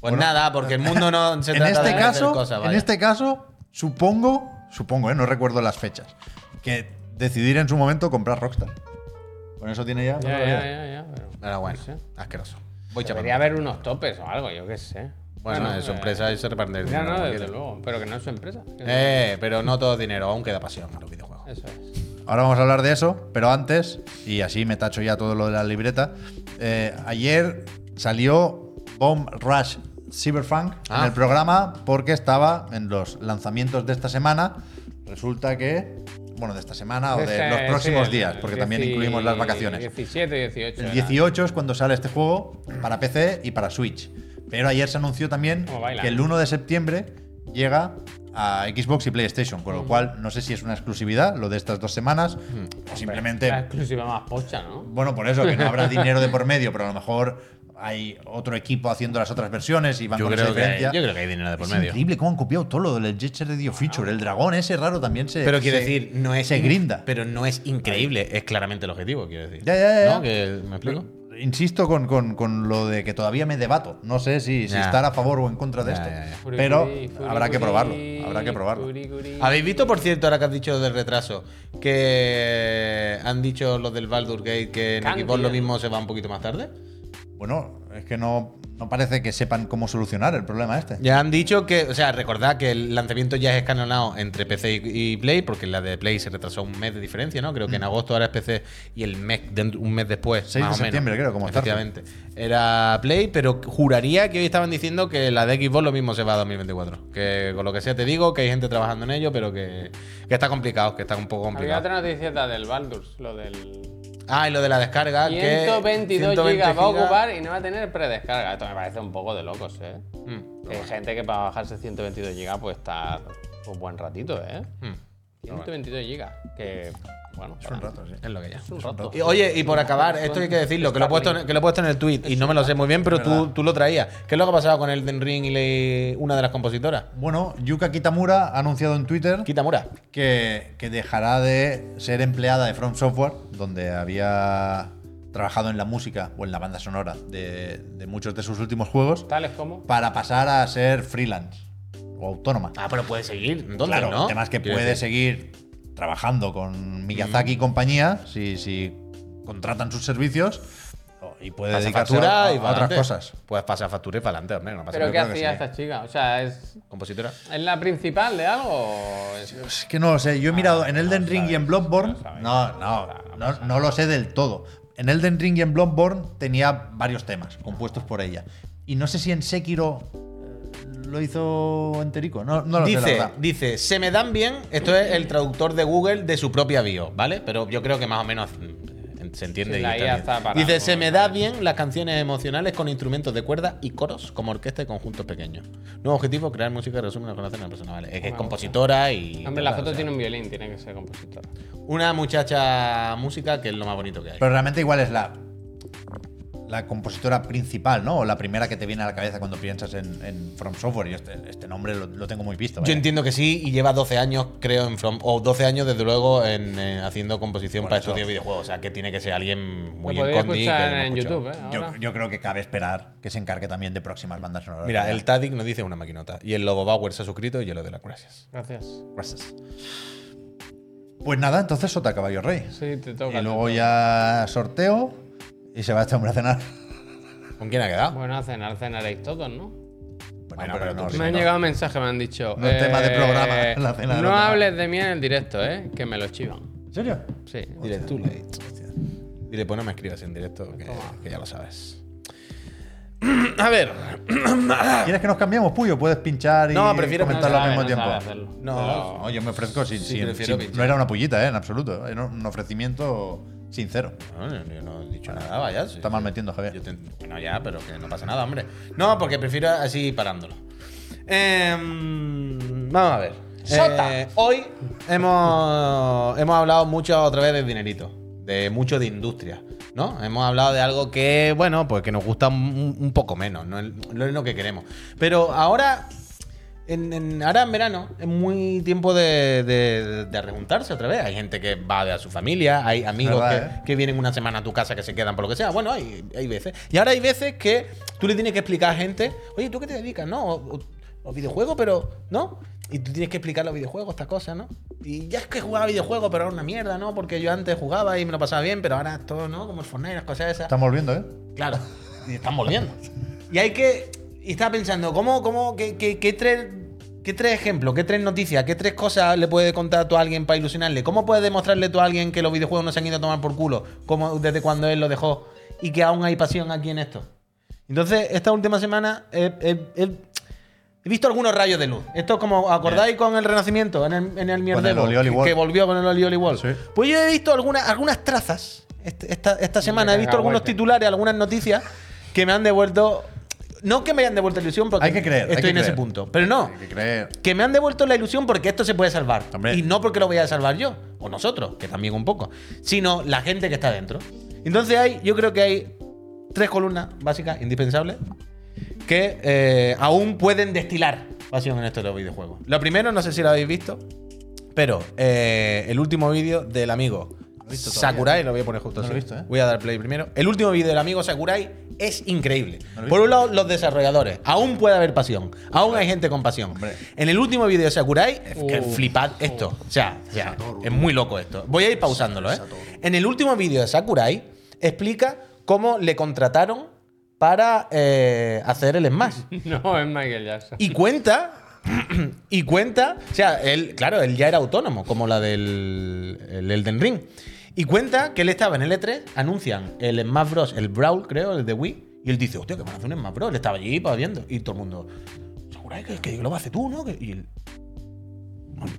E: Pues nada, porque el mundo no se
D: en
E: trata de
D: este
E: hacer
D: caso,
E: cosas,
D: en
E: vaya.
D: este caso, supongo, supongo, ¿eh? no recuerdo las fechas, que decidir en su momento comprar Rockstar. Con eso tiene ya.
B: Ya, ya, ya, ya, pero-
E: Pero bueno,
B: No sé.
E: asqueroso. Voy
B: Debería
E: chapando.
B: haber unos topes o algo, yo qué sé. eh,
E: Bueno, es su empresa y se reparte el
B: Ya,
E: dinero.
B: no,
E: como
B: desde
E: quiera.
B: luego. Pero que no es su empresa.
E: Eh, pero no todo dinero, aún queda pasión en los videojuegos.
B: Eso es.
D: Ahora vamos a hablar de eso, pero antes, y así me tacho ya todo lo de la libreta, eh, ayer salió Bomb Rush Cyberpunk en
E: Ah.
D: el programa porque estaba en los lanzamientos de esta semana. Resulta que, bueno, de esta semana o de
B: Ese-
D: los
B: sí,
D: próximos
B: el-
D: días, porque también
B: dieci-
D: incluimos las vacaciones.
B: 17, 18.
D: El
B: era.
D: 18 es cuando sale este juego para PC y para Switch. Pero ayer se anunció también
B: Como baila.
D: que el 1 de septiembre llega a Xbox y PlayStation, con lo cual no sé si es una exclusividad lo de estas dos
A: Mm.
D: semanas o simplemente
B: La exclusiva más pocha, ¿no?
D: bueno, por eso, que no habrá dinero de por medio, pero a lo mejor hay otro equipo haciendo las otras versiones y van
A: Yo
D: con esa
A: creo, que,
D: diferencia.
A: yo creo que hay dinero de por
D: es
A: medio.
D: increíble cómo han copiado todo lo del Jet Set Radio Feature. El dragón ese raro también se.
E: Pero quiero
D: se-
E: decir, no es.
D: Se grinda.
E: Pero no es increíble, es claramente el objetivo, quiero decir.
D: Ya, ya, ya.
E: ¿No? Que- ¿Me explico?
D: Insisto con, con- con lo de que todavía me debato. No sé si, si
E: Ya.
D: estar a favor o en contra de
E: Ya,
D: esto.
E: ya, ya.
B: Curi,
D: Pero
B: curi, curi,
D: habrá que
B: curi,
D: probarlo. Habrá que probarlo.
B: curi, curi.
E: ¿Habéis visto, por cierto, ahora que has dicho del retraso, que han dicho los del Baldur Gate que en
B: Candy,
E: Xbox lo
B: ¿no?
E: mismo se va un poquito más tarde?
D: Bueno, es que no, no parece que sepan cómo solucionar el problema este.
E: Ya han dicho que, o sea, recordad que el lanzamiento ya es escalonado entre PC y, y Play, porque la de Play se retrasó un mes de diferencia, ¿no? Creo que en agosto ahora es PC y el mes, dentro- un mes después.
D: 6 Mm. de
E: más o menos.
D: septiembre, creo, como Starfield.
E: Efectivamente. Era Play, pero juraría que hoy estaban diciendo que la de Xbox lo mismo se va a 2024. Que con lo que sea te digo, que hay gente trabajando en ello, pero que, que está complicado, que está un poco
B: Había
E: complicado.
B: otra noticieta del Baldur's, lo del.
E: Ah, y lo de la descarga, que
B: 122
E: 120
B: gigas va a
E: gigas.
B: ocupar y no va a tener predescarga. Esto me parece un poco de locos, ¿eh?
D: Hmm.
B: Hay gente que para bajarse 122 gigas puede estar un buen ratito, ¿eh?
D: Hmm.
B: 122 gigas, que bueno, es un rato,
D: ¿eh?
E: Es lo que ya.
B: Es un rato.
E: Y, oye, y por acabar, esto hay que decirlo, que lo he puesto en, que lo he puesto en el tweet y no me lo sé muy bien, pero tú, tú lo traías. ¿Qué es lo que ha pasado con Elden Ring y le- una de las compositoras?
D: Bueno, Yuka Kitamura ha anunciado en Twitter
E: Kitamura.
D: que, que dejará de ser empleada de From Software, donde había trabajado en la música o en la banda sonora de, de muchos de sus últimos juegos,
B: Tales como.
D: para pasar a ser freelance o autónoma.
E: Ah, pero puede seguir, entonces,
D: claro,
E: ¿no?
D: además que
E: Quiero
D: puede
E: decir, Mm.
D: seguir trabajando con Miyazaki y compañía si, si contratan sus servicios o- y puede
E: pasa
D: dedicarse
E: factura
D: a,
E: y
D: a
E: para
D: otras
E: adelante.
D: cosas.
E: Pues pasa factura y para adelante, hombre, no pasa
B: ¿Pero
E: nada.
B: qué
D: creo que
B: hacía
D: sí. ¿eh?
B: esta chica? O sea, ¿es,
E: Compositora.
B: ¿es la principal de algo? o es-
D: Es que no lo sé. Yo he
E: Ah,
D: mirado en Elden Ring y en Bloodborne.
B: sabes.
D: No, no, no, no lo sé del todo. En Elden Ring y en Bloodborne tenía varios temas compuestos por ella. Y no sé si en Sekiro eh, lo hizo enterico. No, no lo sé, la
E: Dice,
D: verdad.
E: dice, se me dan bien, esto es el traductor de Google de su propia bio, ¿vale? Pero yo creo que más o menos mm, se entiende.
B: Sí,
E: y
B: la IA
E: está bien.
B: está para-
E: Dice, se me da bien las canciones emocionales con instrumentos de cuerda y coros como orquesta y conjuntos pequeños. Nuevo objetivo, crear música que resume la conocen a la persona, ¿vale? Es que es compositora y...
B: Hombre, la foto
E: o sea,
B: tiene un violín, tiene que ser compositora.
E: Una muchacha música que es lo más bonito que hay.
D: Pero realmente igual es la, la compositora principal, ¿no? O la primera que te viene a la cabeza cuando piensas en, en From Software. Yo este, este nombre lo, lo tengo muy visto.
E: Yo
D: vaya.
E: entiendo que sí y lleva 12 años, creo, en From, o 12 años desde luego en eh, haciendo composición
D: Por
E: para
D: eso.
E: estudios de videojuegos. O sea, que tiene que ser alguien muy
B: lo podéis
E: encondi que
B: escuchar
E: no
B: en
E: escucha.
B: YouTube, ¿eh? Ahora.
D: Yo, yo creo que cabe esperar que se encargue también de próximas bandas sonoras.
E: Mira, el Tadic nos dice una maquinota. Y el Lobo Bauer se ha suscrito y yo le doy las gracias.
B: Gracias.
D: Gracias. Pues nada, entonces Sota Caballo Rey.
B: Sí, te toca.
D: Y
B: te
D: luego
B: toca.
D: ya sorteo y se va este hombre a cenar.
E: ¿Con quién ha quedado?
B: Bueno, a cenar cenaréis todos, ¿no?
D: Bueno,
E: pero tú-
D: sí,
B: Me han llegado mensajes, me han dicho. eh,
D: No es tema de programa, la cena de
B: No
D: los demás".
B: hables de mí en el directo, ¿eh? Que me lo chivan.
D: ¿En serio?
B: Sí.
E: Dile, too late. Dile, pues no me escribas en directo, que, que ya lo sabes. A ver.
D: ¿Quieres que nos cambiemos, Puyo? Puedes pinchar y
E: No, prefiero
D: comentarlo al
B: sabe,
D: mismo
B: no
D: tiempo.
B: sabe hacerlo.
E: No.
D: No, yo me ofrezco sin. sin-
E: prefiero
D: sin-
E: pinchar.
D: no era una pullita, eh, en absoluto. Era un ofrecimiento sincero.
E: No, yo- yo no he dicho nada, vaya. sí.
D: Está mal metiendo,
E: Yo
D: Javier.
E: te- bueno, ya, pero que no pasa nada, hombre. No, porque prefiero así parándolo. Em, vamos a ver.
B: Sota.
E: Eh, hoy hemos, hemos hablado mucho otra vez de dinerito, de mucho de industria, ¿no? Hemos hablado de algo que, bueno, pues que nos gusta un, un poco menos, no es, no es lo que queremos. Pero ahora, en, en- ahora en verano, es muy tiempo de, de, de rejuntarse otra vez. Hay gente que va a ver a su familia, hay amigos
D: Verdad,
E: que,
D: ¿eh?
E: que vienen una semana a tu casa que se quedan por lo que sea. Bueno, hay, hay veces. Y ahora hay veces que tú le tienes que explicar a gente, oye, ¿tú qué te dedicas? No, o, o- o videojuegos, pero no. Y tú tienes que explicar los videojuegos, estas cosas, ¿no? Y ya es que jugaba videojuegos, pero era una mierda, ¿no? Porque yo antes jugaba y me lo pasaba bien, pero ahora todo, ¿no? Como el Fortnite, las cosas esas.
D: Estamos volviendo, ¿eh?
E: Claro, y están volviendo. Y hay que. Y estaba pensando, ¿cómo, cómo, qué, qué- qué tres, qué tres ejemplos, qué tres noticias, qué tres cosas le puedes contar tú a alguien para ilusionarle? ¿Cómo puedes demostrarle tú a alguien que los videojuegos no se han ido a tomar por culo? Como desde cuando él lo dejó y que aún hay pasión aquí en esto. Entonces, esta última semana he, he- he- he visto algunos rayos de luz. Esto es como, ¿acordáis con el Renacimiento? En el, en el mierdero,
D: Oli Oli
E: que-
D: Wall.
E: que volvió con el Oli Oli Wall.
D: Sí.
E: Pues yo he visto algunas, algunas trazas este- esta, esta semana. He visto
B: cacahuete.
E: algunos titulares, algunas noticias que me han devuelto no que me hayan devuelto la ilusión porque
D: Hay que creer, hay
E: estoy
D: que
E: en ese
D: creer.
E: punto. Pero no,
D: Hay que creer.
E: que me han devuelto la ilusión porque esto se puede salvar.
D: Hombre.
E: Y no porque lo voy a salvar yo, o nosotros, que también un poco, sino la gente que está dentro. Entonces hay, yo creo que hay tres columnas básicas, indispensables, que eh, aún pueden destilar pasión en estos videojuegos.
A: Lo primero, no sé si lo habéis visto, pero eh, el último vídeo del amigo Sakurai, lo voy a poner justo
D: No lo
A: así.
D: he visto, ¿eh?
A: Voy a dar play primero. El último vídeo del amigo Sakurai es increíble.
D: No lo he
A: Por
D: visto.
E: Por un lado, los desarrolladores. Aún puede haber pasión. Aún hay gente con pasión.
D: Hombre.
E: En el último vídeo de Sakurai, que
B: Uh.
E: flipad esto. O sea, o sea, es muy loco esto. Voy a ir pausándolo, ¿eh? En el último vídeo de Sakurai, explica cómo le contrataron para eh, hacer el Smash.
B: No, es Michael Jackson.
E: Y cuenta. y cuenta. O sea, él, claro, él ya era autónomo, como la del el Elden Ring. Y cuenta que él estaba en el E3, anuncian el Smash Bros, el Brawl, creo, el de Wii. Y él dice, hostia, que van a hacer un Smash Bros. Él estaba allí pa, viendo. Y todo el mundo, ¿seguráis que, que lo va a hacer tú, no? Que- Y él,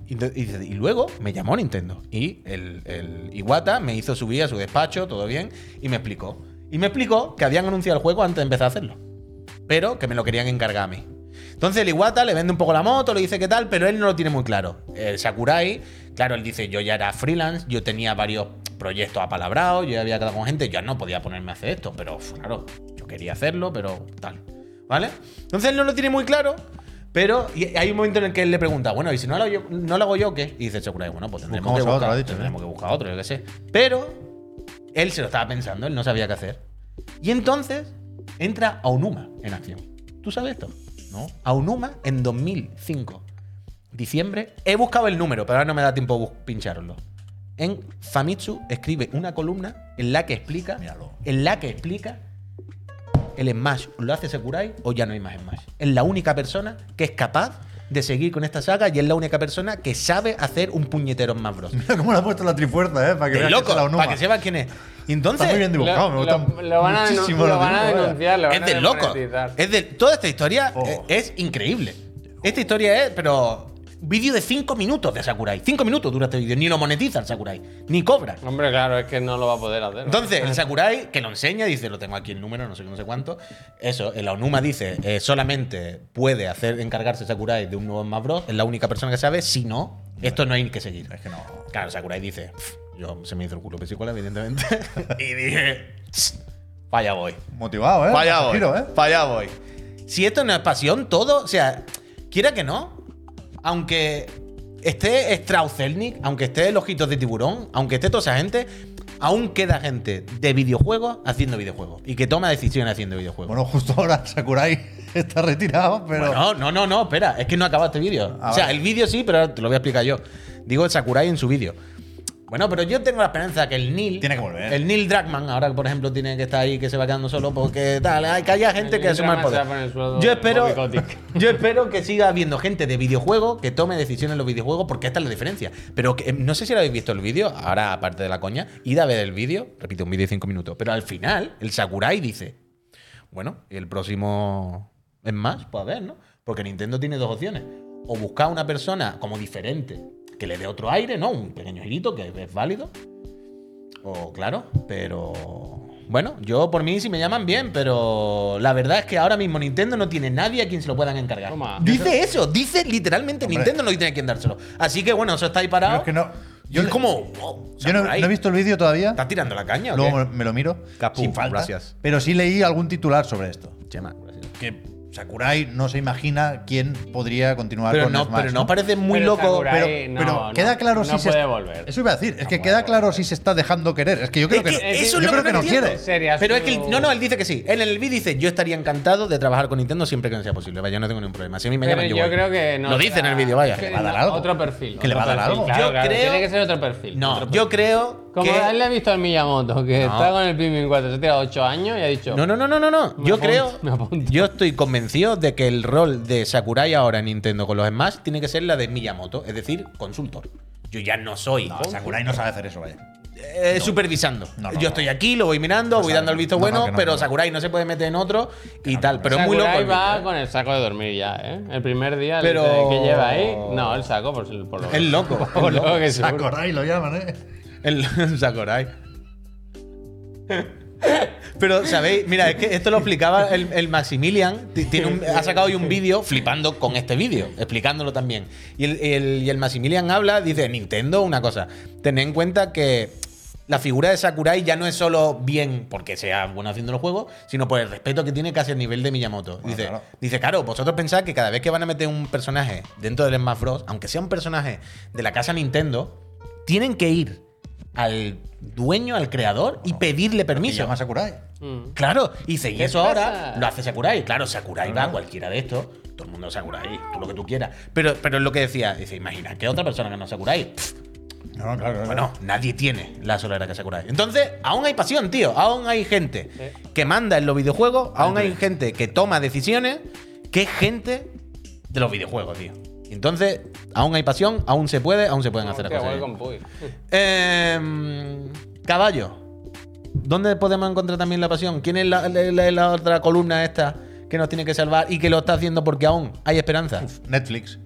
E: y, de- y de- y luego me llamó Nintendo. Y el, el Iwata me hizo subir a su despacho, todo bien, y me explicó. Y me explicó que habían anunciado el juego antes de empezar a hacerlo. Pero que me lo querían encargar a mí. Entonces el Iwata le vende un poco la moto, le dice qué tal, pero él no lo tiene muy claro. El Sakurai, claro, él dice, yo ya era freelance, yo tenía varios proyectos apalabrados, yo ya había quedado con gente, yo no podía ponerme a hacer esto, pero uf, claro, yo quería hacerlo, pero tal. ¿Vale? Entonces él no lo tiene muy claro, pero y hay un momento en el que él le pregunta, bueno, ¿y si no lo hago yo, no lo hago yo qué? Y dice el Sakurai, bueno, pues tendremos que,
D: Buscamos a
E: buscar,
D: otro, ha dicho, ¿no?
E: tendremos que buscar otro, yo qué sé. Pero él se lo estaba pensando, él no sabía qué hacer. Y entonces entra Aonuma en acción. ¿Tú sabes esto? No. Aonuma en 2005, diciembre. He buscado el número, pero ahora no me da tiempo bus- pincharlo. En Famitsu escribe una columna en la que explica,
D: Míralo.
E: en la que explica el Smash lo hace Sakurai o ya no hay más Smash. Es la única persona que es capaz de seguir con esta saga y es la única persona que sabe hacer un puñetero Smash Bros.
D: Mira cómo le ha puesto la trifuerza, ¿eh? Para que
E: ¡Qué
D: veas
E: loco!
D: que es la Onuma.
E: Para que sepas quién es. Y Entonces,
D: Está muy bien dibujado, me gusta
B: lo, lo van a, denun-
D: muchísimo
B: lo van a
D: dibujo, ¿eh? vaya.
B: denunciar, lo van
E: es
B: a
E: de loco.
B: desmonetizar.
E: Es de, toda esta historia
D: Oh.
E: eh, es, increíble. Esta historia es, pero. Vídeo de 5 minutos de Sakurai. 5 minutos dura este vídeo. Ni lo monetiza el Sakurai. Ni cobra.
B: Hombre, claro, es que no lo va a poder hacer.
E: Entonces, el Sakurai, que lo enseña, dice, lo tengo aquí el número, no sé qué, no sé cuánto. Eso, el Onuma dice, eh, solamente puede hacer encargarse Sakurai de un nuevo Smash Bros. Es la única persona que sabe, si no, esto no hay que seguir.
D: Es que no.
E: Claro, Sakurai dice, "Pff", yo se me hizo el culo pisícola, evidentemente. y dije, vaya voy.
D: Motivado, ¿eh?
E: Para allá
D: Ese
E: voy.
D: giro, ¿eh?
E: para allá voy. Si esto no es pasión, todo, o sea, quiera que no, aunque esté Strauzelnik, aunque esté el Ojitos de Tiburón, aunque esté toda esa gente, aún queda gente de videojuegos haciendo videojuegos y que toma decisiones haciendo videojuegos.
D: Bueno, justo ahora Sakurai está retirado, pero.
E: Bueno, no, no, no, espera, es que no acaba este vídeo.
D: Ah,
E: o sea,
D: vale.
E: el vídeo sí, pero ahora te lo voy a explicar yo. Digo Sakurai en su vídeo. Bueno, pero yo tengo la esperanza que el Neil.
D: Tiene que volver.
E: El Neil Dragman, ahora que por ejemplo tiene que estar ahí, que se va quedando solo, porque tal, hay que haya gente
B: El
E: que
B: Neil
E: asuma
B: Dragman
E: el
B: se va
E: poder.
B: a poner el sueldo
E: Yo
B: de
E: espero,
B: Bobby Kotick.
E: yo espero que siga habiendo gente de videojuegos que tome decisiones en los videojuegos, porque esta es la diferencia. Pero que- no sé si lo habéis visto el vídeo, ahora aparte de la coña, id a ver el vídeo, repito, un vídeo de 5 minutos, pero al final el Sakurai dice, bueno, y el próximo es más, pues a ver, ¿no? Porque Nintendo tiene dos opciones. O buscar una persona como diferente, que le dé otro aire, ¿no? Un pequeño girito que es válido. O claro, pero... Bueno, yo por mí si me llaman bien, pero la verdad es que ahora mismo Nintendo no tiene nadie a quien se lo puedan encargar.
B: Toma.
E: dice eso, dice literalmente
D: Hombre.
E: Nintendo no tiene a quien dárselo. Así que bueno, eso está ahí parado.
D: Pero es que no.
E: Yo
D: Yo,
E: es
D: le-
E: como... wow,
D: yo no,
E: Sakurai,
D: no he visto el vídeo todavía.
E: ¿Estás tirando la caña o
D: Luego
E: qué?
D: me- me lo miro.
E: Capú,
D: sin falta.
E: gracias.
D: Pero sí leí algún titular sobre esto.
E: Chema, gracias.
D: Que Sakurai no se imagina quién podría continuar
E: Pero
D: con
E: no,
D: Smash,
E: pero no parece muy
B: Pero
E: loco.
B: Sakurai-
D: Pero,
B: Ahí, no,
D: pero
B: no,
D: queda claro
B: no
D: si se.
B: puede
D: est-
B: volver.
D: Eso iba a decir. Es que
B: No
D: queda
B: puede
D: claro si se está dejando querer. Es que yo creo
E: Es
D: que.
E: que eso
D: yo
E: es lo
D: creo
E: que
D: que
E: no
D: no
E: entiendo.
D: quiere.
B: Sería
E: Pero es que,
B: su-
E: el- no, no, él dice que sí. Él en el vídeo dice, yo estaría encantado de trabajar con Nintendo siempre que no sea posible. Vaya, yo no tengo ningún problema. Si a mí me
B: Pero
E: llaman,
B: yo
E: yo voy.
B: creo que no.
E: Lo dice en
B: será-
E: el vídeo, vaya.
D: Que le va a dar algo.
B: Otro perfil.
D: Que le va a
B: otro
D: dar
B: perfil,
D: algo.
B: claro,
E: Yo
B: claro,
E: creo-
B: Tiene que ser otro perfil.
E: No,
B: otro
E: yo creo
B: Como
E: que...
B: él le ha visto al Miyamoto, que
E: No.
B: está con el Pikmin 4, se tira 8 años y ha dicho.
E: No, no, no, no, no, no.
B: Me
E: Yo
B: apunto,
E: creo.
B: me apunto.
E: Yo estoy convencido de que el rol de Sakurai ahora en Nintendo con los Smash tiene que ser la de Miyamoto, es decir, consultor. Yo ya no soy
D: No, Sakurai no sabe hacer eso, vaya.
E: eh, supervisando.
D: No, no,
E: yo
D: no.
E: estoy aquí, lo voy mirando, voy
D: sabe,
E: dando el visto
D: no,
E: bueno,
D: no, que no,
E: pero
D: no.
E: Sakurai no se puede meter en otro y tal. Pero es muy loco.
B: Sakurai
E: el
B: va
E: vídeo, eh".
B: con el saco de dormir ya, ¿eh? El primer día
E: Pero-
B: desde que lleva ahí. No, el saco, por, si- por lo
E: ¿eh? Es loco. es
B: Por
E: loco.
B: lo que seguro.
D: Sakurai lo llaman, ¿eh?
E: El Sakurai. Pero, ¿sabéis? Mira, es que esto lo explicaba el, el Maximilian. Ti- tiene un- ha sacado hoy un vídeo flipando con este vídeo, explicándolo también. Y el, el- y el Maximilian habla, dice, Nintendo, una cosa. Tened en cuenta que la figura de Sakurai ya no es solo bien porque sea bueno haciendo los juegos, sino por el respeto que tiene casi al nivel de Miyamoto. dice,
D: claro.
E: dice, claro, vosotros pensáis que cada vez que van a meter un personaje dentro del Smash Bros., aunque sea un personaje de la casa Nintendo, tienen que ir al dueño, al creador, y pedirle
D: Y
E: permiso.
D: llama a Sakurai.
B: Mm.
E: Claro, y dice, y
B: ¿Qué
E: eso
B: pasa?
E: ahora lo hace Sakurai. Claro, Sakurai va a cualquiera de estos. Todo el mundo es Sakurai, tú lo que tú quieras. Pero, pero es lo que decía, dice, imagina, que otra persona que no es Sakurai. Pff,
D: No, claro, claro.
E: bueno, nadie tiene la solera que es Sakurai. Entonces, aún hay pasión, tío. Aún hay gente
B: Sí.
E: que manda en los videojuegos, aún hay gente que toma decisiones, que es gente de los videojuegos, tío. Entonces, aún hay pasión, aún se puede, aún se pueden hacer las
B: Hostia,
E: cosas.
B: voy
E: bien.
B: con Puy.
E: Em, caballo. ¿Dónde podemos encontrar también la pasión? ¿Quién es la, la- la- la otra columna esta que nos tiene que salvar y que lo está haciendo porque aún hay esperanza?
D: Netflix.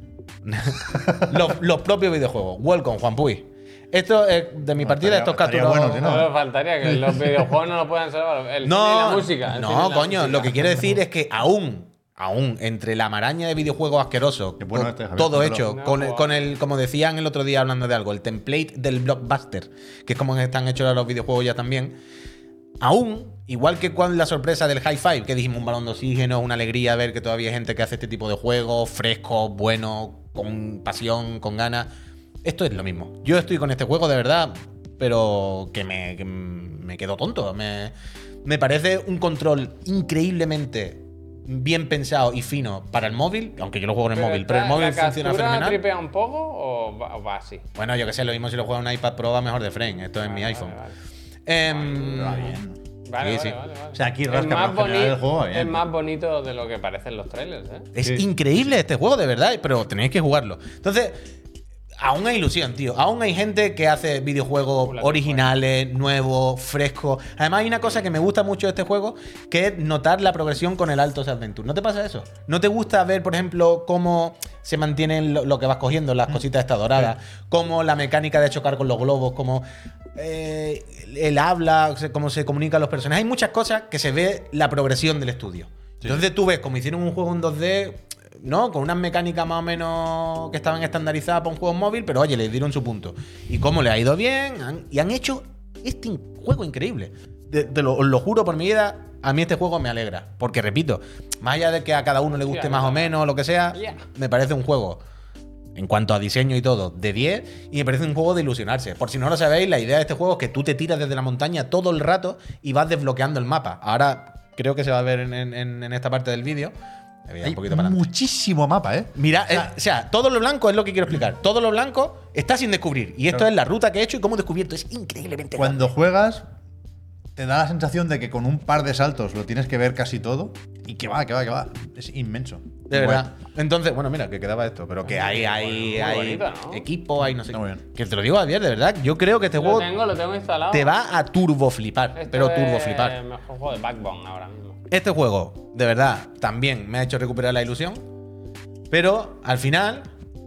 E: los, los propios videojuegos. Welcome, Juan Puy. Esto es de mi partida,
D: estaría-
E: estos
D: estaría
E: capturados.
D: bueno, si
B: No,
D: No.
B: me faltaría que los videojuegos no lo puedan salvar. El cine y la música. el cine
E: No,
B: y la
E: coño,
B: música.
E: lo que quiero decir es que aún, aún, entre la maraña de videojuegos asquerosos,
D: Qué bueno
E: con-
D: este, Javier,
E: todo
D: póntelo.
E: hecho,
B: No,
E: con, el,
B: guau.
E: con el, como decían el otro día hablando de algo, el template del blockbuster, que es como están hechos ahora los videojuegos ya también, aún, igual que con la sorpresa del high five, que dijimos un balón de oxígeno, una alegría ver que todavía hay gente que hace este tipo de juegos, frescos, buenos, con pasión, con ganas. Esto es lo mismo. Yo estoy con este juego de verdad, pero que me, que me quedo tonto. Me, me parece un control increíblemente bien pensado y fino para el móvil, aunque yo lo juego en el móvil, pero el
B: está-
E: móvil
B: ¿la
E: funciona
B: captura
E: fenomenal.
B: tripea un poco o va, o va así?
E: Bueno, yo que sé, lo mismo si lo juego en un iPad Pro va mejor de frame. Esto es mi
B: Vale,
E: iPhone.
B: vale,
E: Em,
B: Vale,
E: Sí,
B: vale,
E: sí.
B: vale, vale.
D: O sea, aquí
B: Es
D: rasca,
B: más
D: pero en general
B: boni-
D: el juego va bien.
B: Es más bonito de lo que parecen los trailers, ¿eh?
E: Es
D: Sí.
E: increíble este juego, de verdad, pero tenéis que jugarlo. Entonces, aún hay ilusión, tío. Aún hay gente que hace videojuegos
B: Hola, tío,
E: originales, nuevos, frescos. Además, hay una cosa que me gusta mucho de este juego, que es notar la progresión con el Altos Adventure. ¿No te pasa eso? ¿No te gusta ver, por ejemplo, cómo se mantienen lo, lo que vas cogiendo,
B: Mm.
E: las cositas estas doradas? Cómo la mecánica de chocar con los globos, cómo eh, el habla, o sea, cómo se comunican los personajes. Hay muchas cosas que se ve la progresión del estudio. Entonces tú ves como hicieron un juego en 2D, ¿no? Con unas mecánicas más o menos que estaban estandarizadas para un juego móvil, pero oye, le dieron su punto. Y cómo le ha ido bien, han- y han hecho este in- juego increíble. Te, te lo, os lo juro por mi vida, a mí este juego me alegra. Porque repito, más allá de que a cada uno le guste
B: Hostia,
E: más o
B: ya.
E: menos, lo que sea,
B: Ya.
E: me parece un juego. En cuanto a diseño y todo, de 10, y me parece un juego de ilusionarse. Por si no lo sabéis, la idea de este juego es que tú te tiras desde la montaña todo el rato y vas desbloqueando el mapa. Ahora creo que se va a ver en, en- en- en esta parte del vídeo. Me voy a ir
D: Hay
E: un poquito para adelante.
D: muchísimo mapa, ¿eh?
E: Mira, eh, o sea, todo lo blanco es lo que quiero explicar. Todo lo blanco está sin descubrir. Y esto
D: Claro.
E: es la ruta que he hecho y cómo he descubierto. Es increíblemente grande.
D: Cuando juegas, te da la sensación de que con un par de saltos lo tienes que ver casi todo. Y que va, que va, que va. Es inmenso.
E: De verdad. Entonces, bueno, mira, que quedaba esto, pero que hay, hay,
B: Muy
E: hay
B: bonito, ¿no?
E: equipo, hay no sé
D: Está muy bien.
E: qué. Que te lo digo, Javier, de verdad, yo creo que este
B: Lo
E: juego
B: tengo, lo tengo instalado.
E: te va a turbo flipar,
B: Esto
E: pero turbo
B: es
E: flipar.
B: el mejor juego de Backbone ahora mismo.
E: Este juego, de verdad, también me ha hecho recuperar la ilusión. Pero al final,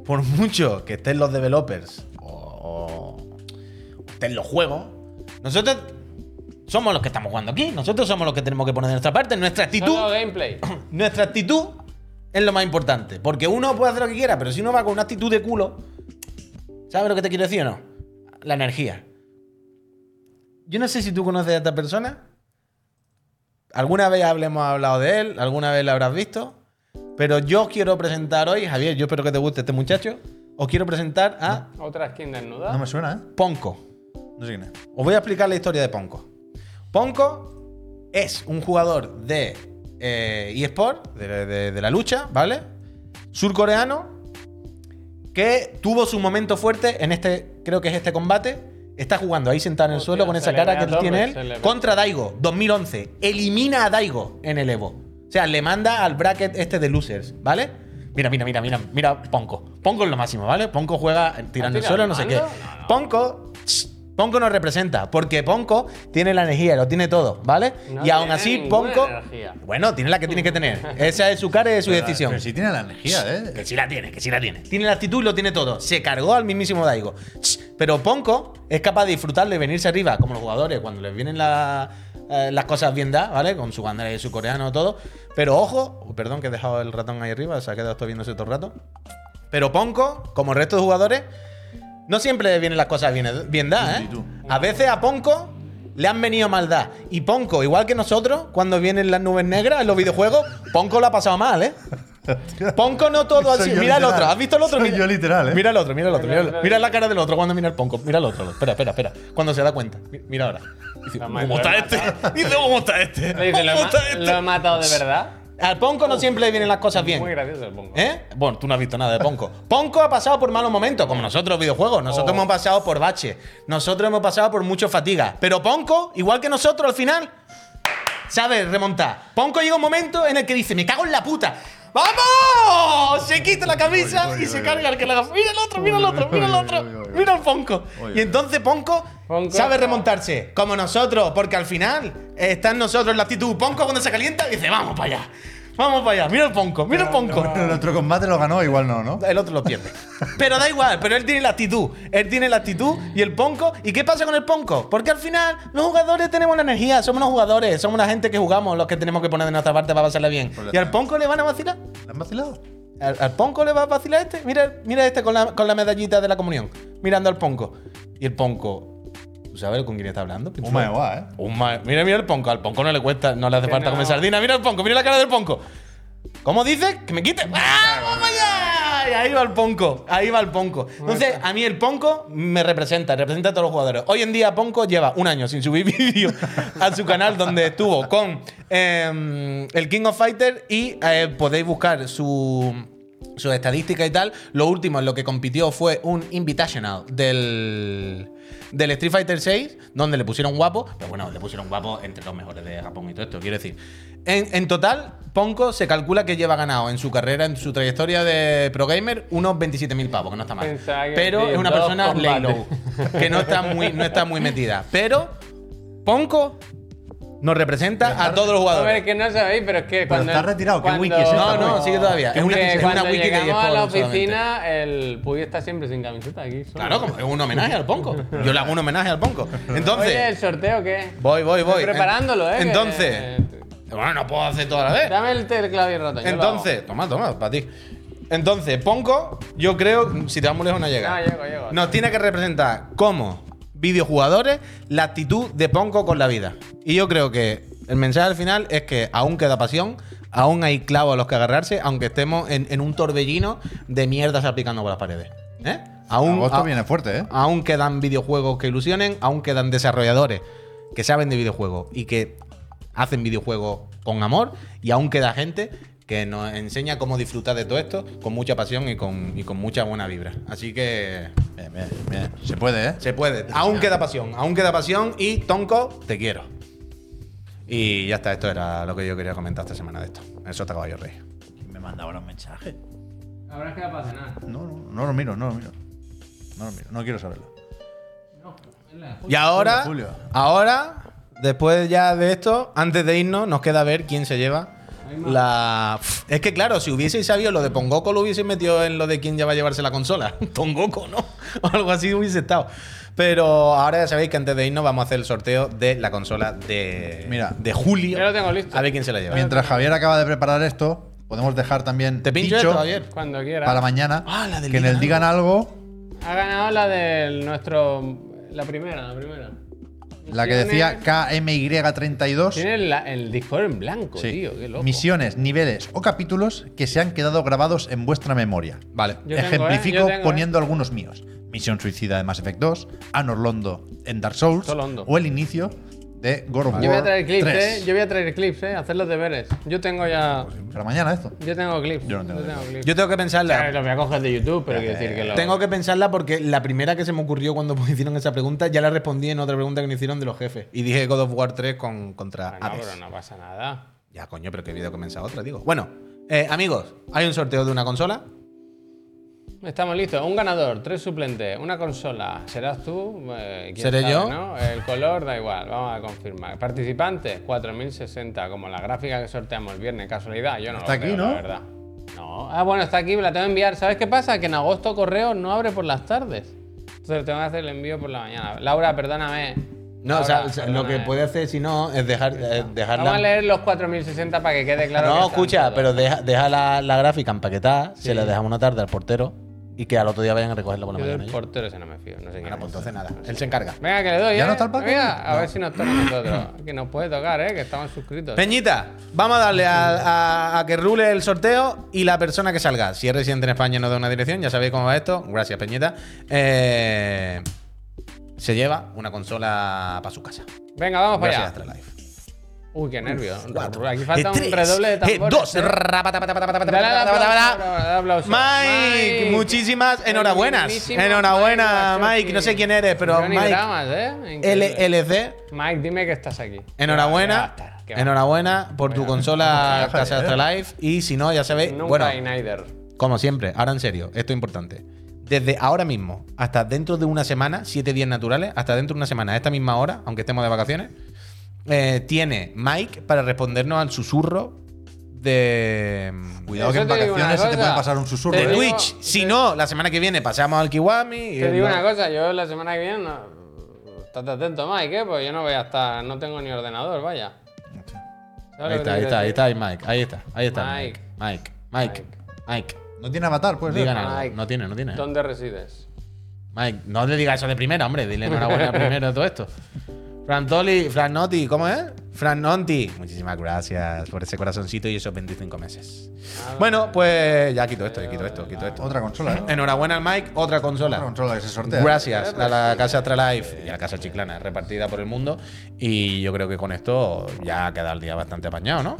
E: por mucho que estén los developers o, o estén los juegos, nosotros somos los que estamos jugando aquí. Nosotros somos los que tenemos que poner de nuestra parte. Nuestra actitud,
B: Solo gameplay.
E: nuestra actitud es lo más importante. Porque uno puede hacer lo que quiera, pero si uno va con una actitud de culo, ¿sabes lo que te quiero decir o no? La energía. Yo no sé si tú conoces a esta persona. Alguna vez hablemos hablado de él, alguna vez lo habrás visto. Pero yo os quiero presentar hoy, Javier, yo espero que te guste este muchacho. Os quiero presentar a
B: Otra skin desnuda.
D: No me suena, ¿eh?
E: Ponco.
D: No sé quién es.
E: Os voy a explicar la historia de Ponco. Ponco es un jugador de eh, eSport, de, de- de la lucha, ¿vale? Surcoreano, que tuvo su momento fuerte en este, creo que es este combate. Está jugando ahí sentado en el
B: Hostia,
E: suelo con
B: se
E: esa
B: le
E: cara
B: ve
E: que
B: a tope,
E: tiene
B: se le
E: él
B: ve.
E: contra Daigo 2011. Elimina a Daigo en el Evo. O sea, le manda al bracket este de losers, ¿vale? Mira, mira, mira, mira, mira Ponco. Ponco es lo máximo, ¿vale? Ponco juega tirando el
B: tirado
E: suelo,
B: el
E: no sé qué.
B: mando? No, no.
E: Ponco, Ponco nos representa, porque Ponco tiene la energía, lo tiene todo, ¿vale?
B: No
E: y aún
B: tiene
E: así,
B: ninguna
E: Ponco.
B: energía.
E: Bueno, tiene la que tiene que tener. Esa es su cara y es su
D: Pero-
E: decisión.
D: Pero sí tiene la energía,
E: Que
D: ¿eh?
E: sí la tiene, que sí la tiene. Tiene la actitud y lo tiene todo. Se cargó al mismísimo Daigo. Pero Ponco es capaz de disfrutarlo y venirse arriba, como los jugadores, cuando les vienen la- eh, las cosas bien dadas, ¿vale? Con su bandera y su coreano, todo. Pero ojo, uy, perdón que he dejado el ratón ahí arriba, se ha quedado esto viéndose todo el rato. Pero Ponco, como el resto de jugadores, no siempre vienen las cosas bien, bien dadas, ¿eh? A veces a Ponco le han venido maldad. Y Ponco, igual que nosotros, cuando vienen las nubes negras en los videojuegos, Ponco lo ha pasado mal, ¿eh? Ponco no todo
D: Soy
E: así.
D: yo
E: Mira el
D: literal.
E: otro, ¿has visto el otro?
D: Soy
E: mira,
D: yo literal, ¿eh?
E: Mira el otro, mira el otro. Mira, el- mira la cara del otro cuando mira el Ponco. Mira el otro. Espera, espera, espera. Cuando se da cuenta. Mi- Mira ahora. Dice,
B: Lo
E: ¿Cómo está este? Dice, ¿cómo está este?
B: Le dice, ¿lo, he
E: ¿Cómo
B: ma-
E: está
B: lo he
E: este?
B: matado de verdad.
E: Al Ponco no siempre le vienen las cosas bien.
B: Muy gracioso el pongo.
E: ¿Eh? Bueno, tú no has visto nada de Ponco. Ponco ha pasado por malos momentos, como nosotros los videojuegos. Nosotros
B: Oh.
E: hemos pasado por bache. Nosotros hemos pasado por muchas fatigas. Pero Ponco, igual que nosotros, al final, sabe remontar. Ponco llega un momento en el que dice, me cago en la puta. ¡Vamos! Se quita la camisa
D: Oy, oy,
E: y
D: oy,
E: se
D: oy.
E: carga el que la Mira el otro, mira el otro, mira el
D: oy,
E: otro.
D: oy, oy, oy.
E: Mira el Ponco.
D: Oy,
E: Y
D: oy.
E: entonces Ponco
B: Ponco.
E: sabe remontarse, como nosotros, porque al final está en nosotros la actitud. Ponco cuando se calienta dice, vamos para allá. Vamos para allá, mira el Ponco, mira el Ponco.
D: Bueno, el otro combate lo ganó, igual no, ¿no?
E: El otro lo pierde. Pero da igual, pero él tiene la actitud. Él tiene la actitud y el ponco. ¿Y qué pasa con el ponco? Porque al final los jugadores tenemos la energía, somos los jugadores, somos la gente que jugamos, los que tenemos que poner de nuestra parte para pasarla bien.
D: Pues ya
E: ¿Y al
D: está.
E: ponco le van a vacilar?
D: ¿La han vacilado?
E: ¿Al, al ponco le va a vacilar este? Mira, mira este con la, con la medallita de la comunión, mirando al ponco. Y el ponco... ¿Tú sabes con quién está hablando?
D: Un maeguá, ¿eh?
E: Un ma- Mira, mira el ponco. Al ponco no le cuesta, no le hace
B: Que
E: falta
B: no.
E: comer sardina. Mira el ponco, mira la cara del ponco. ¿Cómo dices? Que me quite. ¡Ah, vamos allá! Y ahí va el ponco, ahí va el ponco. Entonces, a mí el ponco me representa, representa a todos los jugadores. Hoy en día Ponco lleva un año sin subir vídeo a su canal donde estuvo con eh, el King of Fighter y eh, podéis buscar su sus estadísticas y tal. Lo último en lo que compitió fue un Invitational del, del Street Fighter 6, donde le pusieron guapo, pero bueno, le pusieron guapo entre los mejores de Japón y todo esto, quiero decir. En, en total, Ponko se calcula que lleva ganado en su carrera, en su trayectoria de pro gamer, unos 27.000 pavos, que no está mal.
B: Pensaba que
E: Pero
B: decía,
E: es una
B: dos
E: persona lay
B: combates.
E: low, que no está muy, no está muy metida. Pero Ponko nos representa a todos los
B: A
E: jugadores.
B: ver, que no sabéis, pero es que cuando.
D: está retirado, ¿qué wiki es esta,
E: No, no, sigue todavía. Es este, una-
B: Que
E: es una
B: cuando
E: wiki de
B: llegamos a la
E: eSport solamente.
B: oficina, el Puy está siempre sin camiseta aquí. solo.
E: Claro, como es un homenaje al Ponco. Yo le hago un homenaje al Ponco.
B: Oye, ¿el
E: Entonces,
B: sorteo qué?
E: voy, voy, voy.
B: Estoy preparándolo, ¿eh? que-
E: Entonces, bueno, no puedo hacer toda la vez.
B: Dame el teclado y el ratón. yo lo
E: Entonces, toma, toma, para ti. Entonces, Ponco, yo creo, si te vas muy lejos no llega.
B: No, llego, llego.
E: Nos tiene que representar como videojugadores la actitud de Ponco con la vida. Y yo creo que el mensaje al final es que aún queda pasión, aún hay clavos a los que agarrarse, aunque estemos en, en un torbellino de mierda salpicando por las paredes. ¿Eh? Aún,
D: Agosto
E: a-
D: viene fuerte, ¿eh?
E: Aún quedan videojuegos que ilusionen, aún quedan desarrolladores que saben de videojuegos y que hacen videojuegos con amor, y aún queda gente que nos enseña cómo disfrutar de todo esto con mucha pasión y con, y con mucha buena vibra. Así que
D: Bien, bien, bien. Se puede, ¿eh?
E: se puede. Aún queda pasión, aún queda pasión y Tonko, te quiero. Y ya está, esto era lo que yo quería comentar esta semana de esto. Eso está caballo rey.
D: Me manda ahora un mensaje.
B: hago. Habrá quedado para cenar.
D: No, no, no lo miro, no lo miro. No lo miro, no quiero saberlo.
E: Y ahora,
D: Julio, Julio.
E: ahora, después ya de esto, antes de irnos, nos queda ver quién se lleva la. Pff, Es que claro, si hubieseis sabido lo de Pongoko, lo hubieseis metido en lo de quién ya va a llevarse la consola. Pongoko, ¿no? O algo así hubiese estado. Pero ahora ya sabéis que antes de irnos vamos a hacer el sorteo de la consola de,
D: Mira.
E: de julio.
B: Ya lo tengo listo.
E: A ver quién se la lleva.
D: Mientras Javier acaba de preparar esto, podemos dejar también
E: Te pincho
D: dicho
E: esto, Javier.
B: Cuando quiera.
D: para mañana
E: Ah, la del
D: que en el
E: Digan
D: digan algo,
B: Ha ganado la del nuestro. La primera, la primera.
D: la que decía
B: Tiene-
D: KMY32.
B: Tiene la- el Discord en blanco, tío. Qué loco.
D: Misiones, niveles o capítulos que se han quedado grabados en vuestra memoria.
E: Vale.
B: Yo tengo,
D: Ejemplifico
B: ¿eh? Yo tengo, ¿eh?
D: poniendo algunos míos. Misión Suicida de Mass Effect 2, Anor Londo en Dark Souls
B: Solo Londo.
D: o el inicio de God of
B: Yo voy a
D: War
B: traer clips,
D: 3.
B: eh. Yo voy a traer clips, eh. Hacer los deberes. Yo tengo ya.
D: Para mañana esto.
B: Yo tengo clips.
D: Yo no tengo clips.
B: clips.
E: Yo tengo que
B: O sea,
E: pensarla.
B: Los voy a coger de YouTube, pero quiero decir que lo.
E: Tengo que pensarla porque la primera que se me ocurrió cuando me hicieron esa pregunta ya la respondí en otra pregunta que me hicieron de los jefes. Y dije God of War 3 con, contra
B: Ah, no,
E: Hades.
B: pero no pasa nada.
E: Ya, coño, pero que había comenzado otra, digo. Bueno, eh, amigos, hay un sorteo de una consola.
B: Estamos listos. Un ganador, tres suplentes, una consola. ¿Serás tú? Eh, quién
E: ¿Seré
B: sabe,
E: yo?
B: ¿no? El color da igual, vamos a confirmar. Participantes, 4060, como la gráfica que sorteamos el viernes. Casualidad, yo no
D: Está
B: lo
D: aquí,
B: veo,
D: ¿no?
B: la verdad. No. Ah, bueno, está aquí, me la tengo que enviar. ¿Sabes qué pasa? Que en agosto correo no abre por las tardes. Entonces tengo que hacer el envío por la mañana. Laura, perdóname.
E: No, o sea,
B: Ahora,
E: o sea,
B: perdona,
E: lo que
B: eh.
E: puede hacer si no es dejar, eh, dejarla.
B: Vamos a leer los 4060 para que quede claro. que
E: no,
B: están
E: escucha,
B: todos.
E: pero deja, deja la, la gráfica empaquetada, se la dejamos una tarde al portero y que al otro día vayan a recogerla por la
B: Yo del
E: mañana. ellos.
B: portero ese no me fío, no sé quién
A: Bueno, pues
B: es.
A: entonces nada. Él se encarga.
B: Venga, que le doy,
D: ¿Ya
B: ¿eh?
D: no está el Paco?
B: Venga, a ver si nos toca a nosotros. que nos puede tocar, ¿eh? Que estamos suscritos.
A: Peñita, vamos a darle a, a- a que rule el sorteo y la persona que salga. Si es residente en España y nos da una dirección, ya sabéis cómo va esto. Gracias, Peñita. Eh, se lleva una consola para su casa.
B: Venga, vamos para
A: Gracias,
B: allá.
A: Astralife.
B: Uy, qué nervio.
A: Cuatro,
B: Aquí falta
A: eh,
B: un
A: tres,
B: redoble de
A: eh,
B: tambores.
A: Dos.
B: ¿eh? Dale al aplauso, dale al aplauso.
A: Mike,
B: Mike,
A: muchísimas enhorabuenas.
B: buenísimo,
A: Enhorabuena,
B: Mike,
A: Mike. No sé
B: Wachowski.
A: quién eres, pero
B: Johnny
A: Mike
B: Dramas, ¿eh? Increíble.
A: LLC.
B: Mike, dime que estás aquí.
A: Enhorabuena.
B: Qué va, qué va, qué va.
A: Enhorabuena por tu
B: Venga.
A: consola
D: Venga,
A: Casa
D: joder.
A: Astralife. Y si no, ya sabéis.
B: ¿eh? Nunca
A: Bueno,
B: hay Nider.
A: como siempre, ahora en serio, esto es importante. Desde ahora mismo hasta dentro de una semana, siete días naturales, hasta dentro de una semana, a esta misma hora, aunque estemos de vacaciones, eh, tiene Mike para respondernos al susurro de,
D: Cuidado que en
B: Eso te digo una
D: vacaciones se te
B: cosa.
D: puede pasar un susurro.
A: de
B: Te
D: ¿eh?
B: digo-
A: Twitch. Si no, la semana que viene pasamos al Kiwami. y-
B: Te digo una cosa, yo la semana que viene. No, estate atento, Mike, ¿eh? Pues yo no voy a estar. No tengo ni ordenador, vaya.
A: Ahí
B: ¿Sabes lo que
A: está,
B: te
A: ahí está,
B: quiero
A: ahí
B: decir?
A: está, ahí Mike. Ahí está, ahí está.
B: Mike.
A: Mike, Mike, Mike, Mike.
D: No tiene avatar, pues.
A: Digan algo.
B: Mike.
A: No tiene, no tiene.
B: ¿Dónde resides?
A: Mike, no le digas eso de primera, hombre. Dile enhorabuena primero de todo esto. Fran Toli, Fran Notti, ¿cómo es? Fran Nonti. Muchísimas gracias por ese corazoncito y esos 25 meses. Bueno, pues ya quito esto, quito esto, quito esto.
D: Otra consola, ¿no?
A: Enhorabuena al Mike, otra consola.
D: Otra consola que se sortea.
A: Gracias a la Casa Astralife y a la Casa Chiclana, repartida por el mundo. Y yo creo que con esto ya ha quedado el día bastante apañado, ¿no?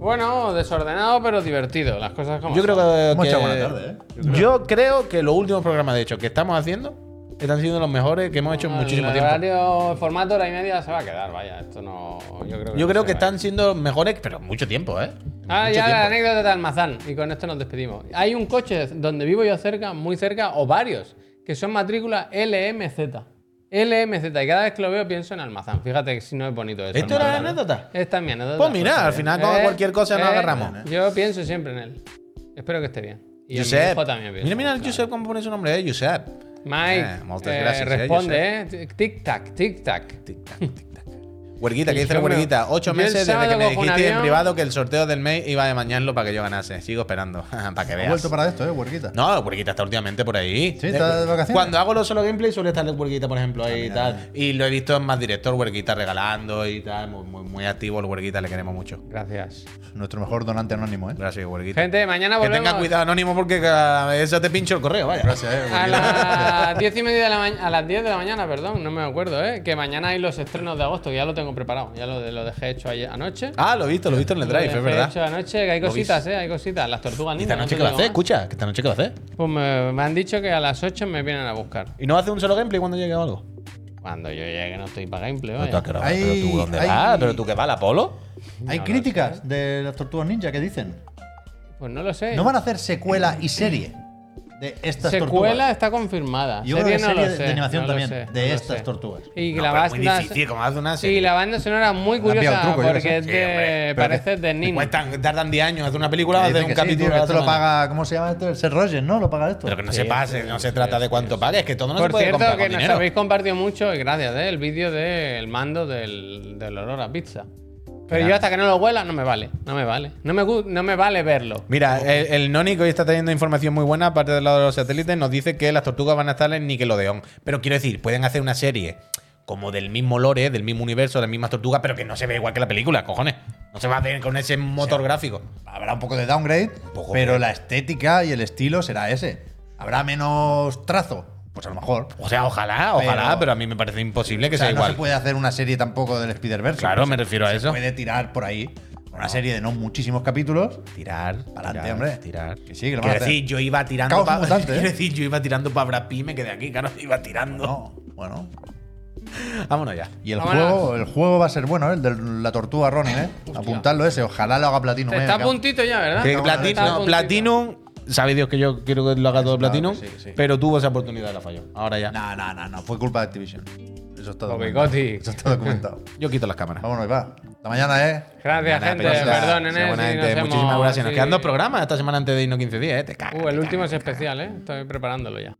B: Bueno, desordenado pero divertido, las cosas como
A: Yo creo
B: son.
A: que.
D: Hemos
A: que-
D: echado buena tarde, ¿eh?
A: Yo creo que los últimos programas, de hecho, que estamos haciendo, están siendo los mejores que hemos hecho en
B: No,
A: muchísimo
B: el
A: tiempo.
B: horario, formato hora y media se va a quedar, vaya, esto no... Yo creo que,
A: Yo
B: no
A: creo
B: se
A: que
B: va
A: están siendo los mejores, pero mucho tiempo, ¿eh?
B: Ah,
A: Mucho
B: ya la
A: tiempo.
B: anécdota de Almazán, y con esto nos despedimos. Hay un coche donde vivo yo cerca, muy cerca, o varios, que son matrícula LMZ. LMZ, y cada vez que lo veo pienso en Almazán. Fíjate que si no es bonito eso.
A: ¿Esto era la
B: Almazán, ¿eh?
A: anécdota?
B: Esta es mi anécdota.
A: Pues mira,
B: está
A: al
B: bien.
A: final como cualquier cosa nos agarramos.
B: Yo pienso siempre en él. Espero que esté bien. Y en mi
A: Josep.
B: hijo también pienso,
A: Mira, mira, el
B: claro.
A: Josep, cómo pone su nombre, ¿eh? Josep.
B: Mike,
A: Eh, moltes
B: eh,
A: gràcies, eh,
B: responde, eh. Tic-tac, tic-tac.
A: Tic-tac, tic-tac. Huerguita, ¿qué
B: Y
A: dice
B: yo
A: la
B: me-
A: huerguita? Ocho
B: yo el
A: meses desde que
B: sábado
A: me
B: cojo un
A: dijiste en
B: avión.
A: privado que el sorteo del mes iba de mañana para que yo ganase. Sigo esperando, para que
D: Ha
A: veas.
D: vuelto para esto, ¿eh? Huerquita.
A: No, el Burguita está últimamente por ahí. Eh,
D: Sí, está de vacaciones.
A: Cuando hago los solo gameplay suele estar el Burguita, por ejemplo, ahí y tal. Y lo he visto en más director, Burguita regalando y tal. Muy, muy, muy activo el Burguita, le queremos mucho.
B: Gracias.
D: Nuestro mejor donante anónimo, ¿eh?
A: Gracias, Burguita.
B: Gente, mañana
A: que
B: volvemos.
A: tenga cuidado, Anónimo, porque cada vez se te pincho el correo, vaya.
D: Gracias, ¿eh?
B: A
D: Huerguita.
B: las 10 y media de la mañana, a las 10 de la mañana, perdón, no me acuerdo, ¿eh? Que mañana hay los estrenos de agosto, que ya lo tengo preparado, ya lo, lo dejé hecho ayer anoche.
A: Ah, lo he visto, lo he visto en el
B: Lo
A: drive,
B: dejé
A: es
B: hecho
A: verdad.
B: anoche, que hay
A: Lo
B: cositas, ¿eh? Hay cositas, las tortugas
A: ¿Y
B: ninja.
A: esta
B: no
A: noche
B: te
A: qué va a
B: digo
A: hacer?
B: más.
A: Escucha, que esta noche qué va a hacer.
B: Pues me, me han dicho que a las 8 me vienen a buscar.
A: ¿Y no hace un solo gameplay cuando llegue o algo?
B: Cuando yo llegue no estoy para gameplay,
A: No,
B: vaya.
A: tú has quedado-
D: Hay-
A: ¿Pero tú dónde
D: hay-
A: vas? ¿Pero tú qué vas, la Polo?
D: Hay críticas de las tortugas ninja que dicen.
B: Pues no lo sé.
D: No van a hacer secuela y serie de estas
B: Secuela
D: tortugas.
B: está confirmada.
D: Yo
B: serie
D: creo que
B: no
D: serie
B: lo
D: de-
B: sé,
D: de animación
B: no lo
D: también,
B: sé,
D: de
B: no lo
D: estas
B: sé.
D: tortugas.
B: Y
A: No,
B: la
A: pero es muy
B: banda-
A: difícil, como hace una serie.
B: Y la banda sonora es muy
D: Le han pillado
B: curiosa
D: el truco, yo qué
B: porque
D: sé.
B: es
A: Sí,
B: de,
A: hombre, pero
B: parece de Nim.
A: Cuestan, tardan 10 años hacer una película,
D: Que
A: hacer
D: dicen
A: un
D: que sí,
A: capítulo.
D: tío, que
A: a la
D: esto lo
A: semana.
D: paga, ¿cómo se llama esto? El Ser Rogers, ¿no? Lo paga esto.
A: Pero que no
B: Sí,
A: se pase,
B: sí,
A: no
B: sí,
A: se trata de
B: sí,
A: cuánto
B: sí.
A: pagues, que todo no se
B: Por
A: puede
B: cierto,
A: comprar
B: que
A: con
B: nos
A: dinero.
B: habéis compartido mucho, y gracias, ¿eh? el vídeo del mando del, del olor a pizza. Pero yo hasta que no lo huela, no me vale, no me vale. No me, gu- no me vale verlo.
A: Mira, el, el Noni que hoy está teniendo información muy buena, aparte del lado de los satélites, nos dice que las tortugas van a estar en Nickelodeon. Pero quiero decir, pueden hacer una serie como del mismo lore, del mismo universo, de las mismas tortugas, pero que no se ve igual que la película, cojones. No se va a hacer con ese motor gráfico.
D: Habrá un poco de downgrade,
A: poco,
D: pero
A: pero-
D: la estética y el estilo será ese. Habrá menos trazo, pues a lo mejor.
A: O sea, ojalá, ojalá, pero,
D: Pero-
A: a mí me parece imposible que
D: O sea,
A: sea,
D: no
A: igual.
D: se puede hacer una serie tampoco del Spider-Verse.
A: claro,
D: Se-
A: me refiero a
D: se
A: eso.
D: puede tirar por ahí una serie de no muchísimos capítulos.
A: Tirar.
D: Pa'lante,
A: tirar,
D: hombre.
A: Tirar.
D: Que sí, que lo van a
A: Quiero
D: hacer.
A: decir, yo iba tirando
D: Caos
A: para.
D: mutante, ¿eh?
A: Quiero decir, yo iba tirando para Brad Pitt y me quedé aquí, claro, iba tirando.
D: No, bueno.
A: Vámonos ya.
D: Y el
B: Vámonos.
D: juego, el juego va a ser bueno, ¿eh? el de la tortuga Ronin, ¿eh? Apuntarlo ese, ojalá lo haga Platino.
B: Te está a puntito ya, ¿verdad?
A: Que
B: Te
A: Platin-
B: está a
A: no,
B: puntito.
A: Platinum. Sabe Dios que yo quiero que lo haga todo
D: Claro que
A: Platinum,
D: sí, que sí.
A: pero tuvo esa oportunidad y la falló. Ahora ya.
D: No, no, no, no, fue culpa de Activision. Eso está
B: Los
D: documentado.
B: bigotis.
D: Eso está documentado.
A: Yo quito las cámaras.
D: Vámonos, va. Hasta mañana, ¿eh?
B: Gracias,
A: Buena
B: gente.
A: pelota,
B: Perdón, en
A: sea buena gente, Muchísimas gracias. Nos quedan dos programas esta semana antes de irnos 15 días, ¿eh? Te cago.
B: Uh, el último es especial, ¿eh? Estoy preparándolo ya.